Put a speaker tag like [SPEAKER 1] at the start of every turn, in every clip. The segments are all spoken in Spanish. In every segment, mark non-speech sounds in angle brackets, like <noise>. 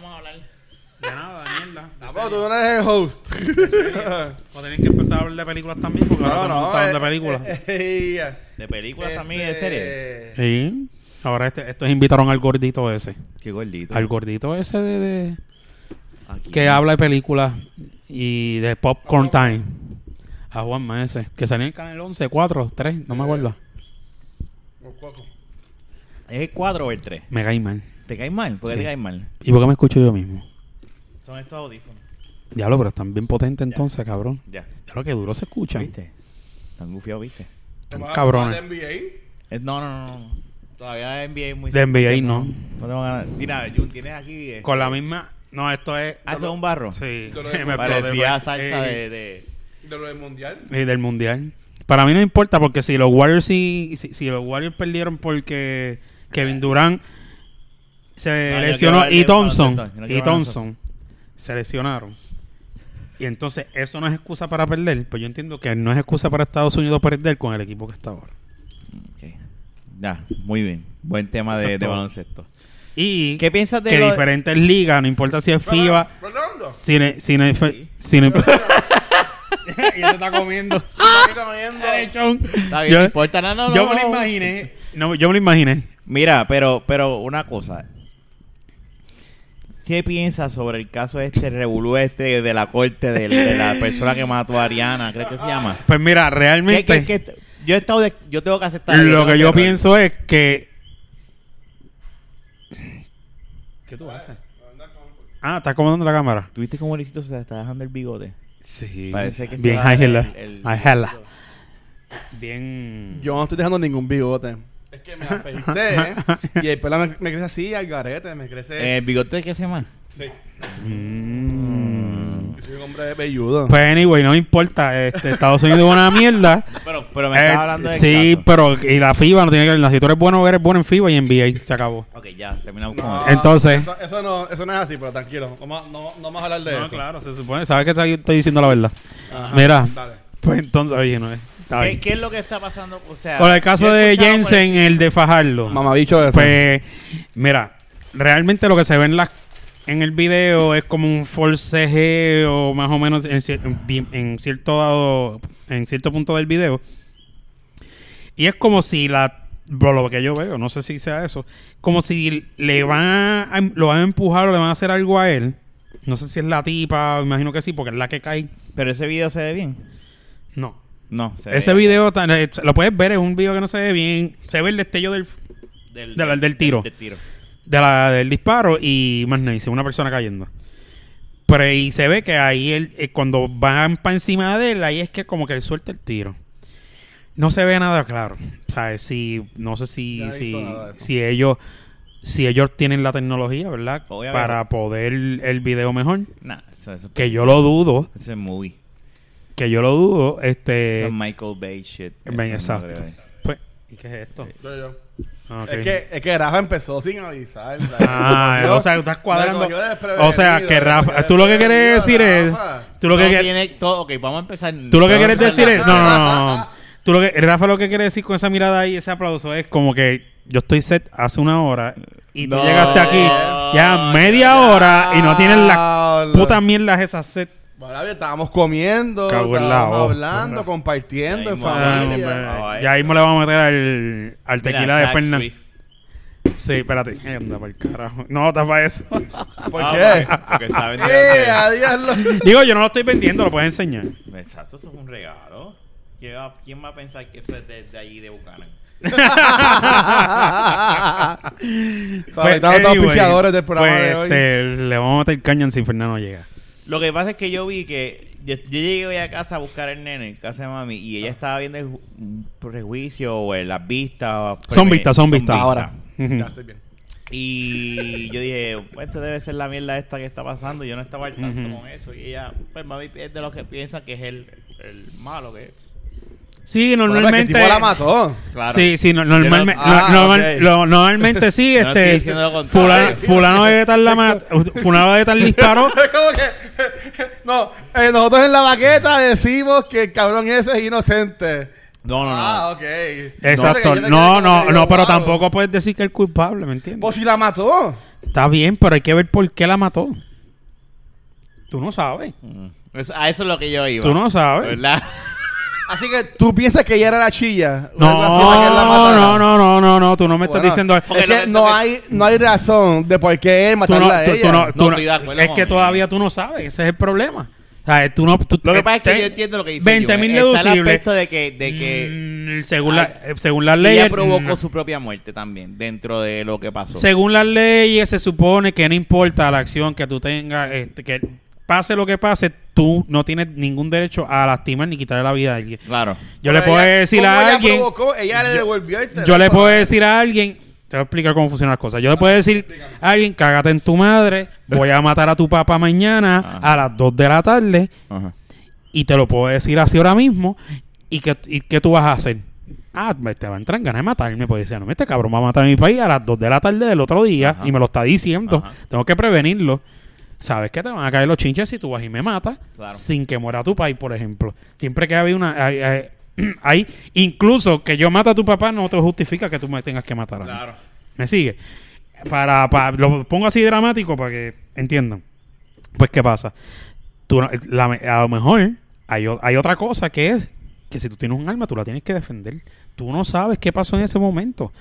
[SPEAKER 1] Vamos a hablar.
[SPEAKER 2] De nada, de mierda. de
[SPEAKER 3] Ah,
[SPEAKER 2] serie.
[SPEAKER 3] pero tú no eres el host. <laughs>
[SPEAKER 2] Vamos a tener que empezar a hablar de películas también, porque ahora todo el mundo está
[SPEAKER 3] eh,
[SPEAKER 4] eh,
[SPEAKER 2] hablando de películas.
[SPEAKER 3] películas.
[SPEAKER 1] De películas
[SPEAKER 3] Este,
[SPEAKER 1] también y de series.
[SPEAKER 4] eh.
[SPEAKER 3] eh,
[SPEAKER 2] Sí. Ahora este, estos invitaron al gordito ese.
[SPEAKER 4] Qué gordito.
[SPEAKER 2] Al gordito ese de, de-
[SPEAKER 4] Aquí.
[SPEAKER 2] que habla de películas y de Popcorn Time. A Juanma ese. Que salió en el canal 11, 4, 3, no me acuerdo.
[SPEAKER 4] ¿Es el 4 o el 3?
[SPEAKER 2] Me cae mal.
[SPEAKER 4] ¿Te caes mal? ¿Por qué
[SPEAKER 2] Sí.
[SPEAKER 4] te caes mal?
[SPEAKER 2] ¿Y por qué me escucho yo mismo?
[SPEAKER 1] Son estos audífonos.
[SPEAKER 2] Diablo, pero están bien potentes entonces, cabrón.
[SPEAKER 4] Ya.
[SPEAKER 2] Ya lo que duro se escucha.
[SPEAKER 4] ¿Viste? Tan gufiado, ¿viste?
[SPEAKER 2] Están cabrones.
[SPEAKER 4] Eh, No, no, no, no. Todavía NBA es muy...
[SPEAKER 2] De NBA no.
[SPEAKER 4] No tengo ganas. Dina, Jun, tienes aquí... eh,
[SPEAKER 2] Con la misma. No, esto es.
[SPEAKER 4] Ah, ¿eso es un barro?
[SPEAKER 2] Sí.
[SPEAKER 3] Yo lo-
[SPEAKER 2] <laughs> me
[SPEAKER 4] Parecía
[SPEAKER 2] exploté,
[SPEAKER 4] salsa
[SPEAKER 2] eh,
[SPEAKER 4] de... de-
[SPEAKER 3] De lo del mundial.
[SPEAKER 2] eh, del mundial. Para mí no importa porque si los Warriors si, si, si los Warriors perdieron porque Kevin Durant se
[SPEAKER 4] No, yo quiero
[SPEAKER 2] lesionó
[SPEAKER 4] hablar de
[SPEAKER 2] y Thompson
[SPEAKER 4] baloncesto, yo no quiero
[SPEAKER 2] y
[SPEAKER 4] hablar de
[SPEAKER 2] Thompson se lesionaron. Y entonces eso no es excusa para perder, pues yo entiendo que no es excusa para Estados Unidos perder con el equipo que está ahora.
[SPEAKER 4] Ok. Ya, muy bien. Buen tema
[SPEAKER 2] Eso
[SPEAKER 4] de,
[SPEAKER 2] es
[SPEAKER 4] de
[SPEAKER 2] todo.
[SPEAKER 4] baloncesto.
[SPEAKER 2] Y
[SPEAKER 4] ¿Qué piensas de
[SPEAKER 2] que
[SPEAKER 4] lo-
[SPEAKER 2] diferentes ligas, no importa si es FIBA,
[SPEAKER 3] Rolando.
[SPEAKER 2] si no- si no- si no- <laughs> y él se está comiendo.
[SPEAKER 3] <laughs>
[SPEAKER 2] <laughs>
[SPEAKER 3] Estoy comiendo.
[SPEAKER 2] lechón.
[SPEAKER 4] Está bien,
[SPEAKER 2] Yo-
[SPEAKER 4] no importa. No, no, no,
[SPEAKER 2] yo me lo
[SPEAKER 4] no.
[SPEAKER 2] imaginé. No, yo me lo imaginé.
[SPEAKER 4] Mira, pero, pero una cosa. ¿Qué piensas sobre el caso este revolú este de la corte del- de, la persona que mató a Ariana? ¿Crees que se llama?
[SPEAKER 2] Pues mira,
[SPEAKER 4] ¿Qué-
[SPEAKER 2] realmente
[SPEAKER 4] qué- qué- yo he estado de- yo tengo que aceptar
[SPEAKER 2] lo que yo
[SPEAKER 4] tengo aceptar.
[SPEAKER 2] pienso es que ¿Qué tú haces? Ah, está acomodando la cámara.
[SPEAKER 4] ¿Tuviste cómo Luisito se está dejando el bigote?
[SPEAKER 2] Sí.
[SPEAKER 4] Parece que
[SPEAKER 2] bien
[SPEAKER 4] se va
[SPEAKER 2] Ángela.
[SPEAKER 4] el- el-
[SPEAKER 2] Ángela. Bien
[SPEAKER 3] Yo no estoy dejando ningún bigote. Es que me
[SPEAKER 2] <laughs>
[SPEAKER 3] afeité, ¿eh? Y el pelo me, me crece así, al garete, me crece...
[SPEAKER 4] Eh,
[SPEAKER 2] Eh,
[SPEAKER 4] ¿El bigote qué se llama?
[SPEAKER 3] Sí.
[SPEAKER 2] Mm.
[SPEAKER 3] Yo soy un hombre velludo.
[SPEAKER 2] Pues anyway, no me importa, este, Estados Unidos es una mierda.
[SPEAKER 4] <laughs> Pero, pero me estás
[SPEAKER 2] Eh,
[SPEAKER 4] hablando de
[SPEAKER 2] sí, pero y la FIBA no tiene que ver. nada. Si tú eres bueno, eres bueno en FIBA y en NBA. Se acabó.
[SPEAKER 4] Ok, ya, terminamos con
[SPEAKER 3] No,
[SPEAKER 4] eso.
[SPEAKER 2] Entonces-
[SPEAKER 3] Eso, eso no, eso no es así, pero tranquilo. Vamos a- no, no vamos a hablar de
[SPEAKER 2] No,
[SPEAKER 3] eso.
[SPEAKER 2] claro, se supone. Sabes que estoy, estoy diciendo la verdad.
[SPEAKER 3] Ajá,
[SPEAKER 2] Mira.
[SPEAKER 3] Dale.
[SPEAKER 2] Pues entonces, oye, no es. Está
[SPEAKER 4] ¿Qué,
[SPEAKER 2] bien.
[SPEAKER 4] qué es lo que está pasando? O sea,
[SPEAKER 2] Por el caso
[SPEAKER 4] yo he
[SPEAKER 2] de
[SPEAKER 4] escuchado por
[SPEAKER 2] Jensen, el de Fajardo.
[SPEAKER 3] Mamabicho eso.
[SPEAKER 2] Pues, mira, realmente lo que se ve en, la, en el video es como un forcejeo, más o menos, en, cier- en bi- en cierto dado- en cierto punto del video. Y es como si la. bro, Lo que yo veo, no sé si sea eso. Como si le van a. Lo van a empujar o le van a hacer algo a él. No sé si es la tipa, imagino que sí, porque es la que cae.
[SPEAKER 4] Pero ese video se ve bien.
[SPEAKER 2] No.
[SPEAKER 4] No, se
[SPEAKER 2] Ese
[SPEAKER 4] ve
[SPEAKER 2] video, tan- eh, lo puedes ver, es un video que no se ve bien. Se ve el destello del,
[SPEAKER 4] del,
[SPEAKER 2] del- del tiro.
[SPEAKER 4] Del, tiro.
[SPEAKER 2] de la- del disparo y más nada, dice, una persona cayendo. Pero ahí se ve que ahí él, eh, cuando van para encima de él, ahí es que como que él suelta el tiro. No se ve nada claro. ¿Sabes? Si, no sé si,
[SPEAKER 3] Yo no he
[SPEAKER 2] si,
[SPEAKER 3] visto nada de eso.
[SPEAKER 2] si ellos si ellos tienen la tecnología, ¿verdad?
[SPEAKER 4] Obviamente.
[SPEAKER 2] Para poder el video mejor.
[SPEAKER 4] Nah, eso, eso-
[SPEAKER 2] Que yo lo dudo.
[SPEAKER 4] eso es movie.
[SPEAKER 2] Que yo lo dudo.
[SPEAKER 4] Eso
[SPEAKER 2] Este.
[SPEAKER 4] es Michael Bay shit.
[SPEAKER 2] ven,
[SPEAKER 4] Eso no
[SPEAKER 2] eh, exacto.
[SPEAKER 4] creo.
[SPEAKER 2] Pues, ¿Y qué es esto?
[SPEAKER 3] Yo, yo.
[SPEAKER 2] Ah, ok.
[SPEAKER 3] Es que, es que Rafa empezó
[SPEAKER 2] <laughs>
[SPEAKER 3] sin avisar. ¿sabes?
[SPEAKER 2] Ah,
[SPEAKER 3] Me cogió-
[SPEAKER 2] o sea, estás
[SPEAKER 3] me
[SPEAKER 2] cuadrando.
[SPEAKER 3] cogió desprevenido,
[SPEAKER 2] O sea, que
[SPEAKER 3] me
[SPEAKER 2] Rafa,
[SPEAKER 3] cogió
[SPEAKER 2] tú lo que quieres decir
[SPEAKER 3] desprevenido,
[SPEAKER 2] es,
[SPEAKER 3] Rafa.
[SPEAKER 2] tú lo que
[SPEAKER 4] Todo
[SPEAKER 2] quieres,
[SPEAKER 4] tiene- todo- ok, vamos a empezar.
[SPEAKER 2] tú lo que
[SPEAKER 4] Vamos a
[SPEAKER 2] quieres
[SPEAKER 4] empezar
[SPEAKER 2] decir es,
[SPEAKER 4] la-
[SPEAKER 2] no, no, no, no. Tú lo que Rafa lo que quiere decir con esa mirada ahí, ese aplauso es como que yo estoy set hace una hora y tú
[SPEAKER 4] No.
[SPEAKER 2] llegaste aquí ya media hora y no tienes las
[SPEAKER 3] Diablo.
[SPEAKER 2] putas mierdas esas set.
[SPEAKER 3] Maravilla, estábamos comiendo,
[SPEAKER 2] Cago en la
[SPEAKER 3] estábamos
[SPEAKER 2] hostia.
[SPEAKER 3] hablando, compartiendo en
[SPEAKER 4] Ay,
[SPEAKER 2] Ay,
[SPEAKER 4] madre.
[SPEAKER 3] familia.
[SPEAKER 2] hombre.
[SPEAKER 4] Ay.
[SPEAKER 2] Ya mismo le vamos a meter al, al
[SPEAKER 4] Mira,
[SPEAKER 2] tequila de
[SPEAKER 4] tax
[SPEAKER 2] Fernan.
[SPEAKER 4] free.
[SPEAKER 2] Sí, espérate. Anda pa'l carajo. No, tapa eso. <laughs>
[SPEAKER 3] ¿Por
[SPEAKER 4] Ah,
[SPEAKER 3] qué?
[SPEAKER 4] porque- Porque
[SPEAKER 3] <laughs>
[SPEAKER 4] está vendiendo.
[SPEAKER 3] ¡Eh,
[SPEAKER 2] <laughs>
[SPEAKER 3] adiós! lo-
[SPEAKER 2] Digo, yo no lo estoy vendiendo, lo puedes enseñar.
[SPEAKER 4] Pues, Exacto, eso es un regalo. ¿Quién va, quién va a pensar que eso es desde allí de Buchanan?
[SPEAKER 3] Sabe, estamos todos
[SPEAKER 2] Pues, anyway,
[SPEAKER 3] auspiciadores del programa
[SPEAKER 2] pues,
[SPEAKER 3] de hoy.
[SPEAKER 2] este, le vamos a meter caña si Fernando llega.
[SPEAKER 4] Lo que pasa es que yo vi que yo, yo llegué hoy a casa a buscar al nene en casa de mami y
[SPEAKER 2] Ah.
[SPEAKER 4] ella estaba viendo el ju- un prejuicio o el- las vistas. pues,
[SPEAKER 2] Son vistas, son vistas.
[SPEAKER 3] Ahora.
[SPEAKER 2] Ujú.
[SPEAKER 3] Ya estoy bien.
[SPEAKER 4] Y yo dije, pues esto debe ser la mierda esta que está pasando. Yo no estaba al tanto
[SPEAKER 2] Ujú.
[SPEAKER 4] con eso. Y ella, pues mami es de los que piensan que es el, el malo que es.
[SPEAKER 2] Sí,
[SPEAKER 3] Bueno, es que
[SPEAKER 2] normalmente.
[SPEAKER 3] el tipo la mató.
[SPEAKER 2] Sí, sí, no- normalmente,
[SPEAKER 3] Yo no-
[SPEAKER 2] no-
[SPEAKER 3] Ah,
[SPEAKER 2] normal-
[SPEAKER 3] ok.
[SPEAKER 2] lo- normalmente sí,
[SPEAKER 4] <laughs> Yo no estoy
[SPEAKER 2] este,
[SPEAKER 4] diciendo lo contrario.
[SPEAKER 2] fulano, <laughs> fulano de tal la
[SPEAKER 4] <laughs>
[SPEAKER 2] mat- fulano de tal
[SPEAKER 3] <laughs>
[SPEAKER 2] disparó,
[SPEAKER 3] Es como que... <laughs> No, eh, nosotros en la baqueta decimos que el cabrón ese es inocente.
[SPEAKER 4] No, no, no.
[SPEAKER 3] Ah, ok.
[SPEAKER 2] exacto,
[SPEAKER 3] Yo sé que yo
[SPEAKER 2] no,
[SPEAKER 3] me quedé como
[SPEAKER 2] no,
[SPEAKER 3] que
[SPEAKER 2] no,
[SPEAKER 3] digo,
[SPEAKER 2] pero
[SPEAKER 3] wow.
[SPEAKER 2] tampoco puedes decir que el culpable, ¿me entiendes?
[SPEAKER 3] Pues si la mató.
[SPEAKER 2] Está bien, pero hay que ver por qué la mató. Tú no sabes.
[SPEAKER 4] Mm. Eso- a eso es lo que yo iba.
[SPEAKER 2] Tú no sabes.
[SPEAKER 4] ¿Verdad?
[SPEAKER 3] Así que tú piensas que ella era la chilla. O
[SPEAKER 2] No,
[SPEAKER 3] algo así para que él la matara.
[SPEAKER 2] no, no, no, no, no, tú no me
[SPEAKER 3] Bueno,
[SPEAKER 2] estás diciendo...
[SPEAKER 3] es
[SPEAKER 4] Porque
[SPEAKER 3] que
[SPEAKER 4] lo-
[SPEAKER 3] no
[SPEAKER 4] lo que-
[SPEAKER 3] hay, no hay razón de por qué él
[SPEAKER 2] Tú
[SPEAKER 3] matarla
[SPEAKER 2] no,
[SPEAKER 3] a
[SPEAKER 2] tú-
[SPEAKER 3] ella.
[SPEAKER 2] tú no- tú
[SPEAKER 4] No,
[SPEAKER 2] no-
[SPEAKER 4] estoy de acuerdo,
[SPEAKER 2] es que
[SPEAKER 4] mami.
[SPEAKER 2] todavía tú no sabes, ese es el problema. O sea, tú no, tú-
[SPEAKER 4] Lo que pasa es que
[SPEAKER 2] ten-
[SPEAKER 4] yo entiendo lo que dice.
[SPEAKER 2] 20 mil
[SPEAKER 4] Jun. Está el
[SPEAKER 2] deducibles.
[SPEAKER 4] aspecto de que, de que
[SPEAKER 2] Mm, según, la,
[SPEAKER 4] Ay,
[SPEAKER 2] eh, según las leyes.
[SPEAKER 4] ella provocó
[SPEAKER 2] no.
[SPEAKER 4] su propia muerte también dentro de lo que pasó.
[SPEAKER 2] Según las leyes, se supone que no importa la acción que tú tengas, este, que pase lo que pase, tú no tienes ningún derecho a lastimar ni quitarle la vida a alguien.
[SPEAKER 4] Claro.
[SPEAKER 2] Yo
[SPEAKER 3] Pero
[SPEAKER 2] le puedo
[SPEAKER 3] ella-
[SPEAKER 2] decir
[SPEAKER 3] ¿cómo
[SPEAKER 2] a
[SPEAKER 3] ella
[SPEAKER 2] alguien.
[SPEAKER 3] provocó? Ella le
[SPEAKER 2] Yo-
[SPEAKER 3] devolvió el
[SPEAKER 2] Yo le
[SPEAKER 3] teléfono.
[SPEAKER 2] puedo decir a alguien, te voy a explicar cómo funcionan las cosas. Yo le puedo decir a alguien, cágate en tu madre, voy a matar a tu papá mañana
[SPEAKER 4] <laughs> Ajá.
[SPEAKER 2] a las 2 de la tarde
[SPEAKER 4] Ajá.
[SPEAKER 2] y te lo puedo decir así ahora mismo y que, y que tú vas a hacer. Ah, me te va a entrar ganas de matarme, pues dice, no, este cabrón va a matar a mi país a las 2 de la tarde del otro día
[SPEAKER 4] Ajá.
[SPEAKER 2] y me lo está diciendo.
[SPEAKER 4] Ajá.
[SPEAKER 2] Tengo que prevenirlo. Sabes que te van a caer los chinches si tú vas y me matas
[SPEAKER 4] Claro.
[SPEAKER 2] sin que muera tu país, por ejemplo. Siempre que había una... Hay, hay- <clears throat> hay- incluso que yo mate a tu papá no te justifica que tú me tengas que matar a mí.
[SPEAKER 4] Claro.
[SPEAKER 2] ¿Me sigue? Para, para, lo pongo así dramático para que entiendan. Pues, ¿qué pasa? Tú no- la- a lo mejor hay, o- hay otra cosa que es que si tú tienes un arma, tú la tienes que defender. Tú no sabes qué pasó en ese momento.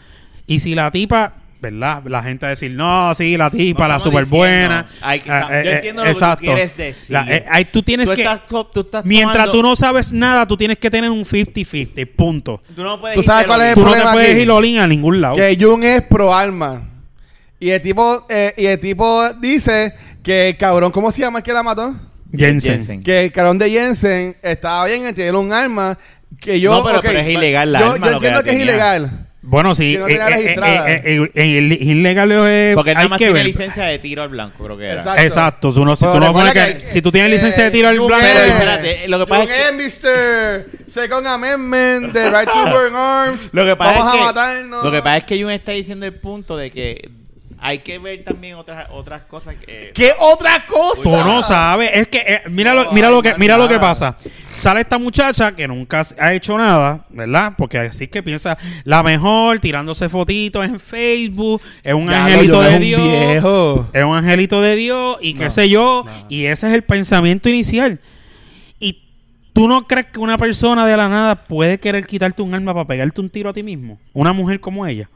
[SPEAKER 2] Y si la tipa, ¿verdad? La gente va a decir, no, sí, la tipa,
[SPEAKER 4] No
[SPEAKER 2] la
[SPEAKER 4] estamos
[SPEAKER 2] súper buena.
[SPEAKER 4] diciendo. Hay que-
[SPEAKER 2] Ah,
[SPEAKER 4] yo
[SPEAKER 2] eh,
[SPEAKER 4] entiendo
[SPEAKER 2] eh,
[SPEAKER 4] lo que tú
[SPEAKER 2] exacto.
[SPEAKER 4] quieres decir.
[SPEAKER 2] La- eh, ahí tú tienes
[SPEAKER 4] tú,
[SPEAKER 2] que...
[SPEAKER 4] estás, co- tú estás
[SPEAKER 2] Mientras
[SPEAKER 4] tomando-
[SPEAKER 2] tú no sabes nada, tú tienes que tener un 50-50, punto.
[SPEAKER 4] Tú no puedes
[SPEAKER 3] ¿Tú sabes
[SPEAKER 4] irte
[SPEAKER 3] cuál
[SPEAKER 4] lo
[SPEAKER 3] es el
[SPEAKER 2] Tú
[SPEAKER 4] mismo.
[SPEAKER 2] no te
[SPEAKER 3] problema
[SPEAKER 2] puedes
[SPEAKER 3] aquí?
[SPEAKER 2] ir olín a ningún lado.
[SPEAKER 3] Que Jun es pro alma. Y el tipo, eh, y el tipo dice que cabrón, ¿cómo se llama el que la mató?
[SPEAKER 2] Jensen.
[SPEAKER 4] Jensen.
[SPEAKER 3] Que el cabrón de Jensen estaba bien, él tiene un arma que yo.
[SPEAKER 4] No, pero-
[SPEAKER 3] ok,
[SPEAKER 4] pero es ilegal la
[SPEAKER 3] yo,
[SPEAKER 4] arma,
[SPEAKER 3] yo
[SPEAKER 4] lo que
[SPEAKER 3] entiendo
[SPEAKER 4] ella
[SPEAKER 3] que, es
[SPEAKER 4] tenía.
[SPEAKER 3] ilegal.
[SPEAKER 2] Bueno, sí.
[SPEAKER 3] Que no tenga
[SPEAKER 2] eh, eh,
[SPEAKER 3] registrada.
[SPEAKER 2] eh, eh, eh, el ilegal es. eh,
[SPEAKER 4] Porque nada
[SPEAKER 2] hay
[SPEAKER 4] más
[SPEAKER 2] que
[SPEAKER 4] tiene
[SPEAKER 2] ver.
[SPEAKER 4] licencia de tiro al blanco, creo que era.
[SPEAKER 3] Exacto.
[SPEAKER 2] Exacto. Tú no, si,
[SPEAKER 3] Pero
[SPEAKER 2] tú no
[SPEAKER 3] recuerda
[SPEAKER 2] pones que-
[SPEAKER 3] que- eh,
[SPEAKER 2] si tú tienes
[SPEAKER 3] que-
[SPEAKER 2] licencia de tiro al
[SPEAKER 3] Jun
[SPEAKER 2] blanco.
[SPEAKER 4] Pero
[SPEAKER 3] Eh,
[SPEAKER 4] espérate, lo que pasa
[SPEAKER 3] Jun
[SPEAKER 4] es que...
[SPEAKER 3] Mr. Second Amendment, The Right to Burn Arms.
[SPEAKER 4] <laughs> Lo que pasa
[SPEAKER 3] Vamos
[SPEAKER 4] es que,
[SPEAKER 3] a matarnos.
[SPEAKER 4] Lo que pasa es que Jun está diciendo el punto de que hay que ver también otras, otras cosas que...
[SPEAKER 3] ¿Qué otra cosa?
[SPEAKER 2] Tú no sabes. Es que. eh, mira, lo,
[SPEAKER 3] No,
[SPEAKER 2] mira, lo
[SPEAKER 3] ay,
[SPEAKER 2] que,
[SPEAKER 3] no,
[SPEAKER 2] mira lo que
[SPEAKER 3] nada.
[SPEAKER 2] pasa. Sale esta muchacha que nunca ha hecho nada, ¿verdad? Porque así es que piensa la mejor, tirándose fotitos en Facebook. Es un
[SPEAKER 3] Ya,
[SPEAKER 2] angelito
[SPEAKER 3] Jun es
[SPEAKER 2] de
[SPEAKER 3] un
[SPEAKER 2] Dios.
[SPEAKER 3] viejo.
[SPEAKER 2] Es un angelito de Dios y qué sé yo. Y ese es el pensamiento inicial. Y tú no crees que una persona de la nada puede querer quitarte un arma para pegarte un tiro a ti mismo. Una mujer como ella.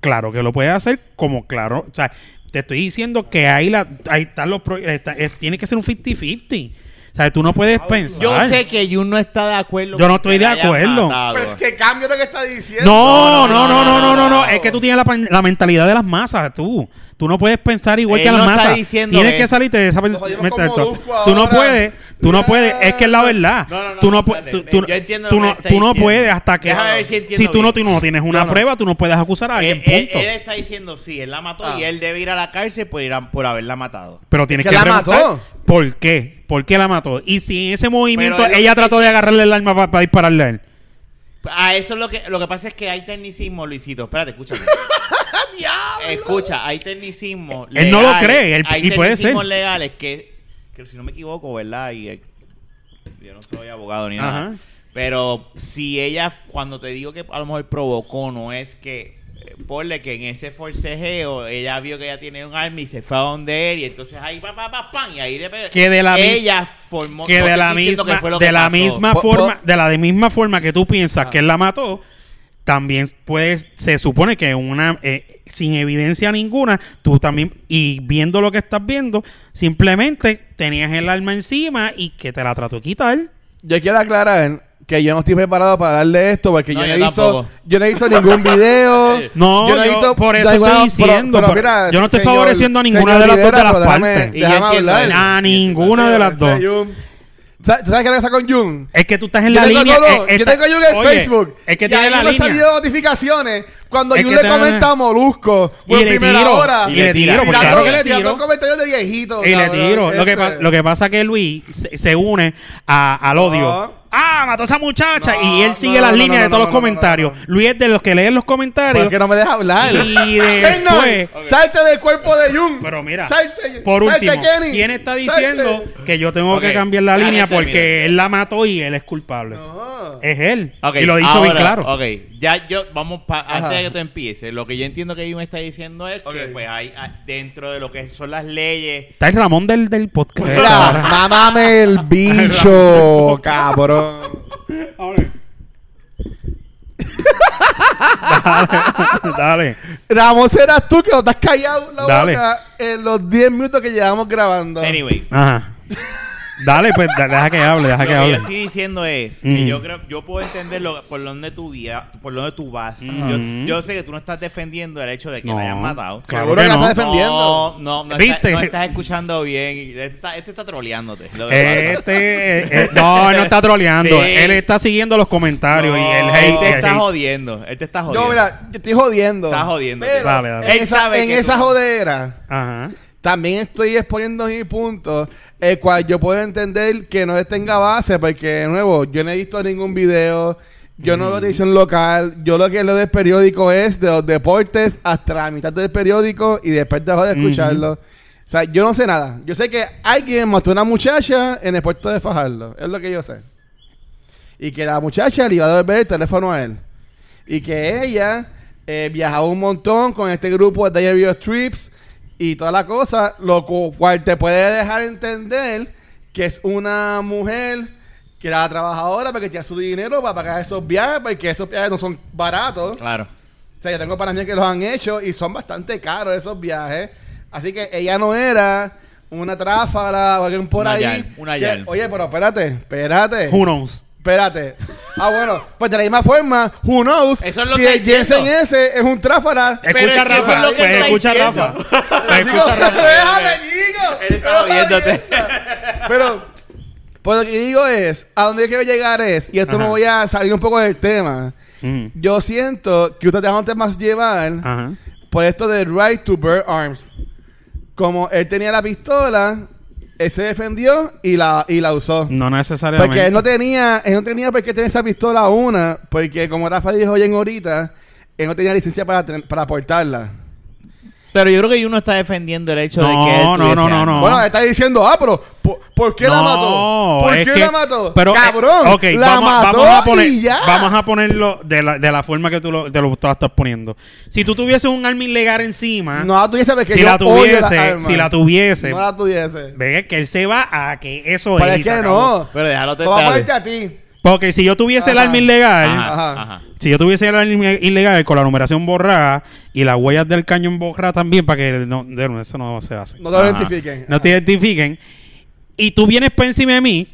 [SPEAKER 2] Claro que lo puede hacer como claro. O sea, te estoy diciendo que ahí, la, ahí están los... pro- está- es- tiene que ser un 50-50. O sea, tú no puedes pensar.
[SPEAKER 4] Yo sé que Jun no está de acuerdo.
[SPEAKER 2] Yo no estoy
[SPEAKER 4] con que
[SPEAKER 2] de
[SPEAKER 4] la hayan
[SPEAKER 2] acuerdo.
[SPEAKER 4] matado.
[SPEAKER 3] Pero es que cambio lo que está diciendo.
[SPEAKER 2] No, no, no, no, no, no, no. Es que tú tienes la, pan- la mentalidad de las masas, tú. Tú no puedes pensar igual
[SPEAKER 4] Él
[SPEAKER 2] que las
[SPEAKER 4] no está
[SPEAKER 2] masas.
[SPEAKER 4] diciendo
[SPEAKER 2] Tienes
[SPEAKER 4] eso.
[SPEAKER 2] que salirte de esa
[SPEAKER 3] Nos jodimos
[SPEAKER 2] mentalidad.
[SPEAKER 3] con Molusco
[SPEAKER 2] Tú no
[SPEAKER 3] ahora.
[SPEAKER 2] puedes, tú no
[SPEAKER 3] Ya.
[SPEAKER 2] puedes. Es que es la verdad.
[SPEAKER 4] No, no, no,
[SPEAKER 2] tú no,
[SPEAKER 4] espérate,
[SPEAKER 2] puedes, tú, tú-
[SPEAKER 4] yo entiendo
[SPEAKER 2] tú
[SPEAKER 4] lo que
[SPEAKER 2] no,
[SPEAKER 4] está
[SPEAKER 2] tú no
[SPEAKER 4] diciendo.
[SPEAKER 2] puedes hasta que.
[SPEAKER 4] Déjame ver si
[SPEAKER 2] tú
[SPEAKER 4] entiendo
[SPEAKER 2] no,
[SPEAKER 4] bien. Eh,
[SPEAKER 2] tú no tienes una
[SPEAKER 3] No, no.
[SPEAKER 2] prueba, tú no puedes acusar a alguien.
[SPEAKER 4] Él, él-
[SPEAKER 2] punto.
[SPEAKER 4] él está diciendo, sí, él la mató
[SPEAKER 3] Ah.
[SPEAKER 4] y él debe ir a la cárcel por, ir a- por haberla matado.
[SPEAKER 2] Pero tienes
[SPEAKER 3] que
[SPEAKER 2] que,
[SPEAKER 3] la
[SPEAKER 2] preguntar
[SPEAKER 3] mató.
[SPEAKER 2] por qué, por qué la mató. Y si en ese movimiento
[SPEAKER 4] es lo
[SPEAKER 2] ella
[SPEAKER 4] que
[SPEAKER 2] trató de agarrarle el arma para dispararle a él.
[SPEAKER 4] A eso es lo que, lo que pasa es que hay tecnicismo, Luisito. Espérate, escúchame.
[SPEAKER 3] <laughs> Ah,
[SPEAKER 4] Escucha, hay tecnicismo.
[SPEAKER 2] Él no lo cree, él-
[SPEAKER 4] hay
[SPEAKER 2] y puede
[SPEAKER 4] tecnicismos
[SPEAKER 2] ser.
[SPEAKER 4] legales que, que si no me equivoco, ¿verdad? Y, eh, yo no soy abogado ni
[SPEAKER 2] Ajá.
[SPEAKER 4] nada. Pero si ella, cuando te digo que a lo mejor provocó, no es que, eh, ponle que en ese forcejeo ella vio que ella tiene un arma y se fue a donde él y entonces ahí, pa, pa, pa, pam, y ahí le pegó.
[SPEAKER 2] Que de la mis-
[SPEAKER 4] Ella formó.
[SPEAKER 2] que
[SPEAKER 4] no
[SPEAKER 2] de
[SPEAKER 4] te
[SPEAKER 2] la
[SPEAKER 4] estoy diciendo
[SPEAKER 2] misma
[SPEAKER 4] que fue lo
[SPEAKER 2] de
[SPEAKER 4] que
[SPEAKER 2] la
[SPEAKER 4] pasó.
[SPEAKER 2] misma
[SPEAKER 3] Po- po-
[SPEAKER 2] forma de la de misma forma que tú piensas
[SPEAKER 3] Ah.
[SPEAKER 2] que él la mató también puedes se supone que una eh, sin evidencia ninguna tú también y viendo lo que estás viendo simplemente tenías el arma encima y que te la trató de quitar
[SPEAKER 3] Yo quiero aclarar que yo no estoy preparado para hablarle esto porque yo
[SPEAKER 4] No,
[SPEAKER 3] no
[SPEAKER 4] yo
[SPEAKER 3] he visto
[SPEAKER 4] tampoco.
[SPEAKER 3] yo no he visto ningún
[SPEAKER 4] <laughs>
[SPEAKER 3] video.
[SPEAKER 2] no yo,
[SPEAKER 3] he visto-
[SPEAKER 2] por
[SPEAKER 3] da
[SPEAKER 2] eso
[SPEAKER 3] igual,
[SPEAKER 2] estoy
[SPEAKER 3] pero-
[SPEAKER 2] diciendo
[SPEAKER 3] pero
[SPEAKER 2] por-
[SPEAKER 3] mira,
[SPEAKER 2] yo no estoy
[SPEAKER 3] señor-
[SPEAKER 2] favoreciendo a ninguna
[SPEAKER 3] señor
[SPEAKER 2] de las dos de
[SPEAKER 3] Rivera,
[SPEAKER 2] las
[SPEAKER 3] pero déjame-
[SPEAKER 2] partes
[SPEAKER 4] Y yo
[SPEAKER 3] déjame
[SPEAKER 4] entiendo
[SPEAKER 3] hablar.
[SPEAKER 4] eso.
[SPEAKER 2] a ninguna de las dos
[SPEAKER 3] Este, Jun. ¿Sabes sabes qué le pasa con Jun?
[SPEAKER 2] es que tú estás en
[SPEAKER 3] Yo
[SPEAKER 2] la
[SPEAKER 3] tengo-
[SPEAKER 2] línea
[SPEAKER 3] no, no,
[SPEAKER 2] eh, esta-
[SPEAKER 3] yo tengo Jun en
[SPEAKER 2] oye,
[SPEAKER 3] Facebook.
[SPEAKER 2] es que
[SPEAKER 3] y
[SPEAKER 2] tiene
[SPEAKER 3] ahí
[SPEAKER 2] la
[SPEAKER 3] me han
[SPEAKER 2] línea
[SPEAKER 3] salido notificaciones cuando
[SPEAKER 2] Es
[SPEAKER 3] Jun
[SPEAKER 2] que
[SPEAKER 3] le
[SPEAKER 2] tiene-
[SPEAKER 3] comenta a Molusco.
[SPEAKER 2] Y le tiro,
[SPEAKER 4] y le tiro, porque
[SPEAKER 3] tirando-
[SPEAKER 4] claro que
[SPEAKER 2] le
[SPEAKER 3] tirando
[SPEAKER 2] tiro.
[SPEAKER 3] comentarios de viejito.
[SPEAKER 2] Y le
[SPEAKER 3] cabrón,
[SPEAKER 2] tiro. Lo, que
[SPEAKER 3] este.
[SPEAKER 2] pa- lo que pasa es que Luis se, se une a- al odio.
[SPEAKER 3] No.
[SPEAKER 2] ah, mató a esa muchacha.
[SPEAKER 3] Oh. No,
[SPEAKER 2] y él sigue
[SPEAKER 3] no,
[SPEAKER 2] las
[SPEAKER 3] no,
[SPEAKER 2] líneas
[SPEAKER 3] no,
[SPEAKER 2] de todos
[SPEAKER 3] no,
[SPEAKER 2] los
[SPEAKER 3] no, no,
[SPEAKER 2] comentarios.
[SPEAKER 3] no, no,
[SPEAKER 2] Luis es de los que leen los comentarios.
[SPEAKER 3] Porque no me deja hablar. <laughs>
[SPEAKER 2] Y después.
[SPEAKER 3] Ah, Fernan, salte del cuerpo de Jung.
[SPEAKER 2] Pero mira,
[SPEAKER 3] salte,
[SPEAKER 2] por
[SPEAKER 3] salte,
[SPEAKER 2] último,
[SPEAKER 3] Kenny.
[SPEAKER 2] ¿quién está
[SPEAKER 3] Salte.
[SPEAKER 2] diciendo que yo tengo
[SPEAKER 4] Ok,
[SPEAKER 2] que cambiar la
[SPEAKER 4] la
[SPEAKER 2] línea
[SPEAKER 4] gente,
[SPEAKER 2] porque
[SPEAKER 4] mira.
[SPEAKER 2] él la mató y él es culpable?
[SPEAKER 3] No.
[SPEAKER 2] Es él.
[SPEAKER 4] Ok,
[SPEAKER 2] y lo he dicho bien
[SPEAKER 4] ahora,
[SPEAKER 2] claro.
[SPEAKER 4] Ok, ya yo, vamos, pa- antes
[SPEAKER 3] Ajá.
[SPEAKER 4] de que tú empieces, lo que yo entiendo que ahí me está diciendo es que,
[SPEAKER 3] Ok.
[SPEAKER 4] pues, hay, hay- dentro de lo que son las leyes,
[SPEAKER 2] Está el Ramón del, del podcast.
[SPEAKER 3] Mira,
[SPEAKER 2] Ahora.
[SPEAKER 3] mamame el
[SPEAKER 2] <laughs>
[SPEAKER 3] bicho, cabrón.
[SPEAKER 2] <laughs> Dale.
[SPEAKER 3] Ramón, serás tú que no te has callado la
[SPEAKER 2] Dale.
[SPEAKER 3] boca en los 10 minutos que llevamos grabando.
[SPEAKER 4] anyway,
[SPEAKER 2] Ajá. Dale, pues da- deja que hable, deja
[SPEAKER 4] lo
[SPEAKER 2] que
[SPEAKER 4] que yo
[SPEAKER 2] hable.
[SPEAKER 4] estoy diciendo es que
[SPEAKER 2] Mm.
[SPEAKER 4] yo creo, yo puedo entender lo- por dónde tú guía, por dónde tú vas.
[SPEAKER 2] Mm.
[SPEAKER 4] Yo, yo sé que tú no estás defendiendo el hecho de que
[SPEAKER 2] No.
[SPEAKER 4] la hayan matado.
[SPEAKER 2] Claro
[SPEAKER 3] Seguro
[SPEAKER 2] que
[SPEAKER 3] que la
[SPEAKER 2] no.
[SPEAKER 3] estás defendiendo.
[SPEAKER 4] No, no, no,
[SPEAKER 2] ¿Viste?
[SPEAKER 4] estás- no estás escuchando bien. y está- este está troleándote. lo que pasa.
[SPEAKER 2] Este, eh, eh, no, él no está troleando.
[SPEAKER 4] Sí.
[SPEAKER 2] Él está siguiendo los comentarios y el hate.
[SPEAKER 4] Él te
[SPEAKER 2] el
[SPEAKER 4] este está
[SPEAKER 2] hate.
[SPEAKER 4] jodiendo. Él te está jodiendo.
[SPEAKER 3] Yo, mira, yo estoy jodiendo.
[SPEAKER 4] Estás jodiendo,
[SPEAKER 3] Pero
[SPEAKER 4] tío.
[SPEAKER 2] Dale, dale.
[SPEAKER 3] En
[SPEAKER 4] Él
[SPEAKER 3] esa,
[SPEAKER 4] sabe
[SPEAKER 3] en
[SPEAKER 4] que tú-
[SPEAKER 3] esa jodera,
[SPEAKER 2] Ajá.
[SPEAKER 3] también estoy exponiendo mi punto, el cual yo puedo entender que no tenga base, porque, de nuevo, yo no he visto ningún video. Yo no veo televisión local. Yo lo que leo del periódico es de los deportes hasta la mitad del periódico y después dejo de escucharlo. O sea, yo no sé nada. Yo sé que alguien mató a una muchacha en el puerto de Fajardo. Es lo que yo sé. Y que la muchacha le iba a devolver el teléfono a él. Y que ella eh, viajaba un montón con este grupo de Diary of Trips y toda la cosa, lo cu- cual te puede dejar entender que es una mujer que era trabajadora porque tenía su dinero para pagar esos viajes, porque esos viajes no son baratos.
[SPEAKER 4] Claro.
[SPEAKER 3] O sea, yo tengo para mí que los han hecho y son bastante caros esos viajes. Así que ella no era una tráfala o alguien por
[SPEAKER 4] Una
[SPEAKER 3] ahí.
[SPEAKER 4] yal, una
[SPEAKER 3] que-
[SPEAKER 4] yal.
[SPEAKER 3] Oye, pero espérate, espérate.
[SPEAKER 2] Who knows?
[SPEAKER 3] Espérate. Ah, bueno, pues de la misma forma, who knows,
[SPEAKER 4] Eso es lo
[SPEAKER 3] si
[SPEAKER 4] que
[SPEAKER 3] el Jensen
[SPEAKER 4] diciendo. Eh,
[SPEAKER 3] ese es un tráfala.
[SPEAKER 4] Pero
[SPEAKER 2] Escucha
[SPEAKER 4] es que eso
[SPEAKER 2] Rafa.
[SPEAKER 4] es lo que
[SPEAKER 2] pues,
[SPEAKER 4] él está
[SPEAKER 2] escucha
[SPEAKER 4] diciendo.
[SPEAKER 2] Rafa. Pues, escucha Rafa.
[SPEAKER 3] déjame, chico.
[SPEAKER 4] Él estaba
[SPEAKER 3] Déjame,
[SPEAKER 4] viéndote.
[SPEAKER 3] chico. Pero, pues lo que digo es, a donde yo quiero llegar es, y esto
[SPEAKER 2] Ajá.
[SPEAKER 3] me voy a salir un poco del tema,
[SPEAKER 2] Mm.
[SPEAKER 3] yo siento que ustedes dejaron más llevar
[SPEAKER 4] Ah.
[SPEAKER 2] Ajá.
[SPEAKER 3] por esto de right to bear arms. Como él tenía la pistola, él se defendió y la, y la usó.
[SPEAKER 2] No necesariamente.
[SPEAKER 3] Porque él no tenía, él no tenía por qué tener esa pistola una, porque como Rafa dijo hoy en ahorita, él no tenía licencia para, ten- para portarla.
[SPEAKER 4] Pero yo creo que uno está defendiendo el hecho
[SPEAKER 2] No,
[SPEAKER 4] de que. él
[SPEAKER 2] no,
[SPEAKER 4] tuviese
[SPEAKER 2] no, no,
[SPEAKER 4] armas.
[SPEAKER 2] no.
[SPEAKER 3] Bueno, está diciendo, ah, pero ¿por, por qué la
[SPEAKER 2] No,
[SPEAKER 3] mató? ¿Por
[SPEAKER 2] es
[SPEAKER 3] qué
[SPEAKER 2] que-
[SPEAKER 3] la mató?
[SPEAKER 2] Pero, eh,
[SPEAKER 3] Cabrón,
[SPEAKER 2] ok,
[SPEAKER 3] la
[SPEAKER 2] vamos,
[SPEAKER 3] mató
[SPEAKER 2] vamos a poner,
[SPEAKER 3] y ya.
[SPEAKER 2] Vamos a ponerlo de la, de la forma que tú lo, te lo estás poniendo. Si tú tuvieses un arma ilegal encima,
[SPEAKER 3] No la tuviese porque
[SPEAKER 2] si
[SPEAKER 3] yo
[SPEAKER 2] la
[SPEAKER 3] odio las
[SPEAKER 2] tuviese,
[SPEAKER 3] armas.
[SPEAKER 2] si la tuviese,
[SPEAKER 3] No la tuviese.
[SPEAKER 2] ve que él se va a que eso
[SPEAKER 3] Pero
[SPEAKER 2] es.
[SPEAKER 3] es
[SPEAKER 2] y se
[SPEAKER 3] que
[SPEAKER 2] acabó.
[SPEAKER 3] no.
[SPEAKER 4] Pero déjalo te
[SPEAKER 3] Te voy a
[SPEAKER 4] espérate.
[SPEAKER 3] ponerte a ti.
[SPEAKER 2] Porque si yo tuviese el
[SPEAKER 3] Ajá.
[SPEAKER 2] arma ilegal,
[SPEAKER 4] Ajá,
[SPEAKER 3] Ajá.
[SPEAKER 4] ajá.
[SPEAKER 2] si yo tuviese el arma ilegal con la numeración borrada y las huellas del cañón borrada también, para que no, de- no, eso no se hace.
[SPEAKER 3] No te
[SPEAKER 4] Ajá.
[SPEAKER 3] identifiquen.
[SPEAKER 2] no te identifiquen. Y tú vienes para encima de mí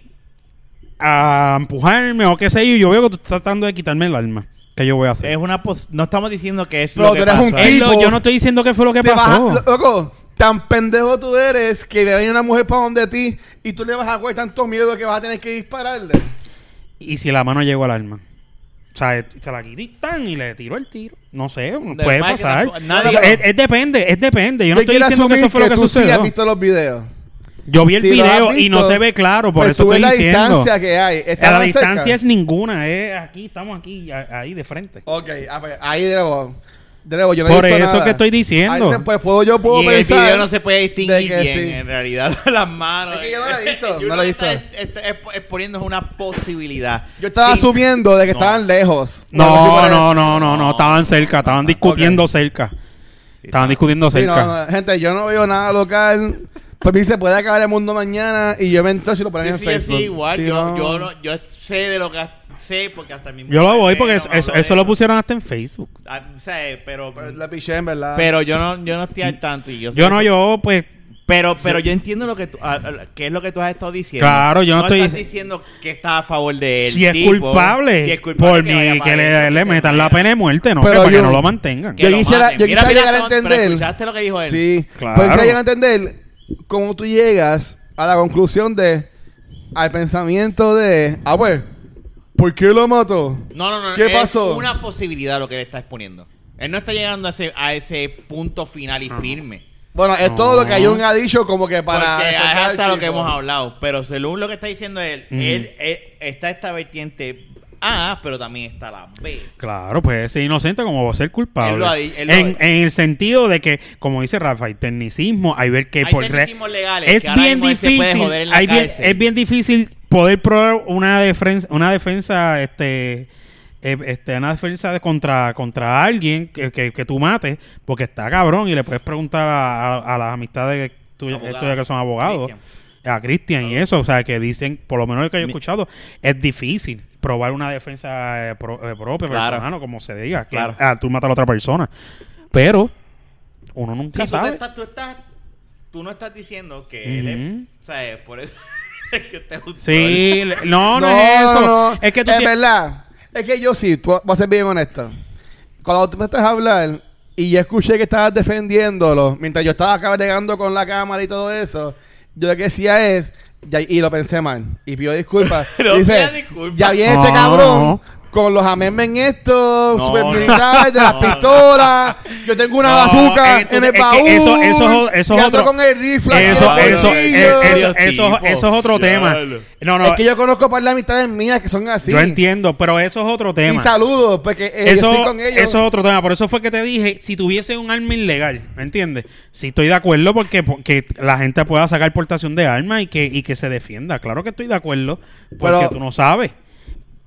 [SPEAKER 2] a empujarme o qué sé yo. y Yo veo que tú estás tratando de quitarme el alma. ¿Qué yo voy a hacer?
[SPEAKER 4] Es una pos- no estamos diciendo que es
[SPEAKER 3] Pero
[SPEAKER 4] lo que
[SPEAKER 3] tú eres
[SPEAKER 4] pasó.
[SPEAKER 3] un
[SPEAKER 4] ahí.
[SPEAKER 2] Es lo-
[SPEAKER 3] tipo-
[SPEAKER 2] yo no estoy diciendo que fue lo que
[SPEAKER 3] Te vas a-
[SPEAKER 2] pasó.
[SPEAKER 3] lo- loco, tan pendejo tú eres que viene una mujer para donde ti y tú le vas a coger tanto miedo que vas a tener que dispararle.
[SPEAKER 2] Y si la mano llegó al alma. O sea, es- se la quitó y tan, y le tiró el tiro. No sé, puede
[SPEAKER 4] más que
[SPEAKER 2] pasar.
[SPEAKER 4] tampoco- nadie-
[SPEAKER 2] Digo, es, es depende, es depende. Yo no estoy
[SPEAKER 3] quiero
[SPEAKER 2] diciendo que
[SPEAKER 3] asumir
[SPEAKER 2] eso fue lo que
[SPEAKER 3] tú sí has
[SPEAKER 2] sucedió.
[SPEAKER 3] visto los videos.
[SPEAKER 2] Yo vi el
[SPEAKER 3] Si lo has
[SPEAKER 2] video y
[SPEAKER 3] visto,
[SPEAKER 2] no se ve claro, por
[SPEAKER 3] pues
[SPEAKER 2] eso
[SPEAKER 3] tú ves
[SPEAKER 2] estoy
[SPEAKER 3] la
[SPEAKER 2] diciendo.
[SPEAKER 3] distancia que hay.
[SPEAKER 2] A la
[SPEAKER 3] Estaba cerca.
[SPEAKER 2] distancia es ninguna, es aquí, estamos aquí, a- ahí de frente.
[SPEAKER 3] Ok, ah, pues, ahí debo. Debo, yo no he
[SPEAKER 2] Por
[SPEAKER 3] visto
[SPEAKER 2] eso
[SPEAKER 3] nada.
[SPEAKER 2] que estoy diciendo.
[SPEAKER 3] Ahí se- pues puedo, yo puedo
[SPEAKER 4] y en el
[SPEAKER 3] pensar.
[SPEAKER 4] video no se puede distinguir
[SPEAKER 3] de que
[SPEAKER 4] bien,
[SPEAKER 3] sí.
[SPEAKER 4] en realidad, <laughs> las manos.
[SPEAKER 3] Es que yo no lo he visto,
[SPEAKER 4] <laughs> Y
[SPEAKER 3] no
[SPEAKER 4] uno
[SPEAKER 3] lo he visto.
[SPEAKER 4] está- está expo- exponiendo una posibilidad.
[SPEAKER 3] Yo estaba
[SPEAKER 4] Sí.
[SPEAKER 3] asumiendo de que
[SPEAKER 4] No.
[SPEAKER 3] estaban lejos. Bueno, sí,
[SPEAKER 2] No,
[SPEAKER 3] por- Ah,
[SPEAKER 2] no, no, no, no, estaban cerca, estaban discutiendo cerca. Estaban discutiendo
[SPEAKER 3] Sí, no,
[SPEAKER 2] cerca.
[SPEAKER 3] no, gente, yo no veo nada local. Pues mí se puede acabar el mundo mañana y yo me entro si lo ponen
[SPEAKER 4] Sí,
[SPEAKER 3] en
[SPEAKER 4] sí,
[SPEAKER 3] Facebook.
[SPEAKER 4] sí, igual.
[SPEAKER 3] Si
[SPEAKER 4] yo,
[SPEAKER 3] no-
[SPEAKER 4] yo, no- yo sé de lo que sé porque hasta el mismo.
[SPEAKER 2] Yo lo voy porque
[SPEAKER 4] Pedro
[SPEAKER 2] eso,
[SPEAKER 4] me habló
[SPEAKER 2] eso-
[SPEAKER 4] de
[SPEAKER 2] eso lo pusieron hasta en Facebook.
[SPEAKER 4] Ah, o sea, pero,
[SPEAKER 3] Pero
[SPEAKER 4] pero,
[SPEAKER 3] la Pues, piché, en verdad.
[SPEAKER 4] yo no yo no estoy al tanto. Y yo, sé
[SPEAKER 2] Yo no,
[SPEAKER 4] eso.
[SPEAKER 2] yo, pues,
[SPEAKER 4] Pero, pero yo entiendo lo que tú, a- a- que es lo que tú has estado diciendo.
[SPEAKER 2] Claro, yo no estoy-
[SPEAKER 4] estás diciendo que estás a favor de él.
[SPEAKER 2] si es culpable, por mí, que le, le metan la pena de muerte, no,
[SPEAKER 3] Pero
[SPEAKER 2] que para
[SPEAKER 3] yo-
[SPEAKER 2] que no lo mantengan.
[SPEAKER 3] Yo quisiera- yo quisiera llegar a entender.
[SPEAKER 4] ¿Escuchaste lo que dijo él?
[SPEAKER 3] Sí,
[SPEAKER 2] Claro.
[SPEAKER 3] pero se llega a entender cómo tú llegas a la conclusión de, al pensamiento de, ah, pues, ¿por qué lo mató?
[SPEAKER 4] No, no, no.
[SPEAKER 3] ¿Qué
[SPEAKER 4] es
[SPEAKER 3] pasó?
[SPEAKER 4] una posibilidad lo que él está exponiendo. Él no está llegando a ese, a ese punto final y firme.
[SPEAKER 3] Bueno, es
[SPEAKER 2] No.
[SPEAKER 3] todo lo que Jun ha dicho como que para...
[SPEAKER 4] Porque es
[SPEAKER 3] defender al
[SPEAKER 4] hasta lo que
[SPEAKER 3] tipo.
[SPEAKER 4] hemos hablado. Pero según lo que está diciendo él, él- él- está esta vertiente A, pero también está la B.
[SPEAKER 2] Claro, pues es inocente como va a ser culpable.
[SPEAKER 4] Él lo ha di- él lo
[SPEAKER 2] en,
[SPEAKER 4] ha-
[SPEAKER 2] en el sentido de que, como dice Rafa, hay tecnicismo, hay ver que
[SPEAKER 4] Hay
[SPEAKER 2] por re-
[SPEAKER 4] tecnicismos legales
[SPEAKER 2] es
[SPEAKER 4] que ahora
[SPEAKER 2] bien
[SPEAKER 4] mismo él se puede
[SPEAKER 2] difícil,
[SPEAKER 4] joder en la
[SPEAKER 2] hay bien-
[SPEAKER 4] cárcel.
[SPEAKER 2] es bien difícil poder probar una defensa, una defensa, este, eh, este, una defensa de contra contra alguien que, que, que tú mates, porque está cabrón y le puedes preguntar a, a- a las amistades tuyas
[SPEAKER 4] Abogados.
[SPEAKER 2] tuyas que son abogados.
[SPEAKER 4] Cristian.
[SPEAKER 2] A Cristian y eso, o sea, que dicen, por lo menos lo que yo he escuchado, es difícil probar una defensa eh, pro- eh, propia
[SPEAKER 4] Claro.
[SPEAKER 2] personal o como se diga. Que,
[SPEAKER 4] Claro.
[SPEAKER 2] ah, tú matas a la otra persona. Pero uno nunca
[SPEAKER 4] Sí, tú, te
[SPEAKER 2] sabe.
[SPEAKER 4] estás, tú estás- tú no estás diciendo que él
[SPEAKER 2] Ujú.
[SPEAKER 4] es, o sea, es por eso <laughs> es que usted es un
[SPEAKER 2] Sí, le- no, no, es eso.
[SPEAKER 3] no.
[SPEAKER 2] Es que tú
[SPEAKER 3] Es
[SPEAKER 2] tienes-
[SPEAKER 3] verdad. Es que yo sí, tú, voy a ser bien honesto. Cuando tú me estás a hablar y yo escuché que estabas defendiéndolo, mientras yo estaba cargando con la cámara y todo eso, yo lo que decía es, ya- y lo pensé mal, y pido disculpas.
[SPEAKER 2] <laughs>
[SPEAKER 4] No
[SPEAKER 3] Dice,
[SPEAKER 4] pida disculpas.
[SPEAKER 3] ya viene este
[SPEAKER 2] No.
[SPEAKER 3] cabrón. Con los amén estos,
[SPEAKER 4] No,
[SPEAKER 2] <laughs>
[SPEAKER 3] supermilitares, de las
[SPEAKER 4] no.
[SPEAKER 3] pistolas. Yo tengo una
[SPEAKER 2] No,
[SPEAKER 3] bazooka
[SPEAKER 2] es que tú-
[SPEAKER 3] en
[SPEAKER 2] es
[SPEAKER 3] el
[SPEAKER 2] que
[SPEAKER 3] baúl.
[SPEAKER 2] eso- eso- eso
[SPEAKER 3] y
[SPEAKER 2] es
[SPEAKER 3] ando
[SPEAKER 2] otro-
[SPEAKER 3] con el rifle.
[SPEAKER 2] Eso,
[SPEAKER 3] aquí en el
[SPEAKER 2] eso, eh,
[SPEAKER 3] bolsillo.
[SPEAKER 2] eso, eso,
[SPEAKER 4] Tipo,
[SPEAKER 2] eso es otro tema.
[SPEAKER 4] diablo.
[SPEAKER 2] No, no,
[SPEAKER 3] Es que yo conozco para las amistades mías que son así.
[SPEAKER 2] yo entiendo, pero eso es otro tema.
[SPEAKER 3] Y saludos, porque eh, yo
[SPEAKER 2] eso,
[SPEAKER 3] estoy con ellos.
[SPEAKER 2] eso es otro tema. Por eso fue que te dije, si tuviese un arma ilegal, ¿me entiendes? Si estoy de acuerdo porque, porque la gente pueda sacar portación de armas y que, y que se defienda. Claro que estoy de acuerdo, porque
[SPEAKER 3] Pero-
[SPEAKER 2] tú no sabes.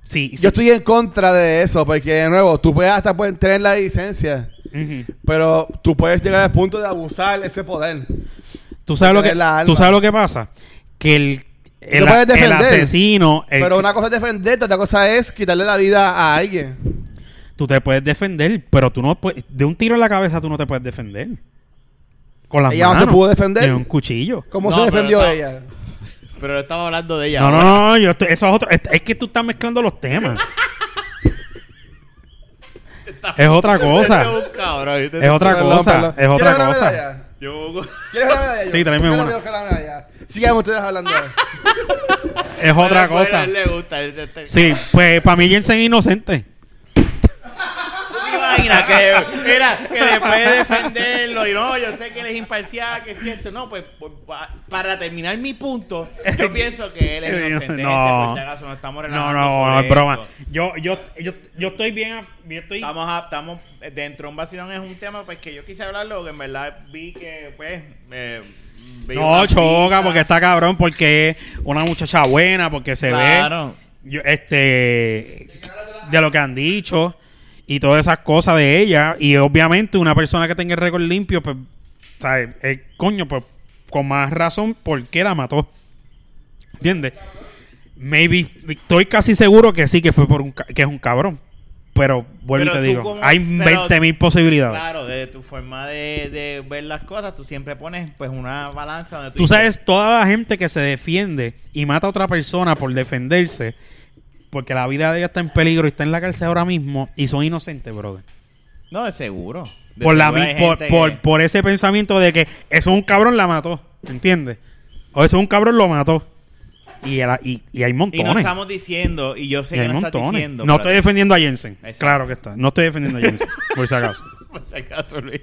[SPEAKER 2] Sí, sí.
[SPEAKER 3] Yo estoy en contra de eso, porque de nuevo, tú puedes hasta puedes tener la licencia,
[SPEAKER 2] Ujú.
[SPEAKER 3] pero tú puedes llegar al punto de abusar ese poder.
[SPEAKER 2] ¿Tú, sabes lo que,
[SPEAKER 3] Porque la arma-
[SPEAKER 2] tú sabes lo que pasa. Que el, el,
[SPEAKER 3] puedes
[SPEAKER 2] el
[SPEAKER 3] defender,
[SPEAKER 2] asesino... el-
[SPEAKER 3] pero una cosa es defenderte, otra cosa es quitarle la vida a alguien.
[SPEAKER 2] Tú te puedes defender, pero tú no puedes... De un tiro en la cabeza tú no te puedes defender. Con las
[SPEAKER 3] Ella no se
[SPEAKER 2] manos.
[SPEAKER 3] pudo defender.
[SPEAKER 2] De un cuchillo.
[SPEAKER 3] ¿Cómo
[SPEAKER 4] No,
[SPEAKER 3] se
[SPEAKER 4] pero
[SPEAKER 3] defendió
[SPEAKER 4] no.
[SPEAKER 3] ella?
[SPEAKER 4] Pero estaba hablando de ella.
[SPEAKER 2] No, no,
[SPEAKER 4] ahora.
[SPEAKER 2] no, yo estoy- eso es otro. Es, es que tú estás mezclando los temas. es otra
[SPEAKER 4] <laughs> Este es
[SPEAKER 2] cosa.
[SPEAKER 4] un cabrón, ¿viste?
[SPEAKER 2] Es otra
[SPEAKER 3] Perdón,
[SPEAKER 2] cosa.
[SPEAKER 3] perdón.
[SPEAKER 2] Es otra
[SPEAKER 3] ¿Quieres una
[SPEAKER 2] cosa.
[SPEAKER 3] medalla?
[SPEAKER 4] Yo-
[SPEAKER 3] ¿Quieres una medalla?
[SPEAKER 2] Sí, tráeme
[SPEAKER 3] Yo
[SPEAKER 2] una.
[SPEAKER 3] quiero buscar la medalla. Sigan ustedes hablando.
[SPEAKER 2] Es
[SPEAKER 4] Pero,
[SPEAKER 2] otra
[SPEAKER 4] bueno, a
[SPEAKER 2] cosa.
[SPEAKER 4] él le gusta, él- este-
[SPEAKER 2] Sí, pues para mí Jensen es inocente.
[SPEAKER 4] ¿Tú te imaginas que, mira, que después de defenderlo y no, yo sé que él es imparcial, que es cierto. No, pues por- pa- para terminar mi punto,
[SPEAKER 2] <laughs>
[SPEAKER 4] yo pienso que él es inocente.
[SPEAKER 2] No.
[SPEAKER 4] Por si acaso, nos estamos
[SPEAKER 2] No,
[SPEAKER 4] relajando
[SPEAKER 2] no,
[SPEAKER 4] sobre
[SPEAKER 2] no es broma.
[SPEAKER 4] esto.
[SPEAKER 2] Yo, yo, yo, yo estoy bien. a- Yo estoy.
[SPEAKER 4] Estamos, a- estamos eh, dentro de un vacilón, es un tema pues que yo quise hablarlo, que en verdad vi que, pues. eh, vi
[SPEAKER 2] No,
[SPEAKER 4] una
[SPEAKER 2] choca,
[SPEAKER 4] pista.
[SPEAKER 2] porque está cabrón, porque es una muchacha buena, porque se ve.
[SPEAKER 4] Claro.
[SPEAKER 2] yo, este de lo que han dicho y todas esas cosas de ella y obviamente una persona que tenga el récord limpio pues ¿sabes? Eh, coño pues con más razón por qué la mató ¿entiendes? maybe estoy casi seguro que sí que fue por un ca- que es un cabrón pero vuelvo y
[SPEAKER 4] Pero
[SPEAKER 2] te
[SPEAKER 4] tú
[SPEAKER 2] digo
[SPEAKER 4] como-
[SPEAKER 2] hay
[SPEAKER 4] pero-
[SPEAKER 2] 20 mil posibilidades
[SPEAKER 4] Claro, de tu forma de, de ver las cosas, tú siempre pones pues una balanza donde tú,
[SPEAKER 2] tú
[SPEAKER 4] dices,
[SPEAKER 2] sabes toda la gente que se defiende y mata a otra persona por defenderse porque la vida de ella está en peligro y está en la cárcel ahora mismo y son inocentes brother
[SPEAKER 4] No, de seguro. De
[SPEAKER 2] por, la,
[SPEAKER 4] seguro
[SPEAKER 2] mi-
[SPEAKER 4] hay
[SPEAKER 2] por,
[SPEAKER 4] gente
[SPEAKER 2] por-
[SPEAKER 4] que-
[SPEAKER 2] por ese pensamiento de que eso es un cabrón la mató, ¿entiendes? O eso es un cabrón lo mató. Y, era- y, y hay montones.
[SPEAKER 4] Y no estamos diciendo, y yo sé
[SPEAKER 2] Y
[SPEAKER 4] que
[SPEAKER 2] hay
[SPEAKER 4] no estás
[SPEAKER 2] montones.
[SPEAKER 4] diciendo.
[SPEAKER 2] no
[SPEAKER 4] pero-
[SPEAKER 2] estoy defendiendo a Jensen.
[SPEAKER 4] Exacto.
[SPEAKER 2] Claro que está. No estoy defendiendo a Jensen, por si acaso.
[SPEAKER 4] Por si acaso, Luis.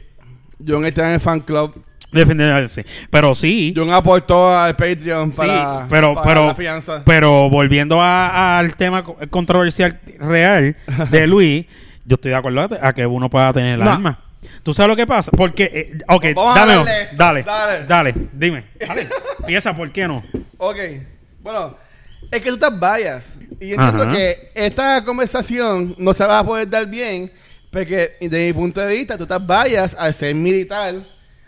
[SPEAKER 3] John está en el fan club.
[SPEAKER 2] Defendiendo a Jensen. Pero sí.
[SPEAKER 3] John aportó al Patreon
[SPEAKER 2] sí,
[SPEAKER 3] para,
[SPEAKER 2] pero,
[SPEAKER 3] para
[SPEAKER 2] pero,
[SPEAKER 3] la fianza.
[SPEAKER 2] pero volviendo a- al tema co- controversial real
[SPEAKER 3] <laughs>
[SPEAKER 2] de Luis, yo estoy de acuerdo a- a que uno pueda tener el
[SPEAKER 3] No.
[SPEAKER 2] arma. ¿Tú sabes lo que pasa? Porque, eh, ok,
[SPEAKER 3] Vamos a
[SPEAKER 2] dame,
[SPEAKER 3] hablar de esto.
[SPEAKER 2] dale,
[SPEAKER 3] Dale.
[SPEAKER 2] dale, dime.
[SPEAKER 3] <laughs>
[SPEAKER 2] Dale, empieza, ¿por qué no?
[SPEAKER 3] Ok, bueno, es que tú estás vayas. Y yo entiendo
[SPEAKER 2] Ajá.
[SPEAKER 3] que esta conversación no se va a poder dar bien, porque de mi punto de vista, tú estás vayas al ser militar.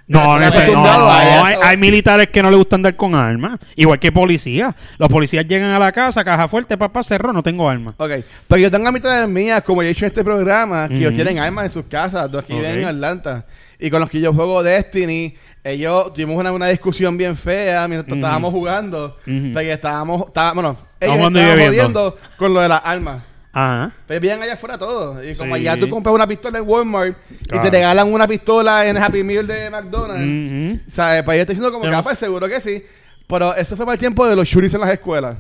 [SPEAKER 2] No, no,
[SPEAKER 3] Estás
[SPEAKER 2] ese- no,
[SPEAKER 3] acostumbrado
[SPEAKER 2] no,
[SPEAKER 3] a eso.
[SPEAKER 2] hay, hay militares que no les gusta andar con armas, igual que policías. Los policías llegan a la casa, caja fuerte, papá cerró, no tengo arma.
[SPEAKER 3] Ok, pero yo tengo amistades mías, como yo he hecho en este programa, que ellos
[SPEAKER 2] Ujú.
[SPEAKER 3] tienen armas en sus casas, los que viven
[SPEAKER 2] Ok.
[SPEAKER 3] en Atlanta. Y con los que yo juego Destiny, ellos tuvimos una, una discusión bien fea mientras
[SPEAKER 2] Ujú.
[SPEAKER 3] estábamos jugando,
[SPEAKER 2] Ujú.
[SPEAKER 3] porque estábamos, estábamos bueno, ellos
[SPEAKER 2] jugando y
[SPEAKER 3] estaban
[SPEAKER 2] bebiendo.
[SPEAKER 3] jodiendo con lo de las armas.
[SPEAKER 2] Ajá.
[SPEAKER 3] Pues bien allá afuera todo. Y como
[SPEAKER 2] Sí.
[SPEAKER 3] allá tú compras una pistola en Walmart y
[SPEAKER 2] Claro.
[SPEAKER 3] te regalan una pistola en el Happy Meal de McDonald's.
[SPEAKER 4] Mm.
[SPEAKER 2] Ujú.
[SPEAKER 3] ¿Sabes? Pues yo estoy diciendo como que,
[SPEAKER 2] Tenemos-
[SPEAKER 3] ah, pues seguro que sí. Pero eso fue para el tiempo de los shootings en las escuelas.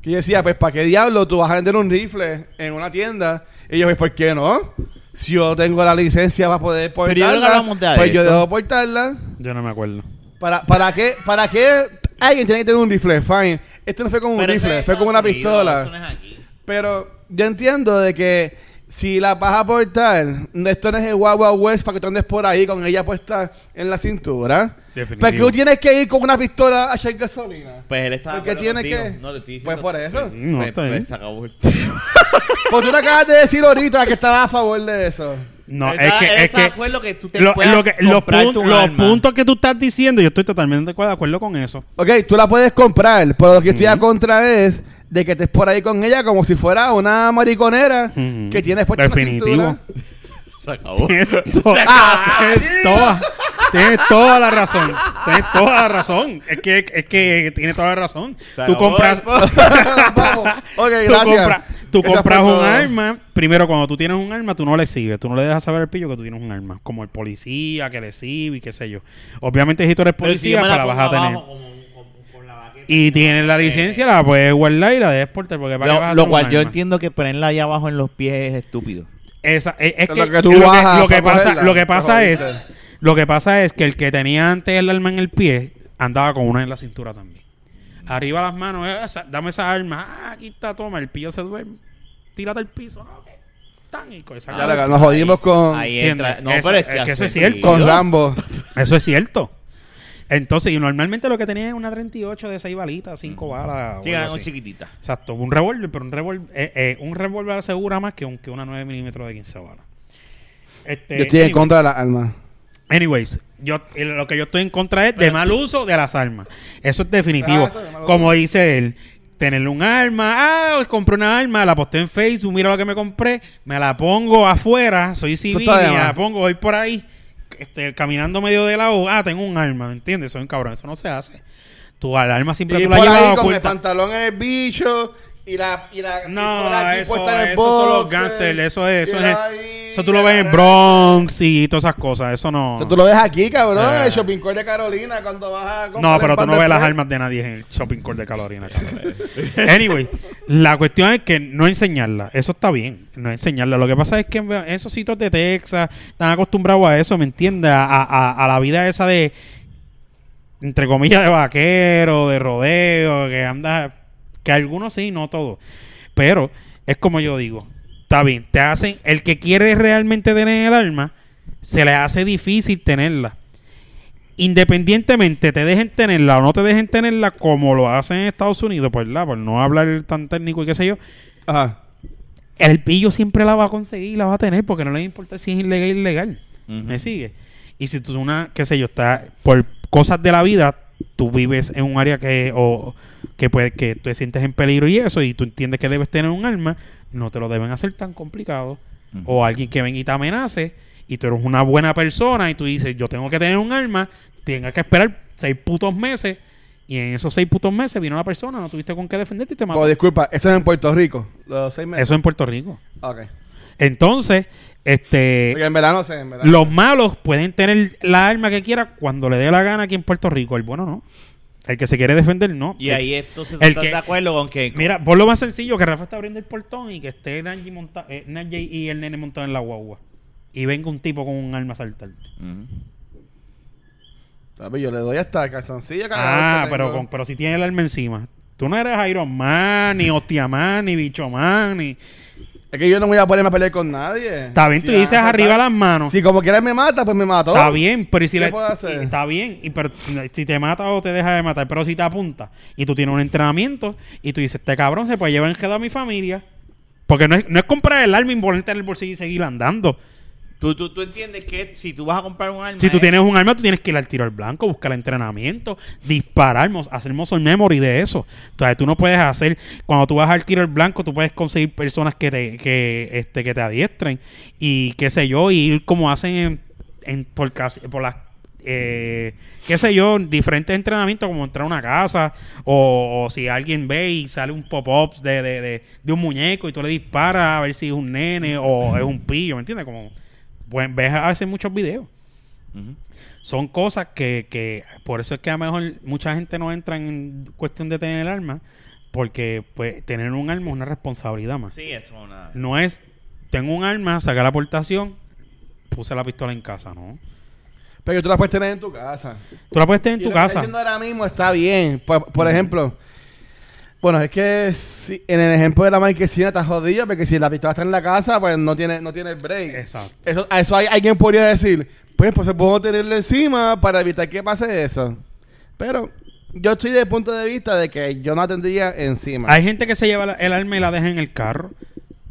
[SPEAKER 3] Que yo decía, pues, ¿para qué diablo tú vas a vender un rifle en una tienda? Y yo, pues, ¿por qué no? Si yo tengo la licencia para poder
[SPEAKER 4] Pero yo creo que
[SPEAKER 3] portarla,
[SPEAKER 4] hablamos de
[SPEAKER 3] pues yo
[SPEAKER 4] esto.
[SPEAKER 3] debo portarla.
[SPEAKER 2] Yo no me acuerdo.
[SPEAKER 3] ¿Para, para qué? ¿Para qué? Alguien tiene que tener un rifle, fine. Este no fue con un
[SPEAKER 4] Pero eso
[SPEAKER 3] rifle,
[SPEAKER 4] es
[SPEAKER 3] fue con una
[SPEAKER 4] Estados Unidos,
[SPEAKER 3] pistola.
[SPEAKER 4] eso no es aquí.
[SPEAKER 3] Pero yo entiendo de que si la vas a portar, esto no es el guagua West para que tú andes por ahí con ella puesta en la cintura.
[SPEAKER 2] Definitivo.
[SPEAKER 3] Porque tú tienes que ir con una pistola a echar gasolina.
[SPEAKER 4] Pues él estaba. de
[SPEAKER 3] Porque
[SPEAKER 4] acuerdo
[SPEAKER 3] tiene
[SPEAKER 4] contigo.
[SPEAKER 3] que-
[SPEAKER 4] No, te estoy
[SPEAKER 3] Pues
[SPEAKER 4] diciendo.
[SPEAKER 3] por eso.
[SPEAKER 2] No,
[SPEAKER 4] Pues-
[SPEAKER 2] está bien.
[SPEAKER 4] pues se acabó el-
[SPEAKER 2] <laughs>
[SPEAKER 3] Pues tú no acabas de decir ahorita que estabas a favor de eso.
[SPEAKER 2] No,
[SPEAKER 4] Él
[SPEAKER 2] es
[SPEAKER 4] está-
[SPEAKER 2] que,
[SPEAKER 4] él
[SPEAKER 2] es
[SPEAKER 4] está de
[SPEAKER 2] que,
[SPEAKER 4] acuerdo que tú te
[SPEAKER 2] lo-
[SPEAKER 4] puedas
[SPEAKER 2] lo que- los,
[SPEAKER 4] comprarte
[SPEAKER 2] pun-
[SPEAKER 4] un
[SPEAKER 2] los
[SPEAKER 4] arma.
[SPEAKER 2] puntos que tú estás diciendo, yo estoy totalmente de acuerdo con eso.
[SPEAKER 3] Ok, tú la puedes comprar, pero lo que estoy a contra es de que estés por ahí con ella como si fuera una mariconera
[SPEAKER 2] Ujú.
[SPEAKER 3] que tienes puesta
[SPEAKER 2] Definitivo.
[SPEAKER 3] en la cintura.
[SPEAKER 4] Se acabó. <laughs>
[SPEAKER 2] Tienes, to- tienes toda, tienes toda la razón. Tienes toda la razón. Es que, es que tiene toda la razón. <laughs> Tú
[SPEAKER 4] acabó
[SPEAKER 2] compras,
[SPEAKER 4] el
[SPEAKER 3] <laughs> Vamos. Ok,
[SPEAKER 2] tú
[SPEAKER 3] gracias.
[SPEAKER 2] compras- tú
[SPEAKER 3] Gracias
[SPEAKER 2] compras
[SPEAKER 3] por
[SPEAKER 2] un
[SPEAKER 3] todo.
[SPEAKER 2] arma. Primero, cuando tú tienes un arma, tú no le sigues. Tú no le dejas saber al pillo que tú tienes un arma. Como el policía que le sigue y qué sé yo. Obviamente, si tú eres
[SPEAKER 4] Pero si
[SPEAKER 2] policía,
[SPEAKER 4] yo me
[SPEAKER 2] para la
[SPEAKER 4] la
[SPEAKER 2] vas
[SPEAKER 4] pongo
[SPEAKER 2] a tener.
[SPEAKER 4] abajo como- como- con la baqueta.
[SPEAKER 2] Y tienes la licencia, la puedes guardar y la debes portar. Porque para qué vas
[SPEAKER 4] Lo,
[SPEAKER 2] a
[SPEAKER 4] lo
[SPEAKER 2] tener
[SPEAKER 4] cual
[SPEAKER 2] un
[SPEAKER 4] yo
[SPEAKER 2] arma?
[SPEAKER 4] entiendo que ponerla ahí abajo en los pies es estúpido.
[SPEAKER 2] Esa, es, es
[SPEAKER 3] Es
[SPEAKER 2] que
[SPEAKER 3] lo que tú
[SPEAKER 2] lo que-
[SPEAKER 3] bajas
[SPEAKER 2] lo que
[SPEAKER 3] para
[SPEAKER 2] pasa,
[SPEAKER 3] cogerla,
[SPEAKER 2] lo que
[SPEAKER 3] te
[SPEAKER 2] pasa es
[SPEAKER 3] jodiste.
[SPEAKER 2] lo que pasa es que el que tenía antes el arma en el pie andaba con una en la cintura también. Arriba las manos, eh, esa- dame esa arma, ah, aquí está, toma, el pillo se duerme, tírate al piso, no, que tan y con esa
[SPEAKER 3] Ya
[SPEAKER 2] cara.
[SPEAKER 3] la- nos jodimos con,
[SPEAKER 4] Ahí entra.
[SPEAKER 2] ¿Entiendes?
[SPEAKER 4] No,
[SPEAKER 2] Eso-
[SPEAKER 4] pero es
[SPEAKER 2] es
[SPEAKER 4] que,
[SPEAKER 2] que eso es
[SPEAKER 4] hace
[SPEAKER 2] cierto.
[SPEAKER 4] frío.
[SPEAKER 3] con Rambo.
[SPEAKER 2] Eso es cierto. Entonces, y normalmente lo que tenía es una 38 de 6 balitas, 5 balas. o
[SPEAKER 4] Sí,
[SPEAKER 2] algo
[SPEAKER 4] eran
[SPEAKER 2] así.
[SPEAKER 4] chiquititas.
[SPEAKER 2] Exacto, un revólver, pero un revólver, eh, eh, un revólver asegura más que un, que una 9 milímetros de 15 balas. Este,
[SPEAKER 3] Yo estoy en
[SPEAKER 2] anyway.
[SPEAKER 3] contra de las armas.
[SPEAKER 2] Anyways, yo eh, lo que yo estoy en contra es de mal uso de las armas. Eso es definitivo.
[SPEAKER 3] Ah, eso de mal uso.
[SPEAKER 2] Como dice él, tenerle un arma, ah, compré una arma, la posté en Facebook, mira lo que me compré, me la pongo afuera, soy civil y
[SPEAKER 3] está de
[SPEAKER 2] me la
[SPEAKER 3] más.
[SPEAKER 2] pongo, voy por ahí, este, caminando medio de la U, ah, tengo un arma, ¿me entiendes? Soy un cabrón, eso no se hace. Tu al- arma siempre
[SPEAKER 3] Y
[SPEAKER 2] tú la
[SPEAKER 3] por ahí
[SPEAKER 2] llevas
[SPEAKER 3] con el
[SPEAKER 2] oculta.
[SPEAKER 3] pantalón en el bicho y la y la
[SPEAKER 2] No, eso,
[SPEAKER 3] eso
[SPEAKER 2] eso son los gangsters, eso es, eso, es- eso tú lo ves en Bronx y todas esas cosas, eso no.
[SPEAKER 3] Tú lo ves aquí, cabrón, en
[SPEAKER 2] Eh.
[SPEAKER 3] el shopping court de Carolina cuando vas a comprar
[SPEAKER 2] No,
[SPEAKER 3] el
[SPEAKER 2] pero tú
[SPEAKER 3] pan
[SPEAKER 2] no ves las
[SPEAKER 3] después.
[SPEAKER 2] armas de nadie en el shopping court de Carolina. cabrón. <laughs> anyway, la cuestión es que no enseñarla. Eso está bien, no enseñarla. Lo que pasa es que en esos sitios de Texas están acostumbrados a eso, ¿me entiendes? A, a- a la vida esa de, entre comillas, de vaquero, de rodeo, que anda... Que algunos sí, no todos. Pero es como yo digo, está bien, te hacen... El que quiere realmente tener el arma, se le hace difícil tenerla independientemente te dejen tenerla o no te dejen tenerla como lo hacen en Estados Unidos, pues la, por no hablar tan técnico y qué sé yo,
[SPEAKER 3] Ajá.
[SPEAKER 2] el pillo siempre la va a conseguir y la va a tener porque no le importa si es ilegal o ilegal.
[SPEAKER 4] Ujú.
[SPEAKER 2] ¿Me sigue? Y si tú una, qué sé yo, está por cosas de la vida, tú vives en un área que o que puede que te sientes en peligro y eso y tú entiendes que debes tener un arma, no te lo deben hacer tan complicado
[SPEAKER 4] Ujú.
[SPEAKER 2] o alguien que venga y te amenace y tú eres una buena persona y tú dices, "Yo tengo que tener un arma", tenga que esperar seis putos meses y en esos seis putos meses vino la persona, no tuviste con qué defenderte y te mató.
[SPEAKER 3] Pues, disculpa, eso es en Puerto Rico, los seis meses.
[SPEAKER 2] Eso Eh. en Puerto Rico.
[SPEAKER 3] Ok.
[SPEAKER 2] Entonces, este
[SPEAKER 3] Porque en verano sé, en verano.
[SPEAKER 2] los malos pueden tener la arma que quieran cuando le dé la gana aquí en Puerto Rico. El bueno no. El que se quiere defender no.
[SPEAKER 4] Y
[SPEAKER 2] El-
[SPEAKER 4] ahí entonces
[SPEAKER 2] el
[SPEAKER 4] estás
[SPEAKER 2] que-
[SPEAKER 4] de acuerdo con que.
[SPEAKER 2] Mira, por lo más sencillo, que Rafa está abriendo el portón y que esté Nanji, monta- eh, Nanji y el nene montado en la guagua. Y venga un tipo con un arma a saltarte.
[SPEAKER 4] Ujú.
[SPEAKER 3] Papi, yo le doy hasta calzoncillo cada
[SPEAKER 2] Ah,
[SPEAKER 3] vez que
[SPEAKER 2] pero,
[SPEAKER 3] tengo.
[SPEAKER 2] con, pero si tiene el arma encima. Tú no eres Iron Man, ni Hostia Man, ni Bicho Man, ni...
[SPEAKER 3] Es que yo no voy a ponerme a pelear con nadie.
[SPEAKER 2] Está bien,
[SPEAKER 3] Si
[SPEAKER 2] tú
[SPEAKER 3] van a
[SPEAKER 2] dices
[SPEAKER 3] saltar-
[SPEAKER 2] arriba las manos.
[SPEAKER 3] Si como quieras me mata, pues me mató.
[SPEAKER 2] Está bien, pero y si
[SPEAKER 3] ¿Qué
[SPEAKER 2] le-
[SPEAKER 3] puedo hacer?
[SPEAKER 2] y- está bien, y pero si te mata o te deja de matar, pero si te apunta y tú tienes un entrenamiento y tú dices, este cabrón se puede llevar en quedo a mi familia. Porque no es, no es comprar el arma y ponerte en el bolsillo y seguir andando.
[SPEAKER 4] Tú, tú, tú entiendes que si tú vas a comprar un arma.
[SPEAKER 2] Si tú
[SPEAKER 4] es-
[SPEAKER 2] tienes un arma, tú tienes que ir al tiro al blanco, buscar entrenamiento, disparar, mos- hacer muscle memory de eso. Entonces tú no puedes hacer, cuando tú vas al tiro al blanco, tú puedes conseguir personas que te, que, este, que te adiestren y qué sé yo, y ir como hacen en, en- por, casi- por las, eh, qué sé yo, diferentes entrenamientos como entrar a una casa o, o si alguien ve y sale un pop-up de, de, de, de un muñeco y tú le disparas a ver si es un nene o es un pillo, ¿me entiendes? Como, pues, ves a veces muchos videos
[SPEAKER 4] Ujú.
[SPEAKER 2] son cosas que, que por eso es que a lo mejor mucha gente no entra en cuestión de tener el arma porque pues tener un arma es una responsabilidad más
[SPEAKER 4] Sí, eso es una.
[SPEAKER 2] no es tengo un arma, saqué la aportación, puse la pistola en casa, ¿no?
[SPEAKER 3] Pero tú la puedes tener en tu casa.
[SPEAKER 2] Tú la puedes tener
[SPEAKER 3] Y
[SPEAKER 2] en
[SPEAKER 3] lo
[SPEAKER 2] tu
[SPEAKER 3] que está
[SPEAKER 2] casa.
[SPEAKER 3] diciendo ahora mismo está bien. Por, por ejemplo, bueno, es que si- en el ejemplo de la marquesina está jodido porque si la pistola está en la casa, pues no tiene, no tiene break.
[SPEAKER 2] Exacto.
[SPEAKER 3] Eso, a eso hay, alguien podría decir, pues, pues se puedo tenerla encima para evitar que pase eso. Pero yo estoy del punto de vista de que yo no la tendría encima.
[SPEAKER 2] Hay gente que se lleva la- el arma y la deja en el carro,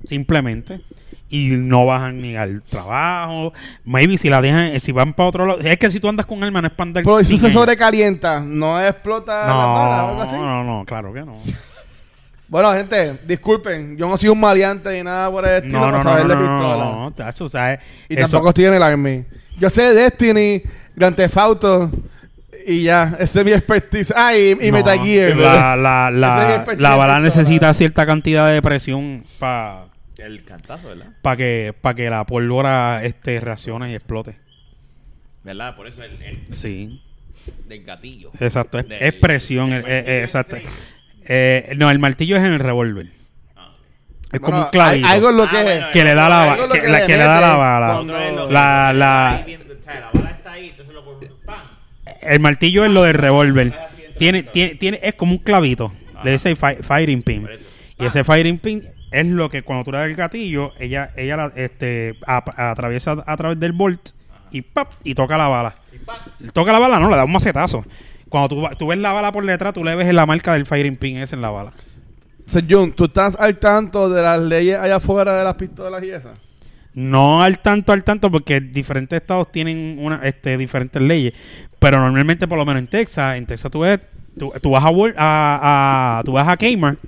[SPEAKER 2] simplemente, y no bajan ni al trabajo. Maybe si la dejan, eh, si van para otro lado. Es que si tú andas con arma, no es para andar
[SPEAKER 3] Pero Pues, si
[SPEAKER 2] sin
[SPEAKER 3] se
[SPEAKER 2] ella.
[SPEAKER 3] sobrecalienta, no explota la bala o
[SPEAKER 2] No,
[SPEAKER 3] algo así.
[SPEAKER 2] no, no, claro que no.
[SPEAKER 3] Bueno, gente, disculpen, yo no soy un maleante ni nada por el estilo
[SPEAKER 2] No, no,
[SPEAKER 3] para
[SPEAKER 2] no, no,
[SPEAKER 3] saber
[SPEAKER 2] no,
[SPEAKER 3] de
[SPEAKER 2] no,
[SPEAKER 3] pistola.
[SPEAKER 2] no, tacho, o sea, eh,
[SPEAKER 3] Y
[SPEAKER 2] eso-
[SPEAKER 3] tampoco estoy en el Army. Yo sé Destiny, Grand Theft Auto y ya. Ese es mi expertise. Ah, y, y
[SPEAKER 2] no,
[SPEAKER 3] Metal Gear.
[SPEAKER 2] La, la,
[SPEAKER 3] <laughs> Ese es
[SPEAKER 2] la,
[SPEAKER 3] expertise
[SPEAKER 2] la
[SPEAKER 3] en
[SPEAKER 2] bala
[SPEAKER 3] pistola.
[SPEAKER 2] necesita cierta cantidad de presión para
[SPEAKER 4] El cantazo, ¿verdad?
[SPEAKER 2] pa que, pa que la pólvora este, reaccione y explote.
[SPEAKER 4] ¿Verdad? Por eso el, el-
[SPEAKER 2] Sí,
[SPEAKER 4] del gatillo.
[SPEAKER 2] exacto, es,
[SPEAKER 4] Del-
[SPEAKER 2] es presión.
[SPEAKER 4] del
[SPEAKER 2] el- eh, eh, exacto.
[SPEAKER 4] martillo.
[SPEAKER 2] Eh, no, el martillo es en el revólver.
[SPEAKER 4] Ah,
[SPEAKER 2] Es
[SPEAKER 3] Bueno,
[SPEAKER 2] como un clavito.
[SPEAKER 3] hay- Algo es lo
[SPEAKER 4] Ah,
[SPEAKER 3] que.
[SPEAKER 4] bueno,
[SPEAKER 2] que le da la,
[SPEAKER 3] algo
[SPEAKER 2] ba-
[SPEAKER 3] lo
[SPEAKER 2] que,
[SPEAKER 3] que
[SPEAKER 2] la,
[SPEAKER 3] le
[SPEAKER 2] que le da
[SPEAKER 3] mete
[SPEAKER 2] la bala.
[SPEAKER 3] cuando-
[SPEAKER 4] Otra vez lo-
[SPEAKER 2] la- la-
[SPEAKER 4] ahí viendo- o sea, la bala está ahí, entonces lo pones ¡pam!
[SPEAKER 2] El martillo es lo del revólver. Tiene, tiene, tiene, es como un clavito. Le dice fi- firing pin.
[SPEAKER 4] Por eso.
[SPEAKER 2] Y ese firing pin es lo que cuando tú le das el gatillo, ella, ella la, este, a- atraviesa a través del bolt y ¡pap! y toca la bala.
[SPEAKER 4] Y ¡pam!
[SPEAKER 2] Toca la bala, no, le da un macetazo. Cuando tú, va- tú ves la bala por detrás, tú le ves la marca del firing pin ese en la bala.
[SPEAKER 3] Sir Jun, ¿tú estás al tanto de las leyes allá afuera de las pistolas y esas?
[SPEAKER 2] No al tanto, al tanto, porque diferentes estados tienen una, este, diferentes leyes. Pero normalmente, por lo menos en Texas, en Texas tú ves, tú, tú vas a, Wal- a, a- tú vas a Kmart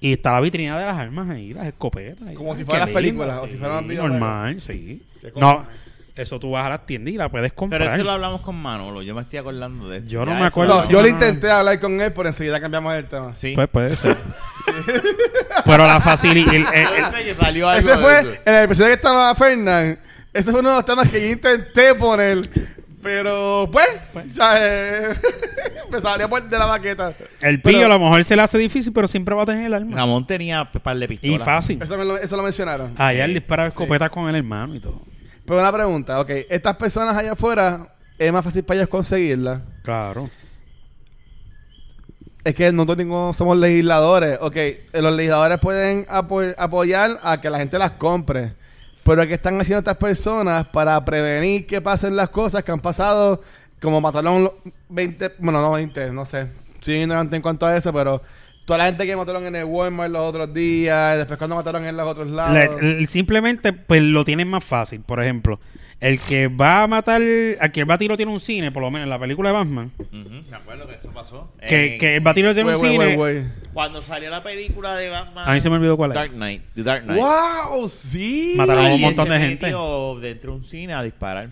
[SPEAKER 2] y está la vitrina de las armas ahí, las escopetas. ahí.
[SPEAKER 3] Como si
[SPEAKER 2] Ay,
[SPEAKER 3] fueran
[SPEAKER 2] qué
[SPEAKER 3] las
[SPEAKER 2] lindo,
[SPEAKER 3] películas, o si
[SPEAKER 2] sí,
[SPEAKER 3] fueran los videojuegos.
[SPEAKER 2] Normal, sí.
[SPEAKER 3] Qué
[SPEAKER 2] No,
[SPEAKER 3] cosa.
[SPEAKER 2] eso tú vas a las tiendas y la puedes comprar.
[SPEAKER 4] Pero eso lo hablamos con Manolo, yo me estoy acordando de esto.
[SPEAKER 2] Pues. Yo no
[SPEAKER 4] Ya,
[SPEAKER 2] me
[SPEAKER 4] eso
[SPEAKER 2] acuerdo.
[SPEAKER 4] lo
[SPEAKER 3] No,
[SPEAKER 2] sí,
[SPEAKER 3] yo
[SPEAKER 2] no,
[SPEAKER 3] le
[SPEAKER 2] no.
[SPEAKER 3] intenté hablar con él, pero enseguida cambiamos el tema.
[SPEAKER 4] Sí. E-,
[SPEAKER 2] Pues puede ser.
[SPEAKER 3] <laughs>
[SPEAKER 2] Pero la facilidad. el- el- el-
[SPEAKER 4] Yo sé que salió algo
[SPEAKER 3] Ese
[SPEAKER 4] de
[SPEAKER 3] fue,
[SPEAKER 4] eso.
[SPEAKER 3] en el episodio que estaba Fernán, ese fue uno de los temas que yo intenté poner. Pero, pues, o sea, eh, <laughs> me salió por de la baqueta.
[SPEAKER 2] el
[SPEAKER 3] Pero-
[SPEAKER 2] pillo a lo mejor se le hace difícil, pero siempre va a tener el arma.
[SPEAKER 4] Ramón tenía un par de pistolas.
[SPEAKER 2] Y fácil.
[SPEAKER 3] Eso, me lo, eso lo mencionaron.
[SPEAKER 2] Allá él disparaba escopetas con el hermano y todo.
[SPEAKER 3] Pero una pregunta, ok. Estas personas allá afuera, es más fácil para ellas conseguirlas.
[SPEAKER 2] Claro.
[SPEAKER 3] Es que nosotros ninguno somos legisladores. Ok, eh, los legisladores pueden apo- apoyar a que la gente las compre. Pero ¿qué están haciendo estas personas para prevenir que pasen las cosas que han pasado? Como mataron 20, bueno, no 20, no sé. Soy ignorante en cuanto a eso, pero toda la gente que mataron en el Walmart los otros días, y después cuando mataron en los otros lados.
[SPEAKER 2] La- el- simplemente pues lo tienen más fácil. Por ejemplo, el que va a matar, al que va a tiro tiene un cine, por lo menos en la película de Batman,
[SPEAKER 4] Ujú, Me acuerdo que eso pasó.
[SPEAKER 2] que,
[SPEAKER 4] Eh,
[SPEAKER 2] que el va a tiro tiene
[SPEAKER 3] Wey,
[SPEAKER 2] un
[SPEAKER 3] wey,
[SPEAKER 2] cine.
[SPEAKER 3] wey, wey.
[SPEAKER 4] Cuando salió la película de Batman.
[SPEAKER 2] A mí se me olvidó cuál
[SPEAKER 4] Dark
[SPEAKER 2] es.
[SPEAKER 4] Knight. The Dark Knight.
[SPEAKER 3] ¡Wow! ¡Sí!
[SPEAKER 2] Mataron a un
[SPEAKER 4] Alguien
[SPEAKER 2] montón
[SPEAKER 4] se
[SPEAKER 2] de gente.
[SPEAKER 4] metió dentro de un cine a disparar.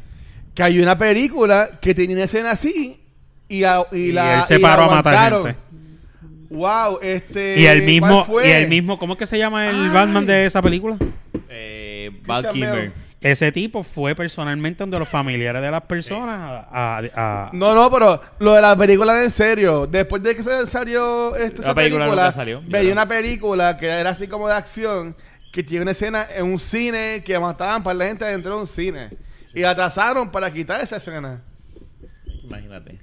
[SPEAKER 3] que hay una película que tenía una escena así y, a- y
[SPEAKER 2] Y
[SPEAKER 3] la
[SPEAKER 2] él se
[SPEAKER 3] y la
[SPEAKER 2] paró a matar
[SPEAKER 3] aguantaron.
[SPEAKER 2] gente.
[SPEAKER 3] Wow, este
[SPEAKER 2] Y el mismo,
[SPEAKER 3] ¿cuál fue?
[SPEAKER 2] y el mismo, ¿cómo es que se llama el
[SPEAKER 3] Ay.
[SPEAKER 2] Batman de esa película?
[SPEAKER 4] Eh, Val
[SPEAKER 3] Christian
[SPEAKER 4] Kilmer.
[SPEAKER 3] Bale.
[SPEAKER 2] Ese tipo fue personalmente donde los familiares de las personas a, a- a-
[SPEAKER 3] No, no, pero lo de la película era en serio. Después de que se salió esta
[SPEAKER 4] La
[SPEAKER 3] esa
[SPEAKER 4] película
[SPEAKER 3] película,
[SPEAKER 4] nunca salió, yo
[SPEAKER 3] veía
[SPEAKER 4] creo.
[SPEAKER 3] una película que era así como de acción que tiene una escena en un cine que mataban para la gente dentro de un cine y la atrasaron para quitar esa escena.
[SPEAKER 4] Imagínate.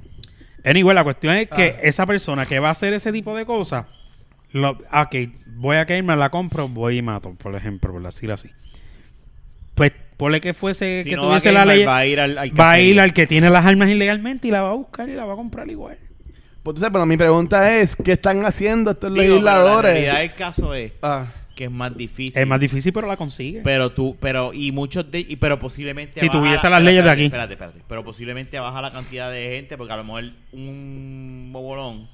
[SPEAKER 2] Anyway, la cuestión es que
[SPEAKER 3] Ah.
[SPEAKER 2] esa persona que va a hacer ese tipo de cosas, lo, ok, voy a caerme, la compro, voy y mato, por ejemplo, por decirlo así. Pues, ponle que fuese
[SPEAKER 4] Si
[SPEAKER 2] que
[SPEAKER 4] no va
[SPEAKER 2] tuviese la
[SPEAKER 4] Kilmer,
[SPEAKER 2] ley,
[SPEAKER 4] Va a ir al, al
[SPEAKER 2] va a ir
[SPEAKER 4] casino.
[SPEAKER 2] al que tiene las armas ilegalmente y la va a buscar y la va a comprar igual.
[SPEAKER 3] Pues, entonces, pero mi pregunta es, ¿qué están haciendo estos
[SPEAKER 4] Digo, pero
[SPEAKER 3] legisladores?
[SPEAKER 4] La realidad del caso es
[SPEAKER 3] Ah.
[SPEAKER 4] que es más difícil.
[SPEAKER 2] Es más difícil, pero la consigue.
[SPEAKER 4] Pero tú, pero, y muchos de, y pero posiblemente.
[SPEAKER 2] Si
[SPEAKER 4] baja
[SPEAKER 2] tuviese
[SPEAKER 4] la-
[SPEAKER 2] las leyes de
[SPEAKER 4] espérate,
[SPEAKER 2] aquí.
[SPEAKER 4] Espérate, espérate. Pero posiblemente baja la cantidad de gente, porque a lo mejor un bobolón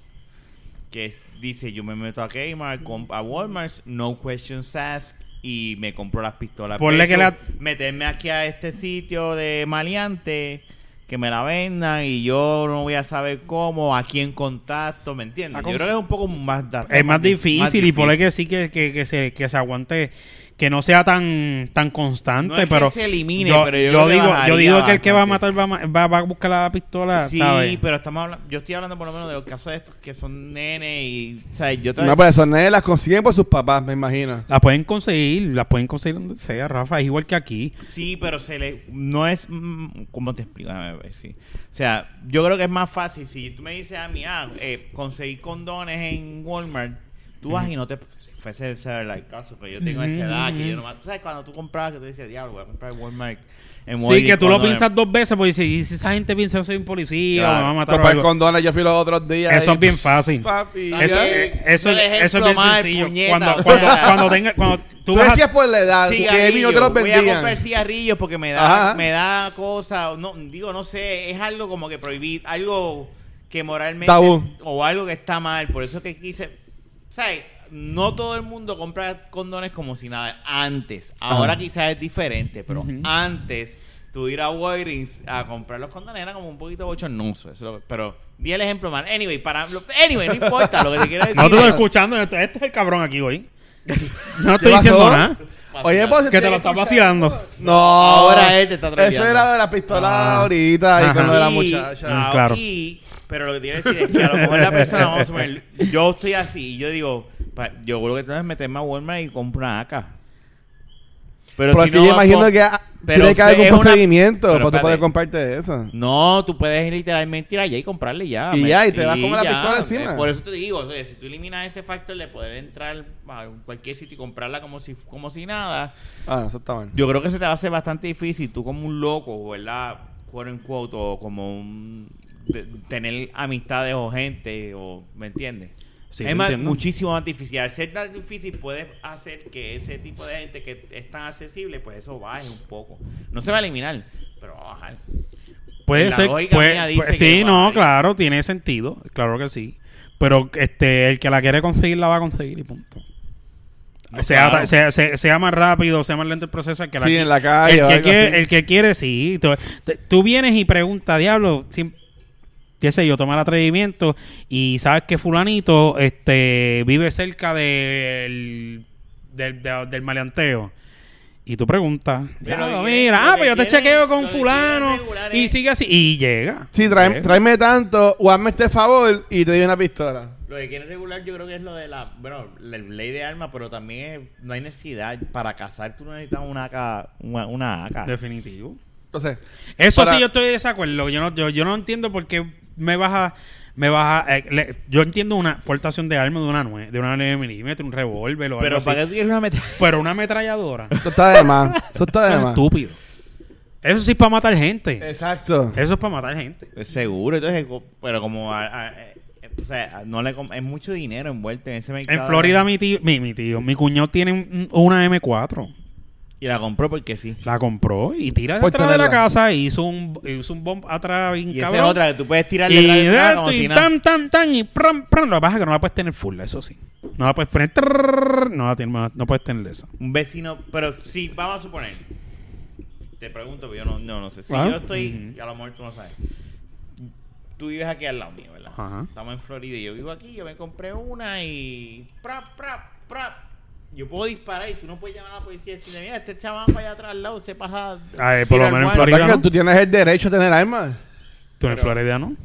[SPEAKER 4] que es- dice: Yo me meto a Kmart, comp- a Walmart, no questions asked, y me compro las pistolas.
[SPEAKER 2] Ponle
[SPEAKER 4] Pero
[SPEAKER 2] que la-
[SPEAKER 4] Meterme aquí a este sitio de maleante, que me la vendan, y yo no voy a saber cómo, a quién contacto, ¿me entiendes?
[SPEAKER 2] La
[SPEAKER 4] Yo
[SPEAKER 2] cons-
[SPEAKER 4] creo que es un poco más. da-
[SPEAKER 2] es más,
[SPEAKER 4] di-
[SPEAKER 2] difícil, y ponle que sí que, que, que se, que se aguante que no sea tan tan constante,
[SPEAKER 4] No es que
[SPEAKER 2] pero
[SPEAKER 4] se elimine, pero yo creo
[SPEAKER 2] yo
[SPEAKER 4] que
[SPEAKER 2] digo, yo
[SPEAKER 4] bajaría
[SPEAKER 2] digo que el que va a
[SPEAKER 4] bastante.
[SPEAKER 2] matar va a, ma- va, va a buscar la pistola,
[SPEAKER 4] Sí,
[SPEAKER 2] ¿sabes?
[SPEAKER 4] pero estamos hablando, yo estoy hablando por lo menos de los casos de estos que son nenes y, o sea, yo
[SPEAKER 3] No,
[SPEAKER 4] también...
[SPEAKER 3] pero esos nenes las consiguen por sus papás, me imagino.
[SPEAKER 2] Las pueden conseguir, las pueden conseguir donde sea, Rafa, es igual que aquí.
[SPEAKER 4] Sí, pero se le no es mm, cómo te explico, Déjame ver, sí. O sea, yo creo que es más fácil si tú me dices a mí, ah, eh, conseguí condones en Walmart, tú vas y no te si fuese ese el caso, pero yo tengo esa edad que yo no más, tú sabes cuando tú comprabas que tú decías, "Diablo, voy a comprar en Walmart." En
[SPEAKER 2] Sí,
[SPEAKER 4] Walmart
[SPEAKER 2] que tú lo
[SPEAKER 4] condones".
[SPEAKER 2] piensas dos veces, porque si, y si esa gente piensa que soy un policía o
[SPEAKER 4] Claro.
[SPEAKER 2] me va a matar o
[SPEAKER 3] Comprar
[SPEAKER 2] algo.
[SPEAKER 3] condones, yo fui los otros días.
[SPEAKER 2] Eso
[SPEAKER 3] y-
[SPEAKER 2] es bien fácil.
[SPEAKER 3] Papi,
[SPEAKER 4] Está
[SPEAKER 2] Eso,
[SPEAKER 3] ya.
[SPEAKER 4] bien.
[SPEAKER 2] eh, eso,
[SPEAKER 4] No le dejes
[SPEAKER 2] eso es bien
[SPEAKER 4] plomar,
[SPEAKER 2] sencillo.
[SPEAKER 4] puñeta,
[SPEAKER 2] cuando,
[SPEAKER 4] o
[SPEAKER 2] cuando,
[SPEAKER 4] sea.
[SPEAKER 2] cuando tenga, <laughs> cuando tú
[SPEAKER 3] Tú
[SPEAKER 2] vas a-
[SPEAKER 3] decías por la edad, que vino te
[SPEAKER 4] Cigarrillos.
[SPEAKER 3] los
[SPEAKER 4] Voy a comprar
[SPEAKER 3] vendían.
[SPEAKER 4] cigarrillos porque me da,
[SPEAKER 3] Ajá.
[SPEAKER 4] me da cosa, no, digo, no sé, es algo como que prohibir, algo que moralmente
[SPEAKER 3] Tabú.
[SPEAKER 4] o algo que está mal, por eso que quise, ¿sabes? No todo el mundo compra condones como si nada antes. Ahora quizás es diferente, pero
[SPEAKER 2] Ujú.
[SPEAKER 4] antes tú ir a Walgreens a comprar los condones era como un poquito bochornoso, eso, lo- pero di el ejemplo mal. Anyway, para lo- anyway, no importa lo que te
[SPEAKER 3] <laughs>
[SPEAKER 4] quiero decir.
[SPEAKER 2] No te estoy
[SPEAKER 4] es-
[SPEAKER 2] escuchando, este, este es el cabrón aquí hoy. <laughs> No estoy
[SPEAKER 3] pasó?
[SPEAKER 2] diciendo nada.
[SPEAKER 3] Oye, pues,
[SPEAKER 2] Que te lo estás vacilando.
[SPEAKER 3] No,
[SPEAKER 4] Ahora él te está troleando.
[SPEAKER 3] Eso era de la pistola
[SPEAKER 2] Ah.
[SPEAKER 3] ahorita y
[SPEAKER 2] Ajá.
[SPEAKER 3] con lo de la
[SPEAKER 4] Y
[SPEAKER 3] muchacha.
[SPEAKER 2] Ah. claro.
[SPEAKER 4] aquí, pero lo que tiene que decir es que a lo mejor la persona, vamos a suponer, yo estoy así y yo digo, pa- yo creo que tengo que meterme a Walmart y compro una AK. Pero
[SPEAKER 3] Porque
[SPEAKER 4] si no,
[SPEAKER 3] yo imagino
[SPEAKER 4] com-
[SPEAKER 3] que ah,
[SPEAKER 4] pero
[SPEAKER 3] tiene que haber
[SPEAKER 4] es
[SPEAKER 3] algún
[SPEAKER 4] una-
[SPEAKER 3] procedimiento
[SPEAKER 4] pero
[SPEAKER 3] para tú poder
[SPEAKER 4] espérate.
[SPEAKER 3] comprarte eso.
[SPEAKER 4] No, tú puedes literalmente ir allá y comprarle ya.
[SPEAKER 3] Y
[SPEAKER 4] me-
[SPEAKER 3] ya, y te vas con la pistola encima.
[SPEAKER 4] eh, Por eso te digo, o sea, si tú eliminas ese factor de poder entrar a cualquier sitio y comprarla como si, como si nada,
[SPEAKER 3] Ah, eso está mal.
[SPEAKER 4] yo creo que se te va a hacer bastante difícil, tú como un loco, ¿verdad? Quote en quote, o como un. de- tener amistades o gente, o. ¿Me entiendes?
[SPEAKER 2] Sí, te
[SPEAKER 4] es más,
[SPEAKER 2] entiendo.
[SPEAKER 4] muchísimo más difícil. Al ser tan difícil, puedes hacer que ese tipo de gente que es tan accesible, pues eso baje un poco. No se va a eliminar, pero va a bajar.
[SPEAKER 2] Puede
[SPEAKER 4] La
[SPEAKER 2] ser.
[SPEAKER 4] lógica
[SPEAKER 2] puede-
[SPEAKER 4] mía dice
[SPEAKER 2] puede-
[SPEAKER 4] que
[SPEAKER 2] sí,
[SPEAKER 4] va
[SPEAKER 2] no,
[SPEAKER 4] ahí.
[SPEAKER 2] claro, tiene sentido. Claro que sí. Pero este, el que la quiere conseguir, la va a conseguir y punto.
[SPEAKER 4] No,
[SPEAKER 2] sea,
[SPEAKER 4] claro.
[SPEAKER 2] sea, sea- sea más rápido, sea más lento el proceso. El que
[SPEAKER 3] Sí,
[SPEAKER 2] qui-
[SPEAKER 3] en la calle
[SPEAKER 2] El
[SPEAKER 3] o
[SPEAKER 2] que,
[SPEAKER 3] algo así.
[SPEAKER 2] quiere, el que quiere, sí. Tú, te- tú vienes y preguntas, diablo, si- qué sé yo, tomar atrevimiento y sabes que fulanito este, vive cerca del, del, de- del maleanteo. Y tú preguntas,
[SPEAKER 4] Pero
[SPEAKER 2] "Diablo,
[SPEAKER 4] lo que-
[SPEAKER 2] mira,
[SPEAKER 4] lo
[SPEAKER 2] ah,
[SPEAKER 4] que
[SPEAKER 2] pues yo te
[SPEAKER 4] quieren-
[SPEAKER 2] chequeo
[SPEAKER 4] lo
[SPEAKER 2] con
[SPEAKER 4] que quieren
[SPEAKER 2] fulano
[SPEAKER 4] regular eh".
[SPEAKER 2] y
[SPEAKER 4] es-
[SPEAKER 2] sigue así. Y llega. pues,
[SPEAKER 3] Sí, trae-
[SPEAKER 2] Llega.
[SPEAKER 3] tráeme tanto o hazme este favor y te doy una pistola.
[SPEAKER 4] Lo que quieren regular yo creo que es lo de la, bueno, la ley de armas, pero también es- no hay necesidad. Para cazar tú no necesitas una AK. Una, una AK.
[SPEAKER 2] Definitivo.
[SPEAKER 3] Entonces,
[SPEAKER 2] Eso
[SPEAKER 3] Para-
[SPEAKER 2] sí, yo estoy de desacuerdo. Yo no, yo, yo no entiendo por qué me baja. Me baja eh, le- yo entiendo una portación de arma de una nue- de una 9 milímetros, un revólver o
[SPEAKER 4] pero
[SPEAKER 2] algo
[SPEAKER 4] ¿para qué
[SPEAKER 2] así.
[SPEAKER 4] tú quieres una metralla?
[SPEAKER 2] Pero una ametralladora.
[SPEAKER 4] <laughs>
[SPEAKER 2] eso
[SPEAKER 3] esto está de más. Eso está de
[SPEAKER 2] es <laughs>
[SPEAKER 3] más.
[SPEAKER 2] estúpido. Eso sí es para matar gente.
[SPEAKER 3] Exacto.
[SPEAKER 2] Eso es para matar gente.
[SPEAKER 4] Pues Seguro, entonces, co- pero como a- a- eh, o sea, no le com- es mucho dinero envuelto en ese mercado.
[SPEAKER 2] En Florida, mi tío, mi, mi tío, mi cuñado tiene un- una M4.
[SPEAKER 4] Y la compró porque sí.
[SPEAKER 2] La compró y tira
[SPEAKER 3] Por
[SPEAKER 2] detrás de la
[SPEAKER 3] tenerla.
[SPEAKER 2] casa y hizo un, hizo un bomb atrás bien
[SPEAKER 4] Pues Y esa es
[SPEAKER 2] cabrón.
[SPEAKER 4] otra que tú puedes tirar
[SPEAKER 2] y,
[SPEAKER 4] de la como
[SPEAKER 2] y
[SPEAKER 4] si nada.
[SPEAKER 2] tan, tan, tan, y pran, pran. Lo que pasa es que no la puedes tener full, eso sí. No la puedes poner. trrr, no la tienes- no puedes tener esa.
[SPEAKER 4] Un vecino, pero sí, vamos a suponer. Te pregunto, pero yo no, no, no sé. Si
[SPEAKER 2] Ah.
[SPEAKER 4] yo estoy, a lo mejor tú no sabes. Tú vives aquí al lado mío, ¿verdad?
[SPEAKER 2] Ajá.
[SPEAKER 4] Estamos en Florida y yo vivo aquí, yo me compré una y. Prap, prap, prap. Yo puedo disparar y tú no puedes llamar a la policía y decirle, mira, este chaval para allá atrás al lado se pasa.
[SPEAKER 2] Ay, Ah, eh, por lo
[SPEAKER 4] tira
[SPEAKER 2] menos en
[SPEAKER 4] el guante".
[SPEAKER 2] Florida,
[SPEAKER 3] Porque
[SPEAKER 2] ¿no?
[SPEAKER 3] Tú tienes el derecho a tener armas.
[SPEAKER 2] Tú en
[SPEAKER 4] Pero-
[SPEAKER 2] Florida, ¿no?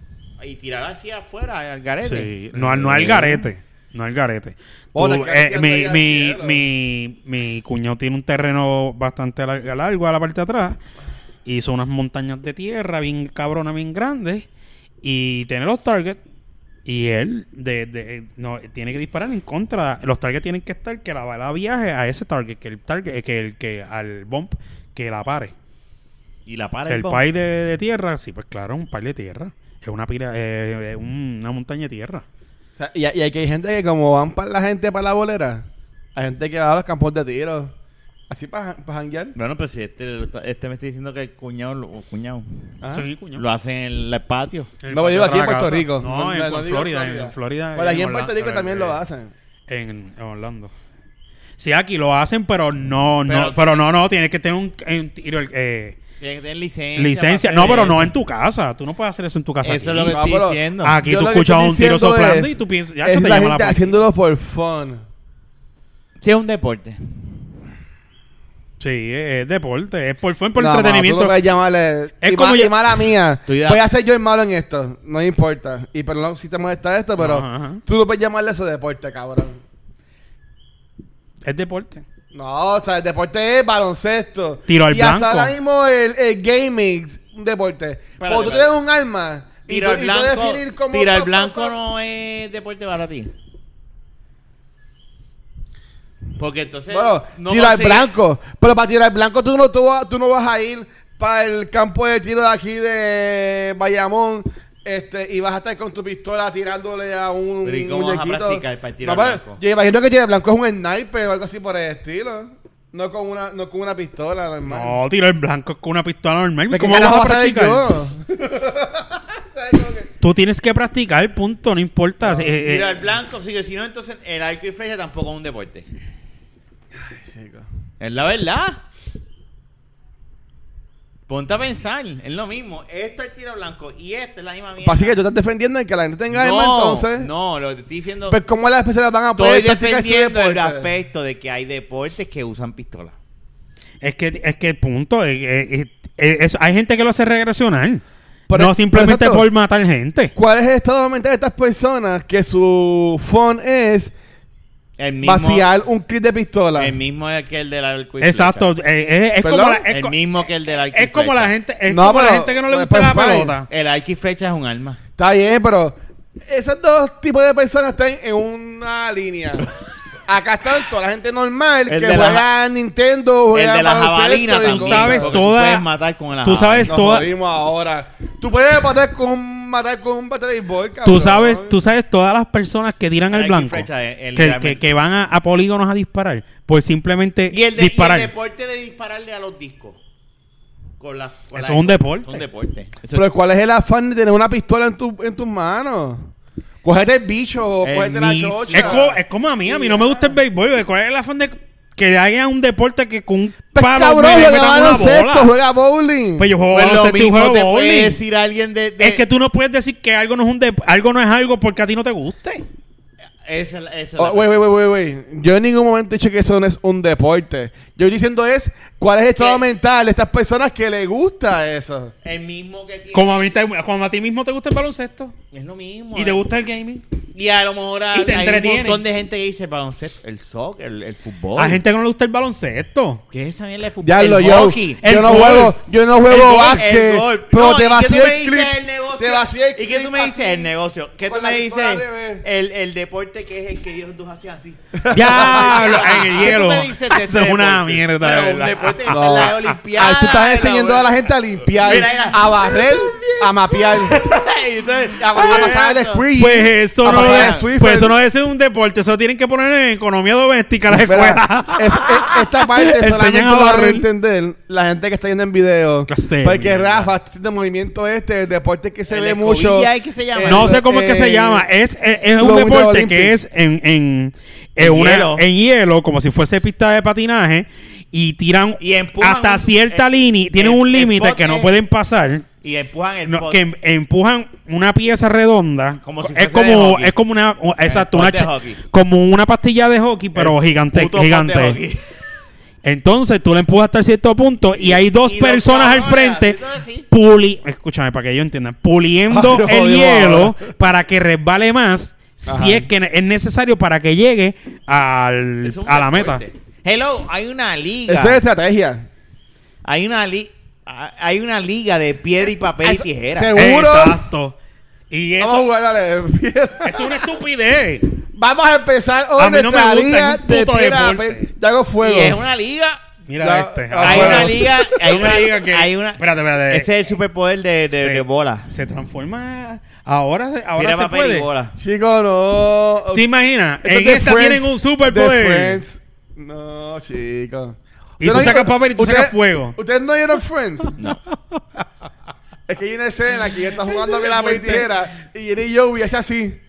[SPEAKER 4] Y tirar hacia afuera, al garete.
[SPEAKER 2] Sí. No, no
[SPEAKER 4] eh.
[SPEAKER 2] al garete. No al garete.
[SPEAKER 3] Oh,
[SPEAKER 2] Tú,
[SPEAKER 3] la cara
[SPEAKER 2] eh,
[SPEAKER 3] que
[SPEAKER 2] mi,
[SPEAKER 3] anda ahí
[SPEAKER 2] mi,
[SPEAKER 3] al cielo.
[SPEAKER 2] mi, mi cuñado tiene un terreno bastante lar- largo a la parte de atrás. Hizo unas montañas de tierra bien cabrona, bien grandes. Y tiene los targets. Y él de, de- no, tiene que disparar en contra. Los targets tienen que estar que la bala viaje a ese target. Que el target, eh, que el que al bomb que la pare.
[SPEAKER 4] Y la para
[SPEAKER 2] El
[SPEAKER 4] el, bomb.
[SPEAKER 2] país de, de tierra, sí, pues claro, un país de tierra. Es una pila, eh, eh, un- una montaña de tierra.
[SPEAKER 3] O sea, y, y aquí hay gente que como van para la gente para la bolera, hay gente que va a los campos de tiro. Así para janguear.
[SPEAKER 4] Bueno, pues si este, lo está- este me está diciendo que el cuñado, lo- o cuñado,
[SPEAKER 3] Ajá.
[SPEAKER 2] Sí, cuño.
[SPEAKER 4] lo hace en el patio.
[SPEAKER 2] El
[SPEAKER 3] Ah. No,
[SPEAKER 2] patio
[SPEAKER 3] pues yo digo
[SPEAKER 2] de
[SPEAKER 3] aquí en
[SPEAKER 2] la
[SPEAKER 3] Puerto
[SPEAKER 2] casa.
[SPEAKER 3] Rico.
[SPEAKER 2] No, en,
[SPEAKER 3] digo
[SPEAKER 2] Florida, en Florida.
[SPEAKER 3] Pero aquí en Puerto
[SPEAKER 2] Orlando,
[SPEAKER 3] Rico también lo
[SPEAKER 2] eh,
[SPEAKER 3] hacen.
[SPEAKER 2] En Orlando. Sí, aquí lo hacen, pero no, no,
[SPEAKER 4] Pero-
[SPEAKER 2] pero, no, no, tienes que tener un, un tiro, eh,
[SPEAKER 4] Tiene que tener licencia.
[SPEAKER 2] licencia.
[SPEAKER 4] para
[SPEAKER 2] No,
[SPEAKER 4] hacer
[SPEAKER 2] pero no
[SPEAKER 4] eso.
[SPEAKER 2] en tu casa. Tú no puedes hacer eso en tu casa. Ah,
[SPEAKER 4] Eso es
[SPEAKER 2] aquí.
[SPEAKER 4] lo que
[SPEAKER 3] No,
[SPEAKER 4] estoy
[SPEAKER 3] pero-
[SPEAKER 4] diciendo.
[SPEAKER 2] Aquí
[SPEAKER 3] Yo
[SPEAKER 2] tú
[SPEAKER 3] lo que
[SPEAKER 2] escuchas
[SPEAKER 3] estoy
[SPEAKER 2] un tiro
[SPEAKER 3] diciendo
[SPEAKER 2] soplando
[SPEAKER 3] es-
[SPEAKER 2] y tú piensas, ya
[SPEAKER 3] es
[SPEAKER 2] te llama
[SPEAKER 3] la
[SPEAKER 2] la
[SPEAKER 3] gente
[SPEAKER 2] policía.
[SPEAKER 3] haciéndolo por fun.
[SPEAKER 4] Sí, es un deporte.
[SPEAKER 2] Sí, es, es deporte. Es por, fue por
[SPEAKER 3] No, mano, tú
[SPEAKER 2] entretenimiento.
[SPEAKER 3] no puedes llamarle.
[SPEAKER 2] Es
[SPEAKER 3] y
[SPEAKER 2] como
[SPEAKER 3] ma-
[SPEAKER 2] yo-
[SPEAKER 3] y mala mía.
[SPEAKER 4] Tú ya-
[SPEAKER 3] Voy a ser yo el malo en esto. No importa. Y perdón si te molesta esto, pero
[SPEAKER 2] Ajá, ajá.
[SPEAKER 3] tú no puedes llamarle eso deporte, cabrón.
[SPEAKER 2] Es deporte.
[SPEAKER 3] No, o sea, el deporte es baloncesto.
[SPEAKER 2] Tiro al
[SPEAKER 3] y hasta
[SPEAKER 2] blanco.
[SPEAKER 3] ahora mismo el, el gaming es un deporte. Cuando tú
[SPEAKER 4] espérate.
[SPEAKER 3] tienes un arma y tú,
[SPEAKER 4] Tiro al
[SPEAKER 3] y tú
[SPEAKER 4] blanco,
[SPEAKER 3] definir cómo...
[SPEAKER 4] tiro al
[SPEAKER 3] pa- pa-
[SPEAKER 4] blanco
[SPEAKER 3] pa-
[SPEAKER 4] no es deporte para ti. Porque entonces.
[SPEAKER 3] Bueno,
[SPEAKER 4] no
[SPEAKER 3] tiro al
[SPEAKER 4] consigue-
[SPEAKER 3] blanco. Pero para tirar al blanco tú no, tú, vas- tú no vas a ir para el campo de tiro de aquí de Bayamón este, y vas a estar con tu pistola tirándole a un
[SPEAKER 4] Pero ¿y cómo vas a
[SPEAKER 3] muñequito.
[SPEAKER 4] practicar para el tiro
[SPEAKER 3] No,
[SPEAKER 4] al
[SPEAKER 3] pero
[SPEAKER 4] blanco?
[SPEAKER 3] Yo imagino que tiro al blanco es un sniper o algo así por el estilo. No con una, no con una pistola normal.
[SPEAKER 2] No, tiro el blanco con una pistola normal.
[SPEAKER 3] ¿De
[SPEAKER 2] ¿Cómo
[SPEAKER 3] qué
[SPEAKER 2] vas a
[SPEAKER 3] carajo saber
[SPEAKER 2] practicar?
[SPEAKER 3] yo? ¿Sabes cómo
[SPEAKER 4] <laughs>
[SPEAKER 3] que?
[SPEAKER 2] Tú tienes que practicar, punto. No importa. Eh, eh,
[SPEAKER 4] Tiro al blanco, sí, que si no, entonces el arco y flecha tampoco es un deporte. Es la verdad. Ponte a pensar, es lo mismo. Esto es tiro al blanco y esto es la misma mierda.
[SPEAKER 3] Así que tú estás defendiendo el que la gente tenga arma entonces.
[SPEAKER 4] No, lo que te estoy diciendo.
[SPEAKER 3] Pues cómo las especies van a
[SPEAKER 4] estoy
[SPEAKER 3] poder practicar su
[SPEAKER 4] defendiendo el
[SPEAKER 3] deporte?
[SPEAKER 4] aspecto de que hay deportes que usan pistola.
[SPEAKER 2] Es que, es que punto. eh, eh, eh, eh, eso- hay gente que lo hace regresionar.
[SPEAKER 3] Pero-
[SPEAKER 2] no simplemente
[SPEAKER 3] pero exacto. Pues,
[SPEAKER 2] por matar gente.
[SPEAKER 3] ¿Cuál es el estado mental de estas personas que su phone es
[SPEAKER 4] El mismo,
[SPEAKER 3] vaciar un clip de pistola?
[SPEAKER 4] El mismo que el del arco y flecha.
[SPEAKER 2] Exacto. eh, eh, es
[SPEAKER 3] pues, ¿Perdón?
[SPEAKER 2] como la, es
[SPEAKER 4] el
[SPEAKER 2] co-
[SPEAKER 4] mismo que el del arco y
[SPEAKER 2] es como
[SPEAKER 4] flecha.
[SPEAKER 2] la gente, es
[SPEAKER 3] No,
[SPEAKER 2] como la
[SPEAKER 3] pero-
[SPEAKER 2] gente que no le
[SPEAKER 3] pero
[SPEAKER 2] gusta la
[SPEAKER 3] pues, fine.
[SPEAKER 2] pelota.
[SPEAKER 4] El arco y flecha es un arma.
[SPEAKER 3] Está bien, pero esos dos tipos de personas están en una línea. Acá están toda la gente normal que
[SPEAKER 4] El de la
[SPEAKER 3] juega a este Nintendo,
[SPEAKER 4] El
[SPEAKER 3] juega
[SPEAKER 4] de la
[SPEAKER 3] baloncesto
[SPEAKER 4] jabalina
[SPEAKER 3] y
[SPEAKER 4] también.
[SPEAKER 3] cosas.
[SPEAKER 2] sabes
[SPEAKER 4] porque
[SPEAKER 2] toda-
[SPEAKER 4] Tú puedes matar con la
[SPEAKER 2] tú sabes
[SPEAKER 3] Nos
[SPEAKER 2] toda-
[SPEAKER 3] jodimos ahora. Tú puedes matar con, matar con un bate de béisbol,
[SPEAKER 2] Tú
[SPEAKER 3] cabrón.
[SPEAKER 2] sabes, tú sabes todas las personas que tiran
[SPEAKER 4] El
[SPEAKER 2] al
[SPEAKER 4] arco y
[SPEAKER 2] blanco,
[SPEAKER 4] flecha es- el
[SPEAKER 2] que,
[SPEAKER 4] realmente-
[SPEAKER 2] que- que van a, a polígonos a disparar, pues simplemente
[SPEAKER 4] Y el, de, y el
[SPEAKER 2] disparar.
[SPEAKER 4] deporte de dispararle a los discos. Con la, con
[SPEAKER 2] Eso
[SPEAKER 4] la-
[SPEAKER 2] es un deporte.
[SPEAKER 4] Es un deporte. Eso
[SPEAKER 3] Pero ¿cuál es el afán de tener una pistola en, tu, en tus manos? Cógete el bicho o
[SPEAKER 4] El
[SPEAKER 3] cógete la
[SPEAKER 4] mis-
[SPEAKER 3] chocha.
[SPEAKER 2] es, co- es como a mí, a mí no me gusta el béisbol. ¿Cuál es el afán de que haya un deporte que con un
[SPEAKER 3] Pues,
[SPEAKER 2] palo
[SPEAKER 3] cabrón,
[SPEAKER 2] me le
[SPEAKER 3] juega
[SPEAKER 2] metan una
[SPEAKER 3] baloncesto,
[SPEAKER 2] bola?
[SPEAKER 3] juega bowling.
[SPEAKER 2] Pues yo juego
[SPEAKER 4] Pues lo
[SPEAKER 2] baloncesto y
[SPEAKER 4] mismo
[SPEAKER 2] juego
[SPEAKER 4] te
[SPEAKER 2] bowling.
[SPEAKER 4] puede decir alguien de, de-
[SPEAKER 2] Es que tú no puedes decir que algo no es un dep- algo no es algo porque a ti no te guste.
[SPEAKER 4] Esa, es la- esa es
[SPEAKER 3] Oh,
[SPEAKER 4] la-
[SPEAKER 3] Wait, wait, wait, wait, wait. Yo en ningún momento he dicho que eso no es un deporte. Yo estoy diciendo es cuál es el estado
[SPEAKER 4] ¿Qué?
[SPEAKER 3] mental de estas personas que les gusta eso.
[SPEAKER 4] El mismo que tiene.
[SPEAKER 2] Como a, mí te- como a ti mismo te gusta el baloncesto
[SPEAKER 4] Es lo mismo.
[SPEAKER 2] y te
[SPEAKER 4] eh.
[SPEAKER 2] gusta el gaming.
[SPEAKER 4] Y a lo mejor hay,
[SPEAKER 2] Y te
[SPEAKER 4] hay un
[SPEAKER 2] entretiene.
[SPEAKER 4] montón de gente que dice baloncesto, el soccer, el, el fútbol.
[SPEAKER 2] A gente que no le gusta el baloncesto.
[SPEAKER 4] <laughs> ¿Qué es esa mierda de fútbol?
[SPEAKER 3] Ya
[SPEAKER 4] el
[SPEAKER 3] lo yo.
[SPEAKER 4] hockey.
[SPEAKER 3] yo
[SPEAKER 2] el
[SPEAKER 3] no
[SPEAKER 2] golf,
[SPEAKER 3] juego, yo no
[SPEAKER 4] el
[SPEAKER 3] juego
[SPEAKER 4] golf,
[SPEAKER 3] básquet.
[SPEAKER 4] el golf.
[SPEAKER 3] Pero
[SPEAKER 4] No, ¿y
[SPEAKER 3] te
[SPEAKER 4] qué tú
[SPEAKER 3] vacié
[SPEAKER 4] me
[SPEAKER 3] el clip.
[SPEAKER 4] dices del negocio?
[SPEAKER 3] Te vacié el
[SPEAKER 4] ¿Y qué tú me
[SPEAKER 3] clip
[SPEAKER 4] dices
[SPEAKER 3] así,
[SPEAKER 4] el negocio? ¿Qué
[SPEAKER 3] con
[SPEAKER 4] tú
[SPEAKER 3] la
[SPEAKER 4] me
[SPEAKER 3] pistola
[SPEAKER 4] dices
[SPEAKER 3] al revés.
[SPEAKER 4] el, el deporte que es el que ellos dos hacían
[SPEAKER 3] <laughs>
[SPEAKER 4] así? <laughs>
[SPEAKER 2] Diablo, en el
[SPEAKER 4] ¿Qué tú
[SPEAKER 2] hielo.
[SPEAKER 4] me dices de
[SPEAKER 2] Eso
[SPEAKER 4] ese
[SPEAKER 2] es una
[SPEAKER 4] deporte?
[SPEAKER 2] mierda,
[SPEAKER 4] Pero
[SPEAKER 2] de
[SPEAKER 4] un
[SPEAKER 2] verdad.
[SPEAKER 4] deporte que está
[SPEAKER 3] No. Ah,
[SPEAKER 4] en las Olimpiadas.
[SPEAKER 3] Ahí tú estás enseñando a la gente a limpiar,
[SPEAKER 4] Mira, mira.
[SPEAKER 3] a barrer, a mapear, a,
[SPEAKER 4] Ah,
[SPEAKER 3] a pasar el squeeze.
[SPEAKER 2] Pues eso,
[SPEAKER 3] a
[SPEAKER 2] no
[SPEAKER 3] pasar el
[SPEAKER 2] es,
[SPEAKER 3] Swiffer.
[SPEAKER 2] pues eso no es un deporte, eso tienen que poner en economía doméstica la escuela.
[SPEAKER 3] Espera, es- es- esta parte
[SPEAKER 2] <laughs> Enseñan
[SPEAKER 3] solamente
[SPEAKER 2] a
[SPEAKER 3] la va a
[SPEAKER 2] barrer.
[SPEAKER 3] entender la gente que está viendo en video.
[SPEAKER 2] Clase de
[SPEAKER 3] porque
[SPEAKER 2] mierda.
[SPEAKER 3] Rafa está haciendo movimiento este, el deporte que se
[SPEAKER 4] El
[SPEAKER 3] ve
[SPEAKER 4] escobilla,
[SPEAKER 3] mucho.
[SPEAKER 4] ¿y qué se llama?
[SPEAKER 2] No
[SPEAKER 3] Eh,
[SPEAKER 2] sé cómo es que se
[SPEAKER 3] eh,
[SPEAKER 2] llama. Es, es, es
[SPEAKER 3] los
[SPEAKER 2] un deporte
[SPEAKER 3] Olympics.
[SPEAKER 2] que es en, en, en
[SPEAKER 4] En
[SPEAKER 2] una-
[SPEAKER 4] hielo.
[SPEAKER 2] en hielo, como si fuese pista de patinaje, y tiran
[SPEAKER 4] Y empujan
[SPEAKER 2] hasta
[SPEAKER 4] un-
[SPEAKER 2] cierta
[SPEAKER 4] el-
[SPEAKER 2] línea. Tienen
[SPEAKER 4] el-
[SPEAKER 2] un
[SPEAKER 4] el
[SPEAKER 2] límite que
[SPEAKER 4] bote.
[SPEAKER 2] no pueden pasar.
[SPEAKER 4] Y empujan el
[SPEAKER 2] No,
[SPEAKER 4] pot.
[SPEAKER 2] que em- empujan una pieza redonda.
[SPEAKER 4] Como si
[SPEAKER 2] es
[SPEAKER 4] fuese de
[SPEAKER 2] como
[SPEAKER 4] hockey.
[SPEAKER 2] es como una o- exacto,
[SPEAKER 4] pot
[SPEAKER 2] una
[SPEAKER 4] de
[SPEAKER 2] cha-
[SPEAKER 4] hockey.
[SPEAKER 2] como una pastilla de hockey, pero
[SPEAKER 4] El
[SPEAKER 2] gigante,
[SPEAKER 4] puto pot de
[SPEAKER 2] gigante. <laughs>
[SPEAKER 4] hockey.
[SPEAKER 2] Entonces tú la empujas hasta cierto punto y hay dos
[SPEAKER 4] y dos
[SPEAKER 2] personas al
[SPEAKER 4] cabronas,
[SPEAKER 2] frente
[SPEAKER 4] y
[SPEAKER 2] puli, escúchame para que yo entienda, puliendo
[SPEAKER 3] Ay,
[SPEAKER 2] el
[SPEAKER 3] odio
[SPEAKER 2] hielo
[SPEAKER 3] ahora.
[SPEAKER 2] para que resbale más
[SPEAKER 3] Ajá.
[SPEAKER 2] si es que ne- es necesario para que llegue al,
[SPEAKER 4] Es un
[SPEAKER 2] a la meta.
[SPEAKER 4] deporte. Hello, hay una liga.
[SPEAKER 3] Eso es estrategia.
[SPEAKER 4] Hay una li- a- hay una liga de piedra y papel
[SPEAKER 3] Eh, Eso-
[SPEAKER 4] y tijera.
[SPEAKER 3] se- ¿Seguro? Oh,
[SPEAKER 2] Exacto. Y
[SPEAKER 3] Vamos a
[SPEAKER 2] eso
[SPEAKER 3] jugar, dale. <laughs>
[SPEAKER 2] es una estupidez.
[SPEAKER 3] Vamos a empezar hoy
[SPEAKER 2] A mí no me
[SPEAKER 3] nuestra
[SPEAKER 2] gusta,
[SPEAKER 3] liga
[SPEAKER 2] es un
[SPEAKER 3] de
[SPEAKER 2] puto
[SPEAKER 3] piedra.
[SPEAKER 2] deporte.
[SPEAKER 3] pe- Ya hago
[SPEAKER 4] Y
[SPEAKER 3] fuego.
[SPEAKER 4] es una liga.
[SPEAKER 2] Mira
[SPEAKER 3] La-
[SPEAKER 2] este.
[SPEAKER 3] Ah,
[SPEAKER 4] hay
[SPEAKER 2] Ahora-
[SPEAKER 4] una
[SPEAKER 3] bueno.
[SPEAKER 2] <laughs>
[SPEAKER 4] liga, hay
[SPEAKER 2] Una
[SPEAKER 4] una,
[SPEAKER 2] liga que-
[SPEAKER 4] hay una-
[SPEAKER 2] espérate, espérate.
[SPEAKER 4] Ese es el superpoder de, de,
[SPEAKER 2] Sí.
[SPEAKER 4] de bola.
[SPEAKER 2] Se transforma ahora se- ahora
[SPEAKER 4] Tira
[SPEAKER 2] se
[SPEAKER 4] papel
[SPEAKER 2] puede.
[SPEAKER 4] y bola.
[SPEAKER 3] Chicos, no.
[SPEAKER 2] ¿Te imaginas?
[SPEAKER 3] Esto es
[SPEAKER 2] en
[SPEAKER 3] de
[SPEAKER 2] esta
[SPEAKER 3] Friends,
[SPEAKER 2] tienen un
[SPEAKER 3] de
[SPEAKER 2] superpoder.
[SPEAKER 3] Friends. No, chicos.
[SPEAKER 2] Y tú sacas papel y tú sacas fuego.
[SPEAKER 3] ¿Ustedes no vieron Friends?
[SPEAKER 4] <laughs>
[SPEAKER 3] No. Es que hay una escena que ella está jugando con la
[SPEAKER 2] deporte.
[SPEAKER 3] tijera y Jenny y Joey hace así.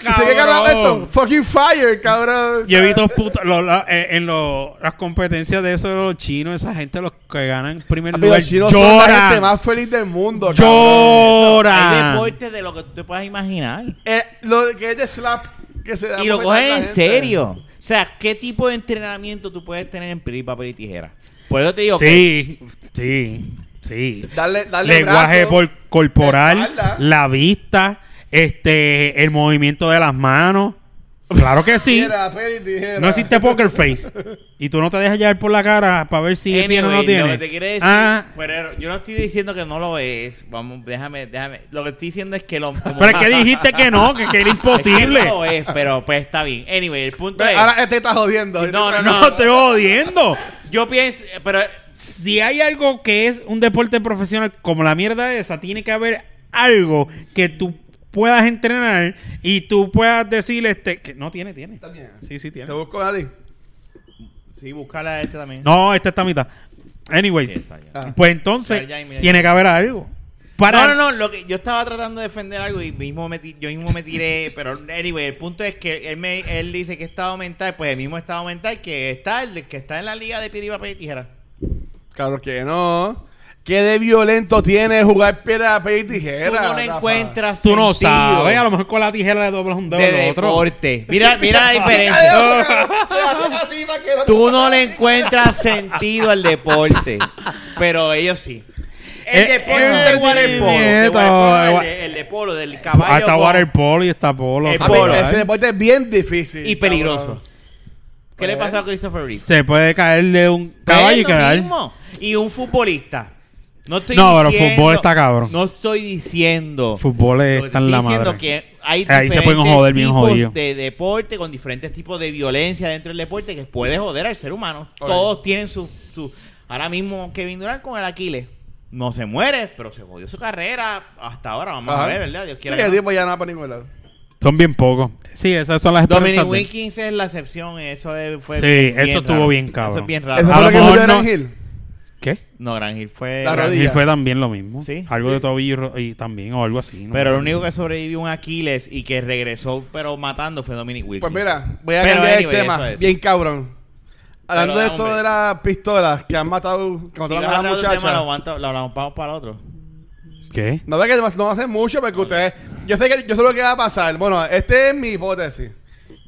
[SPEAKER 3] ¿Y se
[SPEAKER 2] Cabrón.
[SPEAKER 3] qué carajo es esto? Fucking fire, cabrón.
[SPEAKER 2] Yo he
[SPEAKER 3] ¿sabes?
[SPEAKER 2] visto putos- lo- la- eh, en lo- las competencias de esos los chinos, esa gente los que ganan primer
[SPEAKER 3] Papi,
[SPEAKER 2] lugar
[SPEAKER 3] los chinos son la gente
[SPEAKER 2] lloran.
[SPEAKER 3] más feliz del mundo, cabrón.
[SPEAKER 4] Hay
[SPEAKER 2] Lloran.
[SPEAKER 4] deportes de lo que tú te puedas imaginar.
[SPEAKER 3] Eh, lo que es de slap que se da
[SPEAKER 4] Y lo
[SPEAKER 3] por
[SPEAKER 4] coges
[SPEAKER 3] la
[SPEAKER 4] en
[SPEAKER 3] gente.
[SPEAKER 4] serio. O sea, ¿qué tipo de entrenamiento tú puedes tener en piedra y papel y tijera? Por eso te digo que
[SPEAKER 2] Sí, sí, sí.
[SPEAKER 3] Darle, darle
[SPEAKER 2] Lenguaje
[SPEAKER 3] brazo.
[SPEAKER 2] por- corporal,
[SPEAKER 3] espalda.
[SPEAKER 2] la vista, este, el movimiento de las manos. Claro que sí.
[SPEAKER 3] Tijera, peli, tijera.
[SPEAKER 2] No existe poker face. Y tú no te dejas llevar por la cara para ver si tiene o no
[SPEAKER 4] anyway,
[SPEAKER 2] tiene.
[SPEAKER 4] Lo que te quiere decir,
[SPEAKER 2] Ah,
[SPEAKER 4] pero yo no estoy diciendo que no lo es. Vamos, déjame, déjame. Lo que estoy diciendo es que lo. como-
[SPEAKER 2] pero es que
[SPEAKER 4] <laughs>
[SPEAKER 2] dijiste que no, que, que era
[SPEAKER 4] Es que
[SPEAKER 2] imposible.
[SPEAKER 4] no lo es, pero pues está bien. Anyway, el punto
[SPEAKER 3] Ve,
[SPEAKER 4] es.
[SPEAKER 3] Ahora este está jodiendo.
[SPEAKER 4] No,
[SPEAKER 2] <laughs> No, no, estoy jodiendo.
[SPEAKER 4] Yo pienso, pero
[SPEAKER 2] Si hay algo que es un deporte profesional como la mierda esa, tiene que haber algo que tú puedas entrenar y tú puedas decir este que no tiene, tiene.
[SPEAKER 3] Está bien.
[SPEAKER 2] Sí, sí
[SPEAKER 3] Te
[SPEAKER 2] tiene.
[SPEAKER 3] busco a ti.
[SPEAKER 4] sí, buscarla a este también.
[SPEAKER 2] No, esta está a mitad. Anyways,
[SPEAKER 4] Sí, está ya.
[SPEAKER 3] Ah.
[SPEAKER 2] pues entonces
[SPEAKER 4] Ya, ya, ya, ya.
[SPEAKER 2] tiene que haber algo. Para
[SPEAKER 4] No, no, no, lo que yo estaba tratando de defender algo y mismo me ti- yo mismo me tiré, <laughs> pero anyway, el punto es que él me él dice que estado mental, pues el mismo estado mental que está el de- que está en la liga de piedra papel y tijera.
[SPEAKER 3] Claro que no. ¿Qué de violento tiene jugar piedra, papel y tijera?
[SPEAKER 4] Tú no le
[SPEAKER 3] Rafa?
[SPEAKER 4] encuentras
[SPEAKER 2] tú no
[SPEAKER 4] sentido
[SPEAKER 2] sabes, a lo mejor con la tijera le doblas un dedo
[SPEAKER 4] de
[SPEAKER 2] al otro.
[SPEAKER 4] deporte. Mira, mira <laughs> la diferencia.
[SPEAKER 3] Ay,
[SPEAKER 4] <laughs>
[SPEAKER 3] se hace así para que
[SPEAKER 4] Tú no le encuentras sentido al deporte, pero ellos sí. El
[SPEAKER 2] Eh,
[SPEAKER 4] deporte
[SPEAKER 2] eh,
[SPEAKER 4] de waterpolo, de
[SPEAKER 2] nieto,
[SPEAKER 4] waterpolo,
[SPEAKER 2] eh,
[SPEAKER 4] el, el de polo, del caballo.
[SPEAKER 2] Hasta
[SPEAKER 4] con-
[SPEAKER 2] waterpolo y está polo. pues,
[SPEAKER 4] El
[SPEAKER 2] está
[SPEAKER 3] Papi,
[SPEAKER 4] polo,
[SPEAKER 2] bien.
[SPEAKER 3] ese deporte es bien difícil.
[SPEAKER 4] y peligroso.
[SPEAKER 3] cabrón.
[SPEAKER 4] ¿Qué le
[SPEAKER 3] Pues,
[SPEAKER 4] pasó a Christopher Reeve?
[SPEAKER 2] Se puede caer de un caballo y
[SPEAKER 4] Pues es lo
[SPEAKER 2] quedar.
[SPEAKER 4] mismo. Y un futbolista. No, estoy
[SPEAKER 2] No, pero
[SPEAKER 4] diciendo-
[SPEAKER 2] fútbol está cabrón.
[SPEAKER 4] No estoy diciendo.
[SPEAKER 2] Fútbol
[SPEAKER 4] Lo que
[SPEAKER 2] es
[SPEAKER 4] te
[SPEAKER 2] tan
[SPEAKER 4] estoy
[SPEAKER 2] la
[SPEAKER 4] diciendo
[SPEAKER 2] madre.
[SPEAKER 4] que hay
[SPEAKER 2] Ahí se pueden
[SPEAKER 4] diferentes
[SPEAKER 2] joder bien
[SPEAKER 4] tipos
[SPEAKER 2] jodido.
[SPEAKER 4] de deporte con diferentes tipos de violencia dentro del deporte que puede joder al ser humano.
[SPEAKER 3] Oye.
[SPEAKER 4] Todos tienen su, su- Ahora mismo Kevin Durant con el Aquiles. No se muere, pero se jodió su carrera hasta ahora. Vamos
[SPEAKER 3] Ajá.
[SPEAKER 4] a ver, ¿verdad? Dios
[SPEAKER 3] Sí,
[SPEAKER 4] quiera. que
[SPEAKER 3] el
[SPEAKER 4] no.
[SPEAKER 3] tiempo ya no va para ningún lado.
[SPEAKER 2] Son bien pocos. Sí, esas son las
[SPEAKER 4] Dominic
[SPEAKER 2] experiencias. de-
[SPEAKER 4] Wilkins es la excepción. Eso es- fue.
[SPEAKER 2] Sí, eso estuvo
[SPEAKER 4] raro.
[SPEAKER 2] bien cabrón.
[SPEAKER 4] Eso es bien
[SPEAKER 3] ¿Eso
[SPEAKER 4] raro.
[SPEAKER 2] A
[SPEAKER 3] fue
[SPEAKER 2] lo
[SPEAKER 3] lo que
[SPEAKER 2] mejor
[SPEAKER 3] sucedió en
[SPEAKER 2] no-
[SPEAKER 3] el Gil?
[SPEAKER 2] ¿Qué?
[SPEAKER 4] No, Gran Hill fue.
[SPEAKER 3] La
[SPEAKER 4] Gran-
[SPEAKER 3] rodilla.
[SPEAKER 2] Y fue también lo mismo.
[SPEAKER 4] Sí.
[SPEAKER 2] Algo de tobillo y ro- y, también o algo así. ¿no?
[SPEAKER 4] Pero el único que sobrevivió un Aquiles y que regresó pero matando fue Dominic Wilkins.
[SPEAKER 3] Pues mira, voy a
[SPEAKER 4] Pero
[SPEAKER 3] cambiar
[SPEAKER 4] anyway,
[SPEAKER 3] el tema.
[SPEAKER 4] eso es.
[SPEAKER 3] Bien cabrón. Hablando
[SPEAKER 4] Pero,
[SPEAKER 3] de esto
[SPEAKER 4] hombre.
[SPEAKER 3] de las pistolas que han matado, que
[SPEAKER 4] si
[SPEAKER 3] mataron
[SPEAKER 4] vas
[SPEAKER 3] a
[SPEAKER 4] a
[SPEAKER 3] la
[SPEAKER 4] traer otro tema, lo,
[SPEAKER 3] muchacha.
[SPEAKER 4] aguanto- lo hablamos vamos para otro.
[SPEAKER 2] ¿Qué?
[SPEAKER 3] No es que no va a hacer mucho porque ustedes. Yo sé que yo sé lo que va a pasar. Bueno, este es mi hipótesis.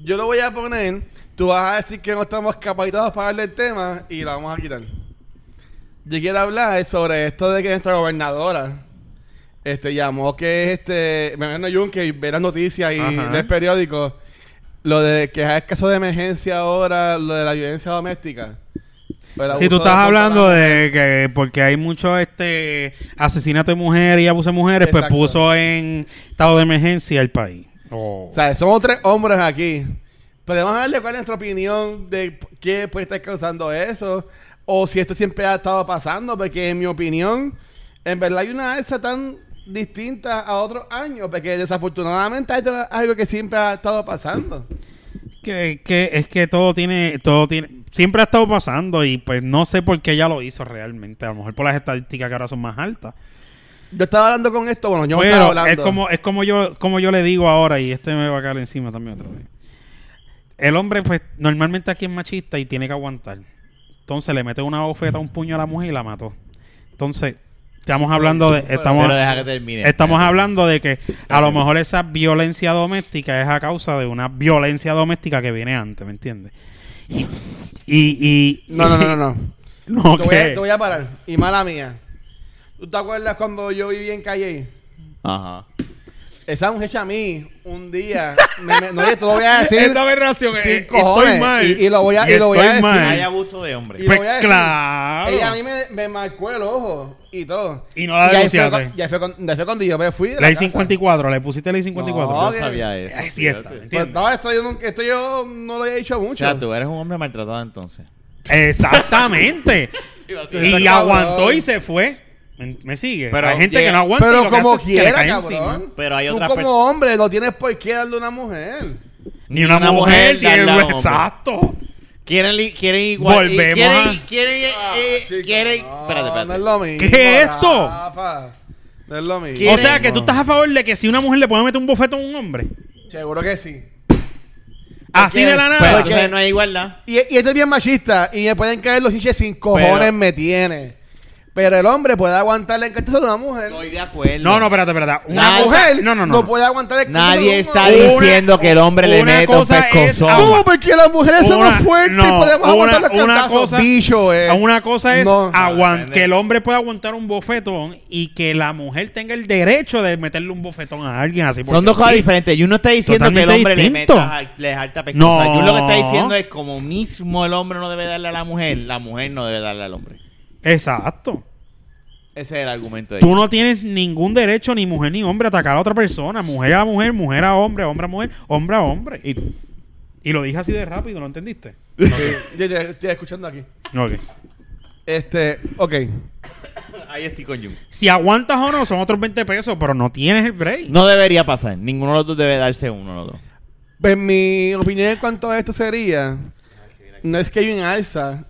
[SPEAKER 3] Yo lo voy a poner. Tú vas a decir que no estamos capacitados para hablar del tema y la vamos a quitar. Yo quiero hablar sobre esto de que nuestra gobernadora este, llamó que este. Me imagino Jun que ve las noticias y
[SPEAKER 2] Ajá.
[SPEAKER 3] lee el periódico. Lo de que es caso de emergencia ahora, lo de la violencia doméstica. Pues O el
[SPEAKER 2] Si tú
[SPEAKER 3] abuso
[SPEAKER 2] estás
[SPEAKER 3] contra
[SPEAKER 2] hablando
[SPEAKER 3] la-
[SPEAKER 2] de que porque hay mucho este asesinato de mujeres y abuso de mujeres,
[SPEAKER 3] Exacto.
[SPEAKER 2] pues puso en estado de emergencia el país. Oh.
[SPEAKER 3] O sea, somos tres hombres aquí. Podemos darle cuál es nuestra opinión de p- qué puede estar causando eso. O si esto siempre ha estado pasando, porque en mi opinión, en verdad hay una alza tan distinta a otros años, porque desafortunadamente esto es algo que siempre ha estado pasando.
[SPEAKER 2] que, que es que todo tiene todo tiene siempre ha estado pasando y pues no sé por qué ella lo hizo realmente a lo mejor por las estadísticas que ahora son más altas
[SPEAKER 3] Yo estaba hablando con esto, bueno, yo
[SPEAKER 2] Pero
[SPEAKER 3] estaba hablando.
[SPEAKER 2] es como es como yo como yo le digo ahora y este me va a caer encima también otra vez el hombre pues normalmente aquí es machista y tiene que aguantar entonces le mete una bofeta un puño a la mujer y la mató entonces estamos hablando de estamos
[SPEAKER 4] Pero deja que termine.
[SPEAKER 2] Estamos hablando de que a lo mejor esa violencia doméstica es a causa de una violencia doméstica que viene antes, ¿me entiendes? Y, y, y-
[SPEAKER 3] No, no, no, no. no.
[SPEAKER 2] <laughs> no,
[SPEAKER 3] Te, voy a,
[SPEAKER 2] que-
[SPEAKER 3] te voy a parar. Y mala mía. ¿Tú te acuerdas cuando yo vivía en Calle?
[SPEAKER 4] Ajá.
[SPEAKER 2] Ah,
[SPEAKER 3] Esa mujer a mí, un día, me- me- no, yo te lo
[SPEAKER 2] <laughs>
[SPEAKER 3] voy a decir.
[SPEAKER 2] Esta aberración es-
[SPEAKER 3] Sí,
[SPEAKER 2] es-
[SPEAKER 3] cojones.
[SPEAKER 2] estoy mal.
[SPEAKER 3] Y- y lo voy a- y lo voy a
[SPEAKER 2] estoy
[SPEAKER 3] decir.
[SPEAKER 2] mal.
[SPEAKER 4] Hay abuso de hombre.
[SPEAKER 3] Y
[SPEAKER 2] Pues
[SPEAKER 3] lo voy a decir.
[SPEAKER 2] claro.
[SPEAKER 3] Ella a mí me, me marcó el ojo y todo.
[SPEAKER 2] Y no la
[SPEAKER 3] ahí fue
[SPEAKER 2] denunciaste.
[SPEAKER 3] cu- Y ahí fue, cuando- ahí fue cuando yo me fui. de la
[SPEAKER 2] Ley
[SPEAKER 3] casa.
[SPEAKER 2] 54, le pusiste ley 54.
[SPEAKER 3] No,
[SPEAKER 4] Yo
[SPEAKER 3] que-
[SPEAKER 4] sabía eso.
[SPEAKER 2] Ay, sí está,
[SPEAKER 4] fíjate.
[SPEAKER 3] Pues,
[SPEAKER 2] ¿entiendes?
[SPEAKER 3] no, esto yo, nunca- esto yo no lo había dicho
[SPEAKER 4] O
[SPEAKER 3] mucho.
[SPEAKER 4] sea, tú eres un hombre maltratado entonces.
[SPEAKER 3] Pues <laughs>
[SPEAKER 2] Exactamente.
[SPEAKER 3] Sí,
[SPEAKER 2] y
[SPEAKER 3] está
[SPEAKER 2] aguantó
[SPEAKER 3] cabrón.
[SPEAKER 2] y se fue. ¿Me, me sigue?
[SPEAKER 4] Pero
[SPEAKER 2] Hay gente
[SPEAKER 4] llega-
[SPEAKER 2] que no aguanta. y
[SPEAKER 3] pero
[SPEAKER 2] lo que
[SPEAKER 3] como
[SPEAKER 2] hace es que le
[SPEAKER 3] quiera,
[SPEAKER 2] cae
[SPEAKER 3] cabrón.
[SPEAKER 2] encima.
[SPEAKER 4] Pero hay
[SPEAKER 3] tú
[SPEAKER 4] otras
[SPEAKER 3] como
[SPEAKER 4] pers-
[SPEAKER 3] hombre no tienes por qué darle a una mujer.
[SPEAKER 2] Ni una,
[SPEAKER 4] una
[SPEAKER 2] mujer,
[SPEAKER 4] mujer
[SPEAKER 2] tiene
[SPEAKER 4] darle a un hombre.
[SPEAKER 2] Exacto.
[SPEAKER 4] Quieren, li- quieren igual. y
[SPEAKER 2] Volvemos
[SPEAKER 4] Quieren,
[SPEAKER 2] a-
[SPEAKER 4] quieren, eh, eh,
[SPEAKER 3] Ah, chico,
[SPEAKER 4] quieren.
[SPEAKER 3] no,
[SPEAKER 4] espérate,
[SPEAKER 3] No
[SPEAKER 4] espérate.
[SPEAKER 3] es lo mismo.
[SPEAKER 2] ¿Qué es esto?
[SPEAKER 3] Rafa. No es lo mismo.
[SPEAKER 4] ¿Quién
[SPEAKER 2] O sea,
[SPEAKER 4] es?
[SPEAKER 2] que tú estás a favor de que si una mujer le puede meter un bofeto a un hombre.
[SPEAKER 3] Seguro que sí.
[SPEAKER 2] Así de la
[SPEAKER 4] Pues,
[SPEAKER 2] nada.
[SPEAKER 4] entonces no hay igualdad.
[SPEAKER 3] Y, y este es bien machista. Y me pueden caer los hinches sin cojones,
[SPEAKER 4] Pero-
[SPEAKER 3] me tiene. Pero el hombre puede aguantar el cachazo de una mujer.
[SPEAKER 4] Estoy de acuerdo.
[SPEAKER 2] No, no, espérate, espérate.
[SPEAKER 3] La
[SPEAKER 4] Nadie-
[SPEAKER 3] mujer
[SPEAKER 2] No, no, no.
[SPEAKER 3] no puede aguantar el cachazo de un
[SPEAKER 4] Nadie está
[SPEAKER 3] hombre.
[SPEAKER 2] Una-
[SPEAKER 4] diciendo que el hombre le
[SPEAKER 2] una
[SPEAKER 4] meta un
[SPEAKER 2] cosa es
[SPEAKER 4] pescozón.
[SPEAKER 2] agua-
[SPEAKER 3] No, porque las mujeres
[SPEAKER 2] Una-
[SPEAKER 3] somos fuertes y
[SPEAKER 2] no,
[SPEAKER 3] podemos aguantar
[SPEAKER 2] una-
[SPEAKER 3] los
[SPEAKER 2] una
[SPEAKER 3] cantazos.
[SPEAKER 2] cosa-
[SPEAKER 3] Bicho, eh.
[SPEAKER 2] Una cosa es
[SPEAKER 3] No.
[SPEAKER 2] aguan-
[SPEAKER 4] No, depende.
[SPEAKER 2] que el hombre pueda aguantar un bofetón y que la mujer tenga el derecho de meterle un bofetón a alguien así.
[SPEAKER 4] Son
[SPEAKER 2] porque
[SPEAKER 4] dos cosas
[SPEAKER 2] sí.
[SPEAKER 4] diferentes. Y uno está diciendo que
[SPEAKER 2] Totalmente
[SPEAKER 4] el hombre
[SPEAKER 2] distinto.
[SPEAKER 4] le meta le jalta pescosa.
[SPEAKER 2] No.
[SPEAKER 4] Y uno lo que está diciendo es como mismo el hombre no debe darle a la mujer, la mujer no debe darle al hombre.
[SPEAKER 2] Exacto.
[SPEAKER 4] Ese es el argumento de
[SPEAKER 2] Tú no tienes ningún derecho, ni mujer ni hombre, a atacar a otra persona. Mujer a mujer, mujer a hombre, hombre a mujer, hombre a hombre. Y, y lo dije así de rápido, ¿lo entendiste?
[SPEAKER 3] Sí, yo- yo estoy escuchando aquí.
[SPEAKER 2] Ok.
[SPEAKER 3] Este, ok.
[SPEAKER 4] ellos. Ahí estoy con Jun.
[SPEAKER 2] Si aguantas o no, son otros 20 pesos, pero no tienes el break.
[SPEAKER 4] No debería pasar. Ninguno de los dos debe darse uno o otro.
[SPEAKER 3] Pues mi opinión en cuanto a esto sería: no es que hay una alza,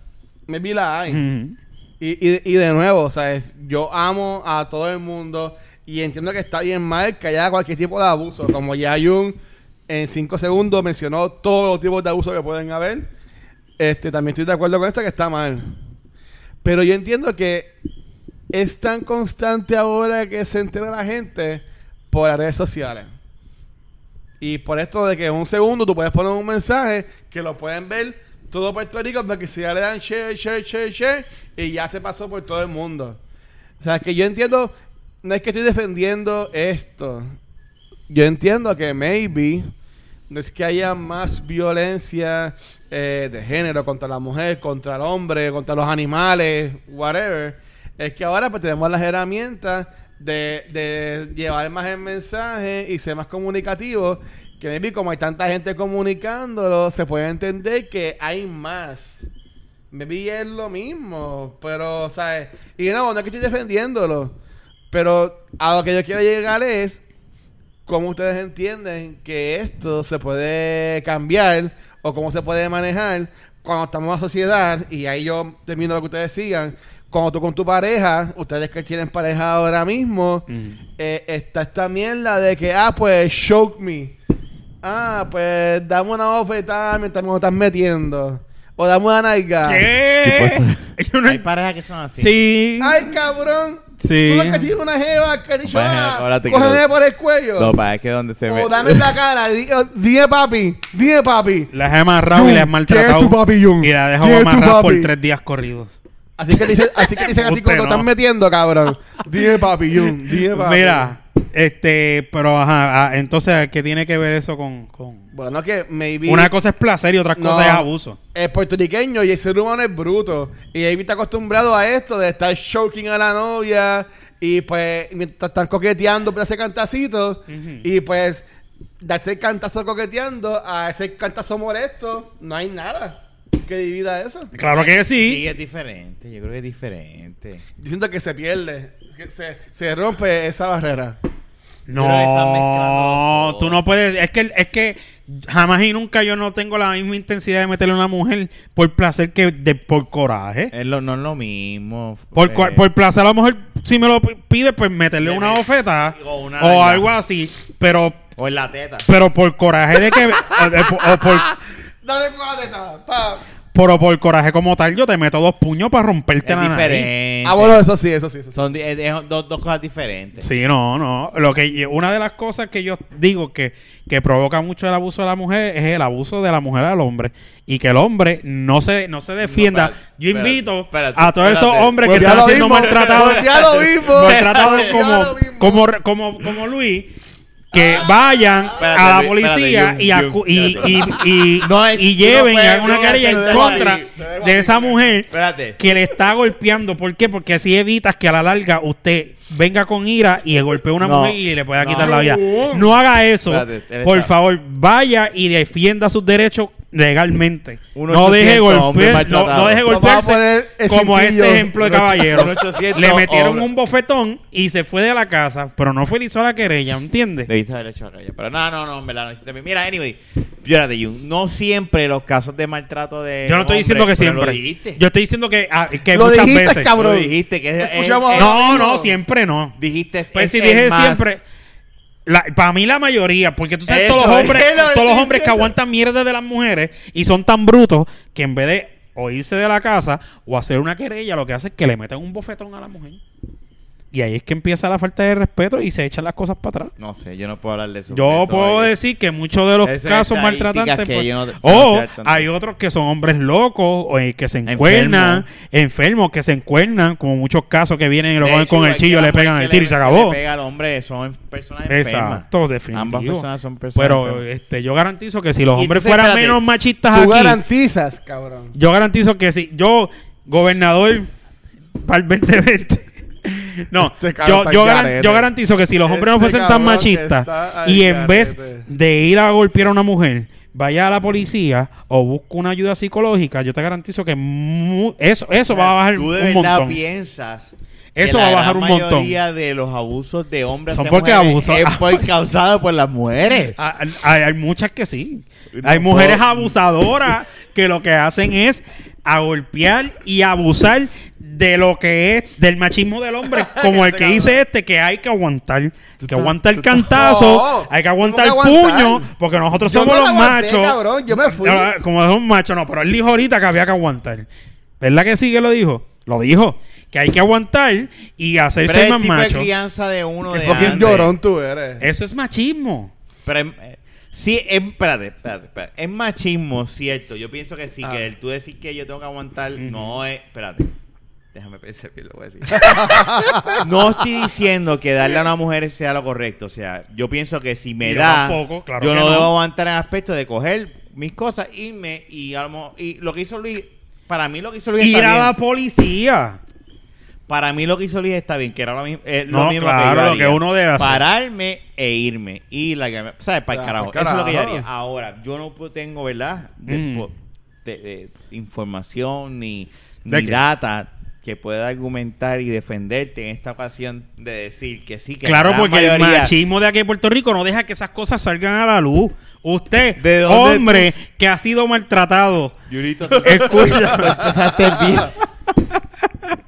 [SPEAKER 3] maybe la hay.
[SPEAKER 4] Mm-hmm.
[SPEAKER 2] Ujú.
[SPEAKER 3] Y, y, y de nuevo, ¿sabes? Yo amo a todo el mundo y entiendo que está bien mal que haya cualquier tipo de abuso. Como ya Jung en cinco segundos mencionó todos los tipos de abusos que pueden haber. Este, también estoy de acuerdo con eso que está mal. Pero yo entiendo que es tan constante ahora que se entera la gente por las redes sociales. Y por esto de que en un segundo tú puedes poner un mensaje que lo pueden ver todo Puerto Rico, porque si ya le dan share, share, share, share, y ya se pasó por todo el mundo. O sea, que yo entiendo, no es que estoy defendiendo esto. Yo entiendo que maybe no es que haya más violencia eh, de género contra la mujer, contra el hombre, contra los animales, whatever. Es que ahora pues tenemos las herramientas de, de llevar más el mensaje y ser más comunicativos. Que maybe como hay tanta gente comunicándolo, se puede entender que hay más. Maybe es lo mismo, pero, ¿sabes? Y no, no es que estoy defendiéndolo. Pero a lo que yo quiero llegar es cómo ustedes entienden que esto se puede cambiar o cómo se puede manejar cuando estamos en la sociedad, y ahí yo termino lo que ustedes sigan, cuando tú con tu pareja, ustedes que tienen pareja ahora mismo, eh, está esta mierda de que, ah, pues, choke me. Ah, pues, dame una bofetada mientras me lo estás metiendo. O dame una nalga.
[SPEAKER 2] ¿Qué? <laughs> Yo no
[SPEAKER 4] pues, Hay
[SPEAKER 2] ent-
[SPEAKER 4] parejas que son así.
[SPEAKER 2] Sí.
[SPEAKER 3] ¡Ay, cabrón!
[SPEAKER 2] Sí.
[SPEAKER 3] Tú lo que tienes una jeva, que te dicho,
[SPEAKER 4] Bueno,
[SPEAKER 3] ah,
[SPEAKER 4] acuérdate que
[SPEAKER 3] cógeme
[SPEAKER 4] no-
[SPEAKER 3] por el cuello.
[SPEAKER 4] No, para es que donde se ve.
[SPEAKER 3] O dame
[SPEAKER 4] <laughs>
[SPEAKER 3] la cara, di- o- dime papi, dime papi.
[SPEAKER 2] Las he amarrado y
[SPEAKER 3] Jun,
[SPEAKER 2] las he maltratado.
[SPEAKER 3] ¿quién es tu papi, Jun?
[SPEAKER 2] Y las he dejado
[SPEAKER 3] ¿Quién es tu
[SPEAKER 2] amarradas por
[SPEAKER 3] papi?
[SPEAKER 2] tres días corridos.
[SPEAKER 3] Así que dice, así que dicen a ti
[SPEAKER 2] Usted
[SPEAKER 3] cuando
[SPEAKER 2] no.
[SPEAKER 3] te están metiendo, cabrón. Dime papi, Jun, dime papi.
[SPEAKER 2] Mira, este, pero ajá, ah, entonces, ¿qué tiene que ver eso con...? con-
[SPEAKER 3] Bueno, que maybe
[SPEAKER 2] Una cosa es placer y otra
[SPEAKER 3] No.
[SPEAKER 2] cosa es abuso.
[SPEAKER 3] el puertorriqueño y el ser humano es bruto. Y ahí está acostumbrado a esto de estar choking a la novia y pues mientras están coqueteando pues hacer cantacitos y pues darse el cantazo coqueteando a ese cantazo molesto, no hay nada que divida eso.
[SPEAKER 2] Claro que sí.
[SPEAKER 4] Sí, es diferente. Yo creo que es diferente.
[SPEAKER 3] Yo siento que se pierde, que se, se rompe esa barrera.
[SPEAKER 2] No,
[SPEAKER 4] Pero están mezclando dos
[SPEAKER 2] tú no puedes. Es que, es que jamás y nunca yo no tengo la misma intensidad de meterle a una mujer por placer que de, por coraje.
[SPEAKER 4] Es lo- no es lo mismo.
[SPEAKER 2] Por,
[SPEAKER 4] Eh,
[SPEAKER 2] cua- por placer, a lo mejor, si me lo p- pide, pues meterle
[SPEAKER 4] Le
[SPEAKER 2] una
[SPEAKER 4] met-
[SPEAKER 2] bofeta
[SPEAKER 4] o
[SPEAKER 2] o,
[SPEAKER 4] una nalga.
[SPEAKER 2] algo así. Pero,
[SPEAKER 4] O en la teta.
[SPEAKER 2] pero por coraje de que. o, de- o por,
[SPEAKER 3] Dale con la teta, pa.
[SPEAKER 2] pero por coraje como tal, yo te meto dos puños para romperte la
[SPEAKER 4] Es
[SPEAKER 2] nariz.
[SPEAKER 4] diferente.
[SPEAKER 3] Ah, bueno, eso sí, eso sí, eso sí.
[SPEAKER 4] Son di- es- es dos, dos cosas diferentes.
[SPEAKER 2] Sí, no, no. Lo que una de las cosas que yo digo que, que provoca mucho el abuso de la mujer es el abuso de la mujer al hombre y que el hombre no se no se defienda.
[SPEAKER 4] No, espérate,
[SPEAKER 2] yo invito
[SPEAKER 4] espérate, espérate.
[SPEAKER 2] a todos esos
[SPEAKER 4] Espérate.
[SPEAKER 2] hombres que
[SPEAKER 3] Volvió
[SPEAKER 2] están
[SPEAKER 3] a lo
[SPEAKER 2] siendo
[SPEAKER 3] mismo,
[SPEAKER 2] maltratados,
[SPEAKER 3] volvió a lo
[SPEAKER 2] <laughs>
[SPEAKER 3] mismo.
[SPEAKER 2] maltratados
[SPEAKER 3] Volvió a lo
[SPEAKER 2] como
[SPEAKER 3] mismo.
[SPEAKER 2] como como como Luis que vayan
[SPEAKER 4] Espérate,
[SPEAKER 2] a la
[SPEAKER 4] Luis,
[SPEAKER 2] policía
[SPEAKER 4] espérate,
[SPEAKER 2] y,
[SPEAKER 4] Jun,
[SPEAKER 2] acu-
[SPEAKER 4] Jun,
[SPEAKER 2] y, y, y,
[SPEAKER 4] No, es-
[SPEAKER 2] y
[SPEAKER 4] tú no
[SPEAKER 2] lleven
[SPEAKER 4] puedes,
[SPEAKER 2] alguna
[SPEAKER 4] no,
[SPEAKER 2] querella
[SPEAKER 4] se lo
[SPEAKER 2] en
[SPEAKER 4] dejo
[SPEAKER 2] contra
[SPEAKER 4] ahí,
[SPEAKER 3] se lo dejo
[SPEAKER 2] de
[SPEAKER 3] ahí.
[SPEAKER 2] esa mujer
[SPEAKER 4] Espérate.
[SPEAKER 2] que le está golpeando. ¿Por qué? Porque así evitas que a la larga usted venga con ira y golpee a una
[SPEAKER 4] No.
[SPEAKER 2] mujer y le pueda
[SPEAKER 4] No.
[SPEAKER 2] quitar la vida. No haga eso.
[SPEAKER 4] Espérate, él
[SPEAKER 2] Por
[SPEAKER 4] está-
[SPEAKER 2] favor, vaya y defienda sus derechos legalmente.
[SPEAKER 4] Un
[SPEAKER 2] No
[SPEAKER 4] 800
[SPEAKER 2] deje,
[SPEAKER 4] hombre
[SPEAKER 2] golpear, no,
[SPEAKER 4] maltratado.
[SPEAKER 2] no deje
[SPEAKER 3] Nos vamos a
[SPEAKER 2] golpearse
[SPEAKER 3] poner el
[SPEAKER 2] como
[SPEAKER 3] cintillo.
[SPEAKER 2] este ejemplo de
[SPEAKER 4] Un ocho-
[SPEAKER 2] caballero.
[SPEAKER 4] un 800
[SPEAKER 2] Le metieron
[SPEAKER 4] hombre.
[SPEAKER 2] un bofetón y se fue de la casa, pero no fue ni sola querella, ¿entiendes?
[SPEAKER 4] Debiste haber hecho aquello. Pero no, no, no, en verdad no hiciste bien. Mira, anyway, Jonathan Jung, no siempre los casos de maltrato de.
[SPEAKER 2] Yo no estoy
[SPEAKER 4] hombre,
[SPEAKER 2] diciendo que
[SPEAKER 4] pero Lo
[SPEAKER 2] siempre.
[SPEAKER 4] dijiste.
[SPEAKER 2] Yo estoy diciendo que, ah, que
[SPEAKER 3] Lo
[SPEAKER 2] muchas
[SPEAKER 3] dijiste,
[SPEAKER 2] veces.
[SPEAKER 3] cabrón.
[SPEAKER 4] Lo dijiste que es. es-
[SPEAKER 3] Escuchamos
[SPEAKER 4] es-
[SPEAKER 3] ahora.
[SPEAKER 2] No,
[SPEAKER 3] mismo.
[SPEAKER 2] no, siempre no.
[SPEAKER 4] dijiste. es-
[SPEAKER 2] Pues si
[SPEAKER 4] es
[SPEAKER 2] dije
[SPEAKER 4] más.
[SPEAKER 2] siempre. para mí la mayoría, porque tú sabes
[SPEAKER 4] Eso
[SPEAKER 2] todos los
[SPEAKER 4] es
[SPEAKER 2] hombres,
[SPEAKER 4] lo que
[SPEAKER 2] todos los
[SPEAKER 4] estoy
[SPEAKER 2] hombres que
[SPEAKER 4] diciendo.
[SPEAKER 2] aguantan mierda de las mujeres y son tan brutos que en vez de o irse de la casa o hacer una querella, lo que hace es que le metan un bofetón a la mujer. Y ahí es que empieza la falta de respeto y se echan las cosas para atrás.
[SPEAKER 4] No sé, yo no puedo hablar de eso.
[SPEAKER 2] Yo
[SPEAKER 4] Eso
[SPEAKER 2] puedo
[SPEAKER 4] es-
[SPEAKER 2] decir que muchos de los
[SPEAKER 4] Esas
[SPEAKER 2] casos
[SPEAKER 4] estadísticas
[SPEAKER 2] maltratantes.
[SPEAKER 4] que
[SPEAKER 2] pues,
[SPEAKER 4] yo no- yo no
[SPEAKER 2] o
[SPEAKER 4] sé tanto.
[SPEAKER 2] hay otros que son hombres locos, o eh, que se encuernan, enfermos, que se encuernan, como muchos casos que vienen y lo
[SPEAKER 4] De
[SPEAKER 2] cogen
[SPEAKER 4] hecho,
[SPEAKER 2] con el
[SPEAKER 4] hay
[SPEAKER 2] chillo,
[SPEAKER 4] que
[SPEAKER 2] le
[SPEAKER 4] la
[SPEAKER 2] pegan
[SPEAKER 4] mujer
[SPEAKER 2] el
[SPEAKER 4] que
[SPEAKER 2] tiro y
[SPEAKER 4] le-
[SPEAKER 2] se
[SPEAKER 4] que
[SPEAKER 2] acabó.
[SPEAKER 4] Le pesa al hombre, son personas enfermas.
[SPEAKER 2] Exacto, definitivo.
[SPEAKER 4] Ambas personas son personas
[SPEAKER 2] Pero
[SPEAKER 4] enfermas.
[SPEAKER 2] este, yo garantizo que si los
[SPEAKER 4] Y
[SPEAKER 2] hombres
[SPEAKER 4] entonces,
[SPEAKER 2] fueran
[SPEAKER 4] espérate,
[SPEAKER 2] menos machistas
[SPEAKER 3] Tú
[SPEAKER 2] aquí,
[SPEAKER 3] garantizas, cabrón.
[SPEAKER 2] yo garantizo que si yo, gobernador para el 2020. <laughs> No,
[SPEAKER 3] Este cabrón
[SPEAKER 2] yo,
[SPEAKER 3] está
[SPEAKER 2] yo,
[SPEAKER 3] al
[SPEAKER 2] garan-
[SPEAKER 3] garete.
[SPEAKER 2] yo garantizo que si los hombres no
[SPEAKER 3] Este
[SPEAKER 2] fuesen tan
[SPEAKER 3] cabrón
[SPEAKER 2] machistas
[SPEAKER 3] está al
[SPEAKER 2] y en vez
[SPEAKER 3] garete.
[SPEAKER 2] de ir a golpear a una mujer, vaya a la policía o busca una ayuda psicológica, yo te garantizo que mu- eso, eso va a bajar
[SPEAKER 4] Tú de
[SPEAKER 2] un
[SPEAKER 4] verdad
[SPEAKER 2] montón.
[SPEAKER 4] piensas.
[SPEAKER 2] Eso va a bajar un montón.
[SPEAKER 4] La gran mayoría de los abusos de hombres
[SPEAKER 2] Son
[SPEAKER 4] hacia
[SPEAKER 2] porque
[SPEAKER 4] mujeres
[SPEAKER 2] abuso- <laughs>
[SPEAKER 4] es por causado por las mujeres.
[SPEAKER 2] Ah, Hay, hay muchas que sí.
[SPEAKER 4] No
[SPEAKER 2] Hay mujeres
[SPEAKER 3] <laughs>
[SPEAKER 4] puedo-
[SPEAKER 2] abusadoras que lo que hacen es a golpear y abusar de lo que es del machismo del
[SPEAKER 3] <laughs>
[SPEAKER 2] hombre, como el que dice este, que hay que aguantar, que aguantar cantazo,
[SPEAKER 3] No,
[SPEAKER 2] hay que
[SPEAKER 3] ¿cómo
[SPEAKER 2] aguantar
[SPEAKER 3] que aguantar?
[SPEAKER 2] puño, porque nosotros
[SPEAKER 3] Yo
[SPEAKER 2] somos
[SPEAKER 3] no la
[SPEAKER 2] los
[SPEAKER 3] aguanté,
[SPEAKER 2] machos.
[SPEAKER 3] cabrón, yo me fui.
[SPEAKER 2] Ah, Como es un macho, no, pero él dijo ahorita que había que aguantar. ¿Verdad que sí que lo dijo? Lo dijo, que hay que aguantar y
[SPEAKER 4] Pero
[SPEAKER 2] hacerse
[SPEAKER 4] es el
[SPEAKER 2] más
[SPEAKER 4] tipo de
[SPEAKER 2] macho.
[SPEAKER 4] crianza de uno
[SPEAKER 3] Qué
[SPEAKER 4] de
[SPEAKER 3] fucking
[SPEAKER 4] antes.
[SPEAKER 3] llorón tú eres.
[SPEAKER 2] Eso es machismo.
[SPEAKER 4] Pero em- eh, sí, em- espérate, espérate, espérate. Es machismo, cierto. Yo pienso que sí,
[SPEAKER 3] Ah.
[SPEAKER 4] que el tú decir que yo tengo que aguantar, no es. Espérate. Déjame pensar bien lo que voy a
[SPEAKER 2] <laughs>
[SPEAKER 4] decir. no estoy diciendo que darle a una mujer sea lo correcto. O sea, yo pienso que si me
[SPEAKER 2] Yo
[SPEAKER 4] da,
[SPEAKER 2] tampoco, claro
[SPEAKER 4] yo
[SPEAKER 2] que
[SPEAKER 4] no,
[SPEAKER 2] no.
[SPEAKER 4] debo aguantar en aspecto de coger mis cosas, irme y, a lo mejor- y lo que hizo Luis, para mí lo que hizo Luis
[SPEAKER 2] Ir
[SPEAKER 4] está
[SPEAKER 2] a
[SPEAKER 4] bien.
[SPEAKER 2] la policía.
[SPEAKER 4] Para mí lo que hizo Luis está bien, que era lo mismo, eh,
[SPEAKER 2] No,
[SPEAKER 4] lo mismo
[SPEAKER 2] claro,
[SPEAKER 4] que yo
[SPEAKER 2] lo que
[SPEAKER 4] haría.
[SPEAKER 2] uno debe hacer.
[SPEAKER 4] Pararme e irme. Y la que me- ¿Sabes? Para el
[SPEAKER 3] Ah,
[SPEAKER 4] carajo.
[SPEAKER 3] pa'l
[SPEAKER 4] Eso es lo que yo
[SPEAKER 3] carajo.
[SPEAKER 4] haría. Ahora, yo no pu- tengo, ¿verdad? De-
[SPEAKER 2] Mm.
[SPEAKER 4] po- de- de información ni,
[SPEAKER 2] ¿De
[SPEAKER 4] ni
[SPEAKER 2] qué?
[SPEAKER 4] data que pueda argumentar y defenderte en esta ocasión de decir que sí, que
[SPEAKER 2] Claro,
[SPEAKER 4] la
[SPEAKER 2] porque el
[SPEAKER 4] mayoría-
[SPEAKER 2] machismo de aquí en Puerto Rico no deja que esas cosas salgan a la luz. Usted,
[SPEAKER 4] ¿De dónde
[SPEAKER 2] hombre
[SPEAKER 4] tú-
[SPEAKER 2] que ha sido
[SPEAKER 4] <laughs>
[SPEAKER 2] maltratado,
[SPEAKER 4] Yurito, tú
[SPEAKER 2] escucha.
[SPEAKER 4] empezaste bien.
[SPEAKER 3] <laughs>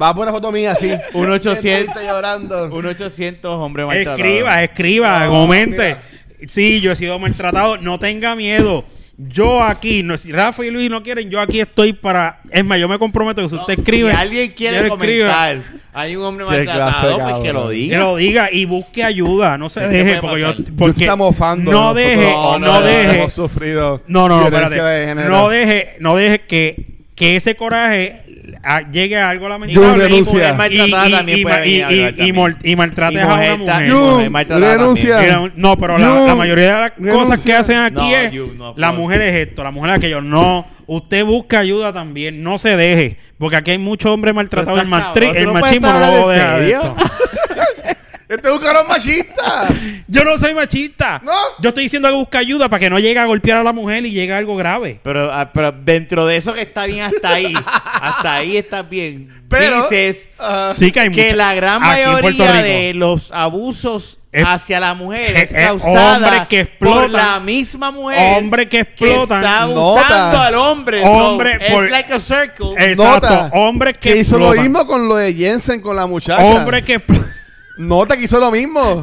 [SPEAKER 3] Va a poner foto
[SPEAKER 2] <laughs>
[SPEAKER 3] mía así.
[SPEAKER 4] Un 800.
[SPEAKER 3] Estoy llorando.
[SPEAKER 4] Un 800, hombre maltratado.
[SPEAKER 2] escriba, escriba,
[SPEAKER 3] No,
[SPEAKER 2] comente.
[SPEAKER 3] mira.
[SPEAKER 2] Sí, yo he sido maltratado, no tenga miedo. Yo aquí, no, si Rafa y Luis no quieren, yo aquí estoy para. Es más, yo me comprometo que si usted
[SPEAKER 4] No,
[SPEAKER 2] escribe.
[SPEAKER 4] Si alguien
[SPEAKER 2] yo
[SPEAKER 4] quiere
[SPEAKER 2] le escriba,
[SPEAKER 4] comentar, hay un hombre
[SPEAKER 3] Qué
[SPEAKER 4] maltratado,
[SPEAKER 3] clase de
[SPEAKER 4] pues que lo
[SPEAKER 3] cabrón.
[SPEAKER 2] Que
[SPEAKER 4] diga.
[SPEAKER 2] lo diga y busque ayuda, no se
[SPEAKER 4] Sí,
[SPEAKER 2] deje
[SPEAKER 4] ¿qué puede
[SPEAKER 2] porque
[SPEAKER 4] pasar?
[SPEAKER 2] yo
[SPEAKER 4] Yo
[SPEAKER 2] porque
[SPEAKER 3] está mofando.
[SPEAKER 2] no
[SPEAKER 3] de
[SPEAKER 2] deje, no,
[SPEAKER 3] nosotros.
[SPEAKER 4] No, no, no,
[SPEAKER 2] deje.
[SPEAKER 3] Hemos sufrido
[SPEAKER 2] No, no, no,
[SPEAKER 3] violencia de
[SPEAKER 2] espérate.
[SPEAKER 3] género.
[SPEAKER 2] No deje, no deje que, que ese coraje a- llegue a algo
[SPEAKER 3] Yo
[SPEAKER 2] lamentable.
[SPEAKER 3] renuncio.
[SPEAKER 4] mujer
[SPEAKER 3] Y-
[SPEAKER 4] maltratada también
[SPEAKER 2] y-
[SPEAKER 4] puede
[SPEAKER 2] y-
[SPEAKER 4] venir a hablar
[SPEAKER 2] y-
[SPEAKER 4] también.
[SPEAKER 2] y mol- y maltrate
[SPEAKER 4] Y
[SPEAKER 2] a una
[SPEAKER 4] mujer ta-
[SPEAKER 2] mujer.
[SPEAKER 4] y mujer
[SPEAKER 3] You
[SPEAKER 4] maltratada
[SPEAKER 3] renuncia.
[SPEAKER 4] también.
[SPEAKER 2] Mira, No, pero la,
[SPEAKER 3] No.
[SPEAKER 2] la mayoría de las
[SPEAKER 3] Renuncia.
[SPEAKER 2] cosas que hacen aquí
[SPEAKER 4] No,
[SPEAKER 2] es
[SPEAKER 4] you, no,
[SPEAKER 2] la
[SPEAKER 4] no.
[SPEAKER 2] mujer es esto, la mujer es aquello. No, usted busca ayuda también, no se deje, porque aquí hay muchos hombres maltratados. El,
[SPEAKER 4] Pero estás
[SPEAKER 2] matri-
[SPEAKER 4] cabrón,
[SPEAKER 2] el
[SPEAKER 4] tú no puedes
[SPEAKER 2] machismo
[SPEAKER 4] estar
[SPEAKER 2] no lo
[SPEAKER 4] hablando en
[SPEAKER 2] deja. de
[SPEAKER 4] serio.
[SPEAKER 2] esto.
[SPEAKER 3] Este es un cabrón
[SPEAKER 2] <laughs>
[SPEAKER 3] machista.
[SPEAKER 2] Yo no soy machista.
[SPEAKER 3] No.
[SPEAKER 2] Yo estoy diciendo que busca ayuda para que no llegue a golpear a la mujer y llegue a algo grave.
[SPEAKER 4] Pero, ah, pero dentro de eso que está bien hasta ahí, hasta ahí está bien.
[SPEAKER 3] Pero.
[SPEAKER 4] dices
[SPEAKER 3] ah,
[SPEAKER 2] Sí que hay
[SPEAKER 4] que
[SPEAKER 2] mucha-
[SPEAKER 4] la gran
[SPEAKER 2] aquí en Puerto
[SPEAKER 4] mayoría
[SPEAKER 2] Rico.
[SPEAKER 4] de los abusos
[SPEAKER 2] Es-
[SPEAKER 4] hacia la mujer es,
[SPEAKER 2] es- es hombres
[SPEAKER 4] causada
[SPEAKER 2] que
[SPEAKER 4] por
[SPEAKER 2] explotan.
[SPEAKER 4] la misma mujer
[SPEAKER 2] Hombre que
[SPEAKER 4] que
[SPEAKER 2] explotan.
[SPEAKER 4] está abusando
[SPEAKER 3] Nota.
[SPEAKER 4] al hombre.
[SPEAKER 2] Hombre
[SPEAKER 4] so, it's
[SPEAKER 2] por-
[SPEAKER 4] like a circle.
[SPEAKER 2] Exacto.
[SPEAKER 3] Nota.
[SPEAKER 2] Hombres que,
[SPEAKER 3] que hizo lo
[SPEAKER 2] explotan.
[SPEAKER 3] mismo con lo de Jensen con la muchacha.
[SPEAKER 2] Hombre que expl-
[SPEAKER 3] Nota que hizo lo mismo.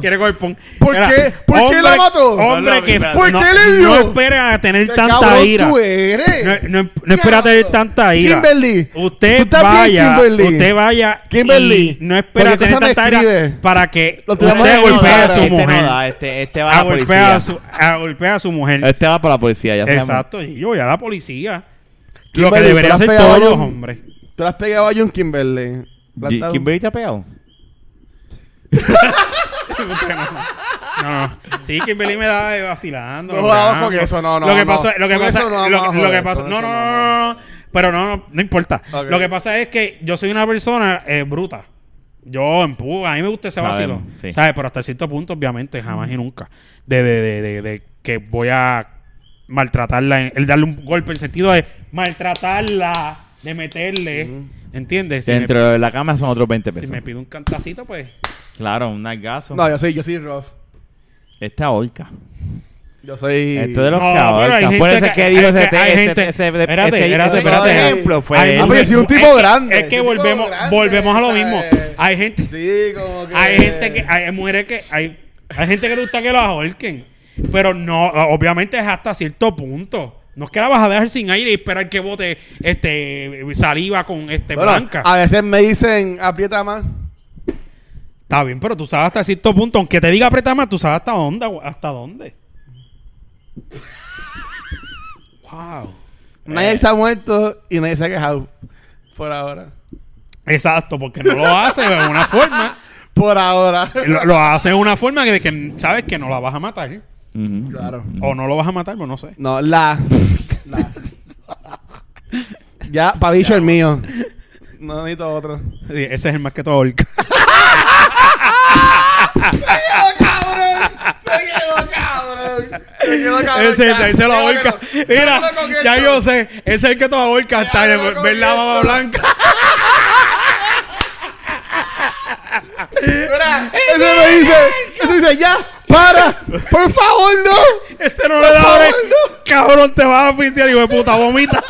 [SPEAKER 2] <laughs> quiere golpón.
[SPEAKER 3] ¿Por qué? ¿Por qué la mató?
[SPEAKER 2] Hombre
[SPEAKER 4] No,
[SPEAKER 2] que
[SPEAKER 4] no,
[SPEAKER 3] ¿por
[SPEAKER 2] no-
[SPEAKER 3] qué le dio?
[SPEAKER 2] No espere a tener
[SPEAKER 3] Qué
[SPEAKER 2] tanta
[SPEAKER 3] cabrón
[SPEAKER 2] ira.
[SPEAKER 3] tú
[SPEAKER 2] No,
[SPEAKER 3] eres.
[SPEAKER 2] no, no espere a tener tanta ira.
[SPEAKER 3] Kimberly. tú
[SPEAKER 2] Usted
[SPEAKER 3] estás bien,
[SPEAKER 2] vaya,
[SPEAKER 3] Kimberly.
[SPEAKER 2] usted vaya
[SPEAKER 3] Kimberly,
[SPEAKER 2] y no espera a
[SPEAKER 3] cualquier
[SPEAKER 2] tener
[SPEAKER 3] cosa me
[SPEAKER 2] tanta ira
[SPEAKER 3] escribe.
[SPEAKER 2] para que
[SPEAKER 3] Lo
[SPEAKER 2] usted
[SPEAKER 3] tenemos
[SPEAKER 4] Este
[SPEAKER 3] que
[SPEAKER 4] no
[SPEAKER 2] golpee
[SPEAKER 4] da,
[SPEAKER 2] a su
[SPEAKER 4] este no
[SPEAKER 2] mujer. Ah,
[SPEAKER 4] da, este, este va a
[SPEAKER 2] a,
[SPEAKER 4] la
[SPEAKER 2] golpear
[SPEAKER 4] policía.
[SPEAKER 2] a su, a golpear a su mujer.
[SPEAKER 4] Este va para la policía, ya sabemos.
[SPEAKER 2] Exacto, y yo voy a la policía. Lo que
[SPEAKER 3] Kimberly,
[SPEAKER 2] debería
[SPEAKER 3] tú le
[SPEAKER 2] hacer
[SPEAKER 3] has pegado
[SPEAKER 2] todos
[SPEAKER 3] a
[SPEAKER 2] los
[SPEAKER 3] John-
[SPEAKER 2] hombres.
[SPEAKER 3] Tú le has pegado a John Kimberly. La
[SPEAKER 4] Gi-
[SPEAKER 3] estás-
[SPEAKER 4] ¿Kimberly te ha pegado?
[SPEAKER 2] <laughs> No, no. Sí, Kimberly me da eh, vacilando.
[SPEAKER 3] No
[SPEAKER 2] vacilando.
[SPEAKER 3] jugamos con eso, no, no,
[SPEAKER 2] Lo que
[SPEAKER 3] no.
[SPEAKER 2] pasa, lo que
[SPEAKER 3] Con
[SPEAKER 2] pasa,
[SPEAKER 3] eso no vamos a
[SPEAKER 2] lo, lo que
[SPEAKER 3] joder,
[SPEAKER 2] pasa,
[SPEAKER 3] con
[SPEAKER 2] no,
[SPEAKER 3] eso
[SPEAKER 2] no,
[SPEAKER 3] no
[SPEAKER 2] no, no, no. pero no, no, no importa.
[SPEAKER 3] Ok.
[SPEAKER 2] Lo que pasa es que yo soy una persona eh, bruta. Yo empujo, a mí me gusta ese vacilo.
[SPEAKER 4] Sabemos, sí.
[SPEAKER 2] ¿Sabes? Pero hasta cierto punto, obviamente, jamás y nunca. De, de, de, de, de que voy a maltratarla, en- el darle un golpe, el sentido de maltratarla, de meterle. ¿Entiendes? Si me-
[SPEAKER 4] Dentro de la cama son otros 20
[SPEAKER 2] si
[SPEAKER 4] pesos.
[SPEAKER 2] me pide un cantacito, pues.
[SPEAKER 4] Claro, un nalgazo.
[SPEAKER 3] No, yo soy, yo soy rough.
[SPEAKER 4] Esta horca.
[SPEAKER 3] Yo soy.
[SPEAKER 4] Esto de los
[SPEAKER 2] No, pero hay
[SPEAKER 4] cabrores.
[SPEAKER 2] gente
[SPEAKER 4] Por eso es
[SPEAKER 2] que-
[SPEAKER 4] que
[SPEAKER 2] hay-
[SPEAKER 4] digo ese,
[SPEAKER 2] hay
[SPEAKER 4] ese-
[SPEAKER 2] gente-
[SPEAKER 4] ese- ese-
[SPEAKER 2] espérate,
[SPEAKER 4] ese-
[SPEAKER 2] espérate,
[SPEAKER 4] ese
[SPEAKER 3] espérate.
[SPEAKER 4] ejemplo fue
[SPEAKER 2] Hay-
[SPEAKER 4] de él.
[SPEAKER 3] Ah, pero yo soy un
[SPEAKER 2] Es
[SPEAKER 3] tipo
[SPEAKER 2] que-
[SPEAKER 3] grande. eh.
[SPEAKER 2] es que
[SPEAKER 3] soy un tipo
[SPEAKER 2] volvemos- volvemos a lo mismo. Hay gente-
[SPEAKER 3] Sí, como que.
[SPEAKER 2] Hay gente que, hay mujeres que, hay, hay gente que le gusta que lo ahorquen. Pero no, obviamente es hasta cierto punto. No es que la vas a dejar sin aire y esperar que bote este saliva con este
[SPEAKER 3] Bueno, ah,
[SPEAKER 2] blanca.
[SPEAKER 3] a veces me dicen, aprieta más.
[SPEAKER 2] Está bien, pero tú sabes hasta cierto punto, aunque te diga apretar más, tú sabes hasta dónde, güey, hasta dónde.
[SPEAKER 3] <laughs>
[SPEAKER 2] wow.
[SPEAKER 3] Nadie se ha muerto y nadie se ha quejado. Eh. Por ahora.
[SPEAKER 2] Exacto, porque no lo hace de una forma.
[SPEAKER 3] Por ahora.
[SPEAKER 2] Lo, lo hace de una forma que, que sabes que no la vas a matar. ¿eh?
[SPEAKER 3] claro.
[SPEAKER 2] O no lo vas a matar, pues no sé.
[SPEAKER 3] No, la. la. <laughs> ya, pabillo el mío. No necesito otro.
[SPEAKER 2] Sí, Ese es el más que todo orca.
[SPEAKER 3] cabrón! ¡Te quedó cabrón! ¡Te quedó cabrón!
[SPEAKER 2] Ese, ese, ese la orca. Mira, ya yo sé. Ese es el que toda orca
[SPEAKER 3] Ya
[SPEAKER 2] está.
[SPEAKER 3] yo
[SPEAKER 2] Ver
[SPEAKER 3] lo
[SPEAKER 2] ver la baba blanca.
[SPEAKER 3] Mira, ese me dice, ese dice, ya, para, por favor, no.
[SPEAKER 2] Este no le da
[SPEAKER 3] favor,
[SPEAKER 2] ore- Cabrón, te vas a oficiar, hijo de puta, vomita.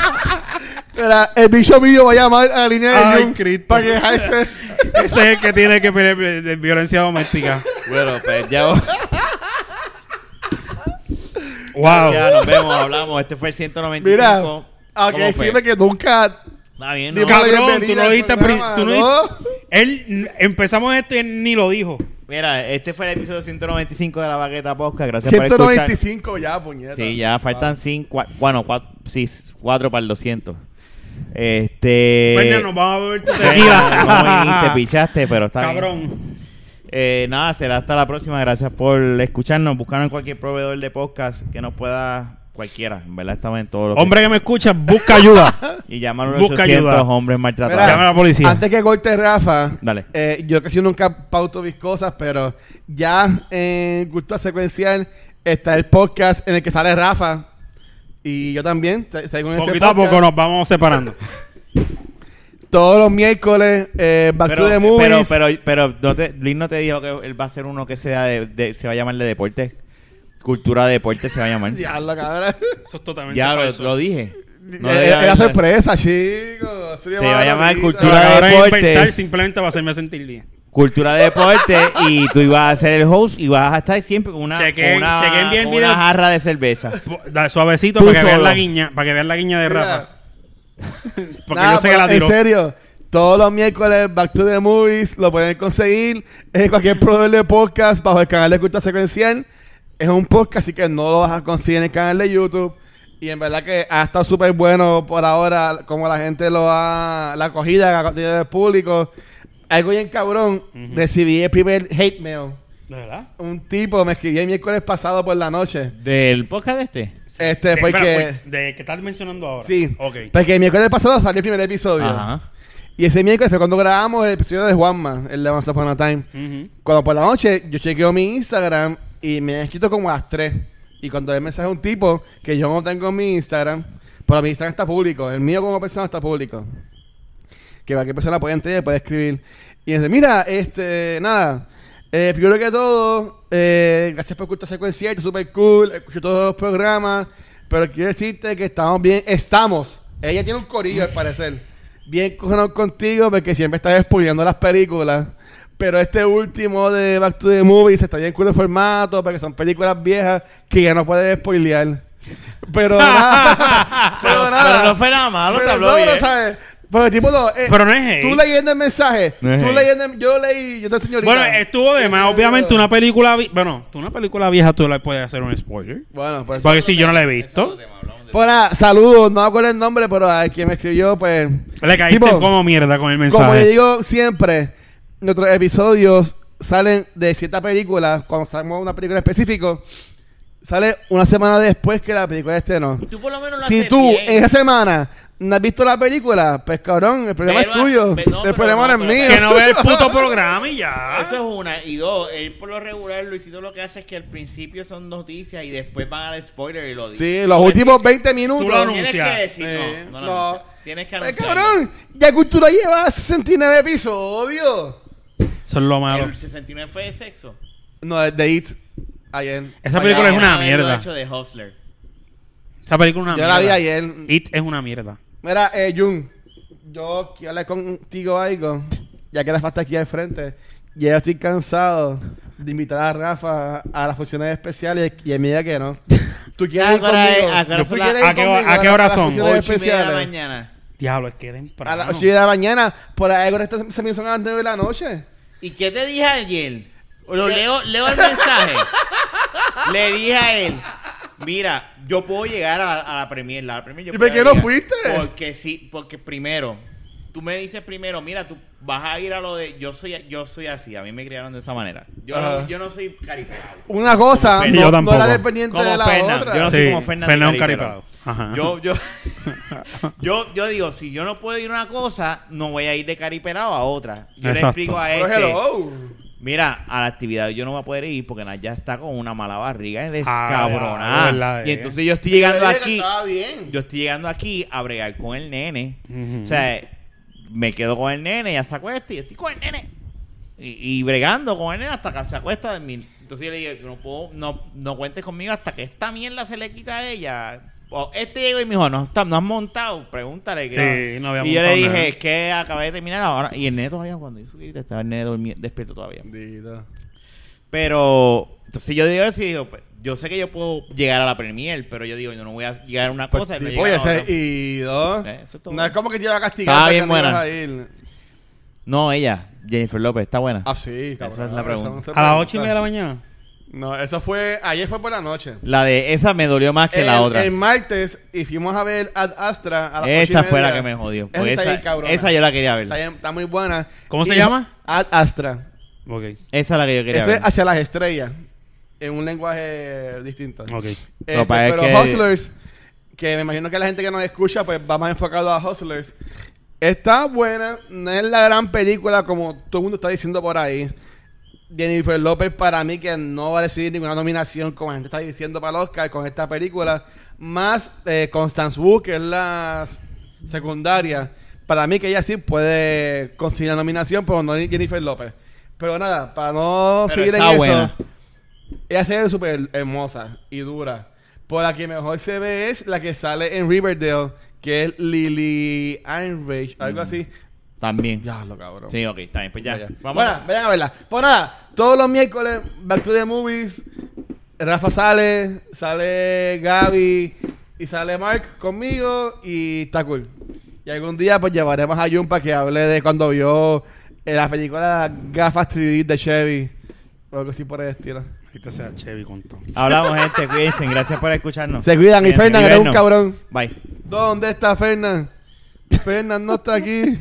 [SPEAKER 2] <laughs>
[SPEAKER 3] Mira, el bicho mío va a llamar a la línea de
[SPEAKER 2] Ay,
[SPEAKER 3] Jun
[SPEAKER 2] Cristo.
[SPEAKER 3] para quejarse.
[SPEAKER 2] Ese es el que tiene que pelear eh, de de violencia doméstica.
[SPEAKER 4] Bueno, pues ya,
[SPEAKER 2] Wow.
[SPEAKER 4] <laughs> ya nos vemos, hablamos. Este fue el 195.
[SPEAKER 3] Mira,
[SPEAKER 4] ¿Cómo
[SPEAKER 3] aunque
[SPEAKER 4] fue?
[SPEAKER 3] decirme que nunca...
[SPEAKER 4] Está bien, ¿no?
[SPEAKER 3] dimos
[SPEAKER 2] Cabrón,
[SPEAKER 3] la
[SPEAKER 2] tú
[SPEAKER 3] bienvenida
[SPEAKER 2] no
[SPEAKER 3] al
[SPEAKER 2] dijiste pri-
[SPEAKER 3] programa,
[SPEAKER 2] tú no Él n- empezamos esto y él ni lo dijo.
[SPEAKER 4] Mira, este fue el episodio 195 de la Baqueta Posca. Gracias por escuchar.
[SPEAKER 3] 195 ya, puñeta.
[SPEAKER 4] Sí, ya faltan cinco, cua- bueno, cuatro, sí, cuatro para el 200. Este...
[SPEAKER 2] Fernan, Pues, nos vamos a beber tu
[SPEAKER 4] Fernan, no
[SPEAKER 2] <laughs>
[SPEAKER 4] viniste,
[SPEAKER 2] tequila.
[SPEAKER 4] pichaste, pero este está bien.
[SPEAKER 2] Cabrón.
[SPEAKER 4] Eh, nada, será hasta la próxima. Gracias por escucharnos. Buscaron cualquier proveedor de podcast que nos pueda... Cualquiera, en verdad estamos en todos los...
[SPEAKER 2] Hombre que me escucha, busca
[SPEAKER 3] <laughs>
[SPEAKER 2] ayuda.
[SPEAKER 4] Y llamar a
[SPEAKER 2] busca
[SPEAKER 4] 800
[SPEAKER 2] ayuda.
[SPEAKER 4] hombres maltratados.
[SPEAKER 2] Llama a la policía.
[SPEAKER 3] Antes que corte Rafa,
[SPEAKER 4] Dale.
[SPEAKER 3] eh, yo casi nunca pauto mis cosas, pero ya en Cultura Secuencial está el podcast en el que sale Rafa. Y yo también. tra- Traigo en ese
[SPEAKER 2] Poquito a poco
[SPEAKER 3] podcast.
[SPEAKER 2] nos vamos separando.
[SPEAKER 3] Todos los miércoles, eh, Back
[SPEAKER 4] Pero,
[SPEAKER 3] to the
[SPEAKER 4] pero, pero,
[SPEAKER 3] Movies.
[SPEAKER 4] pero no te, Lin no te dijo que él va a ser uno que sea de, de- se va a llamar de deporte. Cultura de deporte se va
[SPEAKER 2] <laughs>
[SPEAKER 4] a llamar. ya
[SPEAKER 3] Diablo, cabrón.
[SPEAKER 2] Eso es totalmente
[SPEAKER 4] lo,
[SPEAKER 2] falso.
[SPEAKER 4] lo dije. No
[SPEAKER 3] Eh,
[SPEAKER 4] debía
[SPEAKER 3] era
[SPEAKER 4] haberlo-
[SPEAKER 3] sorpresa, chico. Se
[SPEAKER 4] va a llamar
[SPEAKER 2] Lo
[SPEAKER 4] Cultura de
[SPEAKER 2] acabaron
[SPEAKER 4] deportes.
[SPEAKER 2] inventar simplemente para hacerme sentir bien.
[SPEAKER 4] Cultura de deporte y tú ibas a ser el host y vas a estar siempre con una,
[SPEAKER 2] Chequen-
[SPEAKER 4] con una,
[SPEAKER 2] chequen bien el
[SPEAKER 4] con una
[SPEAKER 2] video.
[SPEAKER 4] jarra de cerveza.
[SPEAKER 2] Po- da- Suavecito
[SPEAKER 4] Tú
[SPEAKER 2] para que vean
[SPEAKER 4] solo.
[SPEAKER 2] la guiña, para que vean la guiña de
[SPEAKER 3] <laughs>
[SPEAKER 2] Rafa. Porque
[SPEAKER 3] Nada,
[SPEAKER 2] yo sé que
[SPEAKER 3] pero
[SPEAKER 2] la tiró.
[SPEAKER 3] En serio, todos los miércoles Back to the Movies lo pueden conseguir en cualquier proveedor de podcast bajo el canal de Cultura Secuencial. Es un podcast, así que no lo vas a conseguir en el canal de YouTube. Y en verdad que ha estado súper bueno por ahora, como la gente lo ha. la acogida que ha tenido del público. Algo bien cabrón, recibí el primer hate mail.
[SPEAKER 2] ¿De verdad?
[SPEAKER 3] Un tipo me escribió el miércoles pasado por la noche.
[SPEAKER 4] ¿Del podcast este?
[SPEAKER 3] Este,
[SPEAKER 2] De-
[SPEAKER 3] porque.
[SPEAKER 2] espera, wait, de que estás mencionando ahora.
[SPEAKER 3] Sí.
[SPEAKER 2] Ok.
[SPEAKER 3] Porque el miércoles pasado salió el primer episodio.
[SPEAKER 4] Ajá.
[SPEAKER 3] Y ese miércoles fue cuando grabamos el episodio de Juanma, el de Once Upon a Time.
[SPEAKER 2] Ujú.
[SPEAKER 3] Cuando por la noche yo chequeo mi Instagram y me han escrito como a las 3. Y cuando el mensaje a un tipo que yo no tengo en mi Instagram, pero mi Instagram está público, el mío como persona está público. Que cualquier persona puede entrar y puede escribir. Y dice, mira, este, nada, eh, primero que todo, eh, gracias por culto secuencial, está súper cool, escucho todos los programas, pero quiero decirte que estamos bien, estamos. Ella tiene un corillo al parecer. Bien cojonado contigo porque siempre estás exponiendo las películas. Pero este último de Back to the Movies está bien cool el formato porque son películas viejas que ya no puedes spoilear.
[SPEAKER 4] <laughs>
[SPEAKER 3] Pero nada. <laughs> pero nada.
[SPEAKER 4] Pero no fue nada
[SPEAKER 2] Ah,
[SPEAKER 4] malo, te
[SPEAKER 3] Pero
[SPEAKER 4] habló
[SPEAKER 3] no,
[SPEAKER 4] bien.
[SPEAKER 3] pero, ¿sabes? Pero, tipo, lo- eh,
[SPEAKER 2] Pero no es hate.
[SPEAKER 3] Tú leyendo el mensaje.
[SPEAKER 4] No es
[SPEAKER 3] tú
[SPEAKER 4] hate.
[SPEAKER 3] leyendo. el- Yo lo leí. Yo te enseño ahorita.
[SPEAKER 2] Bueno, estuvo de más.
[SPEAKER 3] Eh,
[SPEAKER 2] Obviamente, una película. vi- Bueno, tú una película vieja tú le puedes hacer un spoiler.
[SPEAKER 3] Bueno, pues.
[SPEAKER 2] Porque si yo no la he visto,
[SPEAKER 3] Pues nada, saludos. No me acuerdo el nombre, pero a quien me escribió, pues.
[SPEAKER 2] le caíste
[SPEAKER 3] Tipo,
[SPEAKER 2] como mierda con el
[SPEAKER 3] Como yo
[SPEAKER 2] mensaje.
[SPEAKER 3] digo siempre, nuestros episodios salen de cierta película. Cuando salemos una película específica, sale una semana después que la película estrenó.
[SPEAKER 4] Tú por lo menos lo
[SPEAKER 3] Si
[SPEAKER 4] haces
[SPEAKER 3] tú
[SPEAKER 4] bien.
[SPEAKER 3] esa semana no has visto la película, pues cabrón, el problema
[SPEAKER 4] Pero,
[SPEAKER 3] es tuyo.
[SPEAKER 4] pero no,
[SPEAKER 3] el
[SPEAKER 4] pero
[SPEAKER 3] problema
[SPEAKER 4] no,
[SPEAKER 3] no
[SPEAKER 4] pero-
[SPEAKER 3] es
[SPEAKER 2] Que
[SPEAKER 3] mío.
[SPEAKER 2] no ve el
[SPEAKER 3] <laughs>
[SPEAKER 2] puto programa y ya.
[SPEAKER 4] Ah, Eso es una. Y dos, él por lo regular, Luisito lo que hace es que al principio son noticias y después van al spoiler y lo dice.
[SPEAKER 3] Sí, los últimos 20 minutos.
[SPEAKER 2] Tú lo anun-
[SPEAKER 4] Tienes que
[SPEAKER 2] anunciar.
[SPEAKER 4] decir
[SPEAKER 3] Eh,
[SPEAKER 4] no, no,
[SPEAKER 3] no.
[SPEAKER 4] no, anunciar. Tienes que
[SPEAKER 3] Pues,
[SPEAKER 4] anunciar.
[SPEAKER 3] cabrón, ya Cultura lleva 69 episodios.
[SPEAKER 2] Eso es lo malo.
[SPEAKER 4] El 69 fue de sexo.
[SPEAKER 3] No, es de It. Ayer.
[SPEAKER 2] Esa película es
[SPEAKER 4] Podrían
[SPEAKER 2] una
[SPEAKER 4] haberlo
[SPEAKER 2] mierda.
[SPEAKER 4] hecho de Hustler.
[SPEAKER 2] Esa película es
[SPEAKER 3] Yo
[SPEAKER 2] una
[SPEAKER 3] la vi
[SPEAKER 2] mierda.
[SPEAKER 3] ayer.
[SPEAKER 2] It es una mierda.
[SPEAKER 3] Mira, eh, Jun, yo quiero hablar contigo algo, ya que la falta aquí al frente. Ya yo estoy cansado de invitar a Rafa a las funciones especiales y a medida que no.
[SPEAKER 4] <laughs>
[SPEAKER 3] ¿Tú
[SPEAKER 4] ¿A
[SPEAKER 3] quieres ir
[SPEAKER 4] qué hora es?
[SPEAKER 3] conmigo?
[SPEAKER 4] ¿A qué hora
[SPEAKER 3] ¿Tú
[SPEAKER 4] eh, ah, son
[SPEAKER 3] quieres
[SPEAKER 4] las-
[SPEAKER 3] ir
[SPEAKER 2] ¿A qué-
[SPEAKER 3] conmigo
[SPEAKER 2] a qué
[SPEAKER 3] las-
[SPEAKER 2] hora
[SPEAKER 3] las
[SPEAKER 2] son?
[SPEAKER 3] sesiones
[SPEAKER 4] Ocho y media de la
[SPEAKER 3] especiales?
[SPEAKER 4] mañana.
[SPEAKER 2] Diablo, es que
[SPEAKER 3] A
[SPEAKER 2] temprano.
[SPEAKER 3] las 8 de la mañana. Por ahí ahora estas se me son a las 9 de la noche.
[SPEAKER 4] ¿Y qué te dije ayer? Lo leo, leo el mensaje. Le dije a él, mira, yo puedo llegar a la, a la premier, la premier yo
[SPEAKER 3] ¿Y por
[SPEAKER 4] puedo
[SPEAKER 3] qué no
[SPEAKER 4] llegar".
[SPEAKER 3] fuiste?
[SPEAKER 4] Porque sí, porque primero, tú me dices primero, mira, tú vas a ir a lo de, yo soy, yo soy así, a mí me criaron de esa manera. Yo,
[SPEAKER 3] Ajá.
[SPEAKER 4] yo no soy caripelado.
[SPEAKER 3] Una cosa,
[SPEAKER 4] Como
[SPEAKER 2] Fer- yo
[SPEAKER 3] no, no era
[SPEAKER 2] tampoco.
[SPEAKER 3] dependiente
[SPEAKER 4] Como
[SPEAKER 3] de la
[SPEAKER 4] Fernan,
[SPEAKER 3] otra.
[SPEAKER 4] yo no soy
[SPEAKER 2] Sí,
[SPEAKER 4] como Fernan
[SPEAKER 2] Fernan
[SPEAKER 4] de
[SPEAKER 2] Caripelado.
[SPEAKER 4] Caripelado.
[SPEAKER 2] Ajá.
[SPEAKER 4] Yo, <laughs> yo, yo, yo digo, si yo no puedo ir a una cosa, no voy a ir de caripelado a otra. Yo le
[SPEAKER 2] Exacto.
[SPEAKER 4] explico a
[SPEAKER 3] Pero
[SPEAKER 4] este,
[SPEAKER 3] hello.
[SPEAKER 4] mira, a la actividad yo no voy a poder ir porque Nat ya está con una mala barriga
[SPEAKER 2] Ah,
[SPEAKER 4] es
[SPEAKER 2] es
[SPEAKER 4] descabronada.
[SPEAKER 2] verdad,
[SPEAKER 4] y
[SPEAKER 2] eh.
[SPEAKER 4] entonces yo estoy llegando
[SPEAKER 3] Yo dije que
[SPEAKER 4] aquí,
[SPEAKER 3] Estaba bien.
[SPEAKER 4] yo estoy llegando aquí a bregar con el nene.
[SPEAKER 2] Ujú.
[SPEAKER 4] O sea, me quedo con el nene, ya se acuesta y yo estoy con el nene. Y, y bregando con el nene hasta que se acuesta de mí. Entonces yo le digo, no puedo, no, no cuentes conmigo hasta que esta mierda se le quita a ella. O este llegó y me dijo, no, está- no has montado, pregúntale. que
[SPEAKER 2] Sí, no había
[SPEAKER 4] y yo le
[SPEAKER 2] montado
[SPEAKER 4] dije,
[SPEAKER 2] nada.
[SPEAKER 4] es que acabé de terminar ahora. Y el nene todavía, cuando hizo grita, estaba el nene durmi- despierto todavía.
[SPEAKER 3] Bendito.
[SPEAKER 4] Pero, entonces yo digo eso y digo, pues, yo sé que yo puedo llegar a la premier, pero yo digo, yo no voy a llegar a una
[SPEAKER 3] Pues,
[SPEAKER 4] cosa y no
[SPEAKER 3] tipo,
[SPEAKER 4] llegar
[SPEAKER 3] oye,
[SPEAKER 4] a otra.
[SPEAKER 3] ese ido.
[SPEAKER 4] Eh, eso es todo.
[SPEAKER 3] No es como que te iba a castigar.
[SPEAKER 4] Estaba
[SPEAKER 3] porque
[SPEAKER 4] bien
[SPEAKER 3] no ibas
[SPEAKER 4] buena.
[SPEAKER 3] a ir.
[SPEAKER 4] No, ella, Jennifer López, está buena.
[SPEAKER 3] Ah, sí, cabrón.
[SPEAKER 4] Esa es la pregunta.
[SPEAKER 3] no se
[SPEAKER 2] a las
[SPEAKER 3] pregunta.
[SPEAKER 2] 8 y media de la mañana.
[SPEAKER 3] No, eso fue. Ayer fue por la noche.
[SPEAKER 4] La de esa me dolió más que la
[SPEAKER 3] El-
[SPEAKER 4] otra.
[SPEAKER 3] El martes y fuimos a ver Ad Astra a las ocho y
[SPEAKER 4] Esa fue la
[SPEAKER 3] media.
[SPEAKER 4] que me jodió.
[SPEAKER 3] Esa
[SPEAKER 4] porque
[SPEAKER 3] está
[SPEAKER 4] esa,
[SPEAKER 3] bien cabrona.
[SPEAKER 4] esa yo la quería
[SPEAKER 3] Está,
[SPEAKER 4] ver.
[SPEAKER 3] bien- está muy buena.
[SPEAKER 2] ¿Cómo se
[SPEAKER 3] Y-
[SPEAKER 2] llama?
[SPEAKER 3] Ad Astra.
[SPEAKER 2] Ok.
[SPEAKER 4] Esa es la que yo quería
[SPEAKER 3] Ese es
[SPEAKER 4] ver.
[SPEAKER 3] hacia las estrellas. En un lenguaje distinto.
[SPEAKER 2] Ok.
[SPEAKER 3] Este,
[SPEAKER 4] Lo que pasa es
[SPEAKER 3] pero
[SPEAKER 4] que-
[SPEAKER 3] Hustlers, que me imagino que la gente que nos escucha, pues va más enfocado a Hustlers. Está buena, no es la gran película como todo el mundo está diciendo por ahí. Jennifer López para mí que no va a recibir ninguna nominación como la gente está diciendo para el Oscar con esta película. Más eh, Constance Wu, que es la s- secundaria. Para mí que ella sí puede conseguir la nominación, pero no Jennifer López. Pero nada, para no
[SPEAKER 4] Pero
[SPEAKER 3] seguir en
[SPEAKER 4] está
[SPEAKER 3] eso...
[SPEAKER 4] buena.
[SPEAKER 3] Ella se ve súper hermosa y dura. Por la que mejor se ve es la que sale en Riverdale, que es Lily Einrich, algo así.
[SPEAKER 4] También.
[SPEAKER 3] Ya lo cabrón.
[SPEAKER 4] Mm. Sí, ok, está bien. Pues ya.
[SPEAKER 3] Vaya.
[SPEAKER 4] Vamos.
[SPEAKER 3] Bueno, vayan a verla. Por nada, todos los miércoles, Back to the Movies, Rafa sale, sale Gaby y sale Mark conmigo y está cool. Y algún día pues llevaremos a Jun para que hable de cuando vio eh, la película Gafas 3D de Chevy o algo así por el estilo.
[SPEAKER 2] Ahorita sea Chevy con todo.
[SPEAKER 4] Hablamos, gente. Cuídense. Gracias por escucharnos.
[SPEAKER 3] Se cuidan y
[SPEAKER 4] Cuídense,
[SPEAKER 3] Fernan eres un
[SPEAKER 4] cuídennos.
[SPEAKER 3] cabrón.
[SPEAKER 4] Bye.
[SPEAKER 3] ¿Dónde está Fernan? Fernan no está aquí.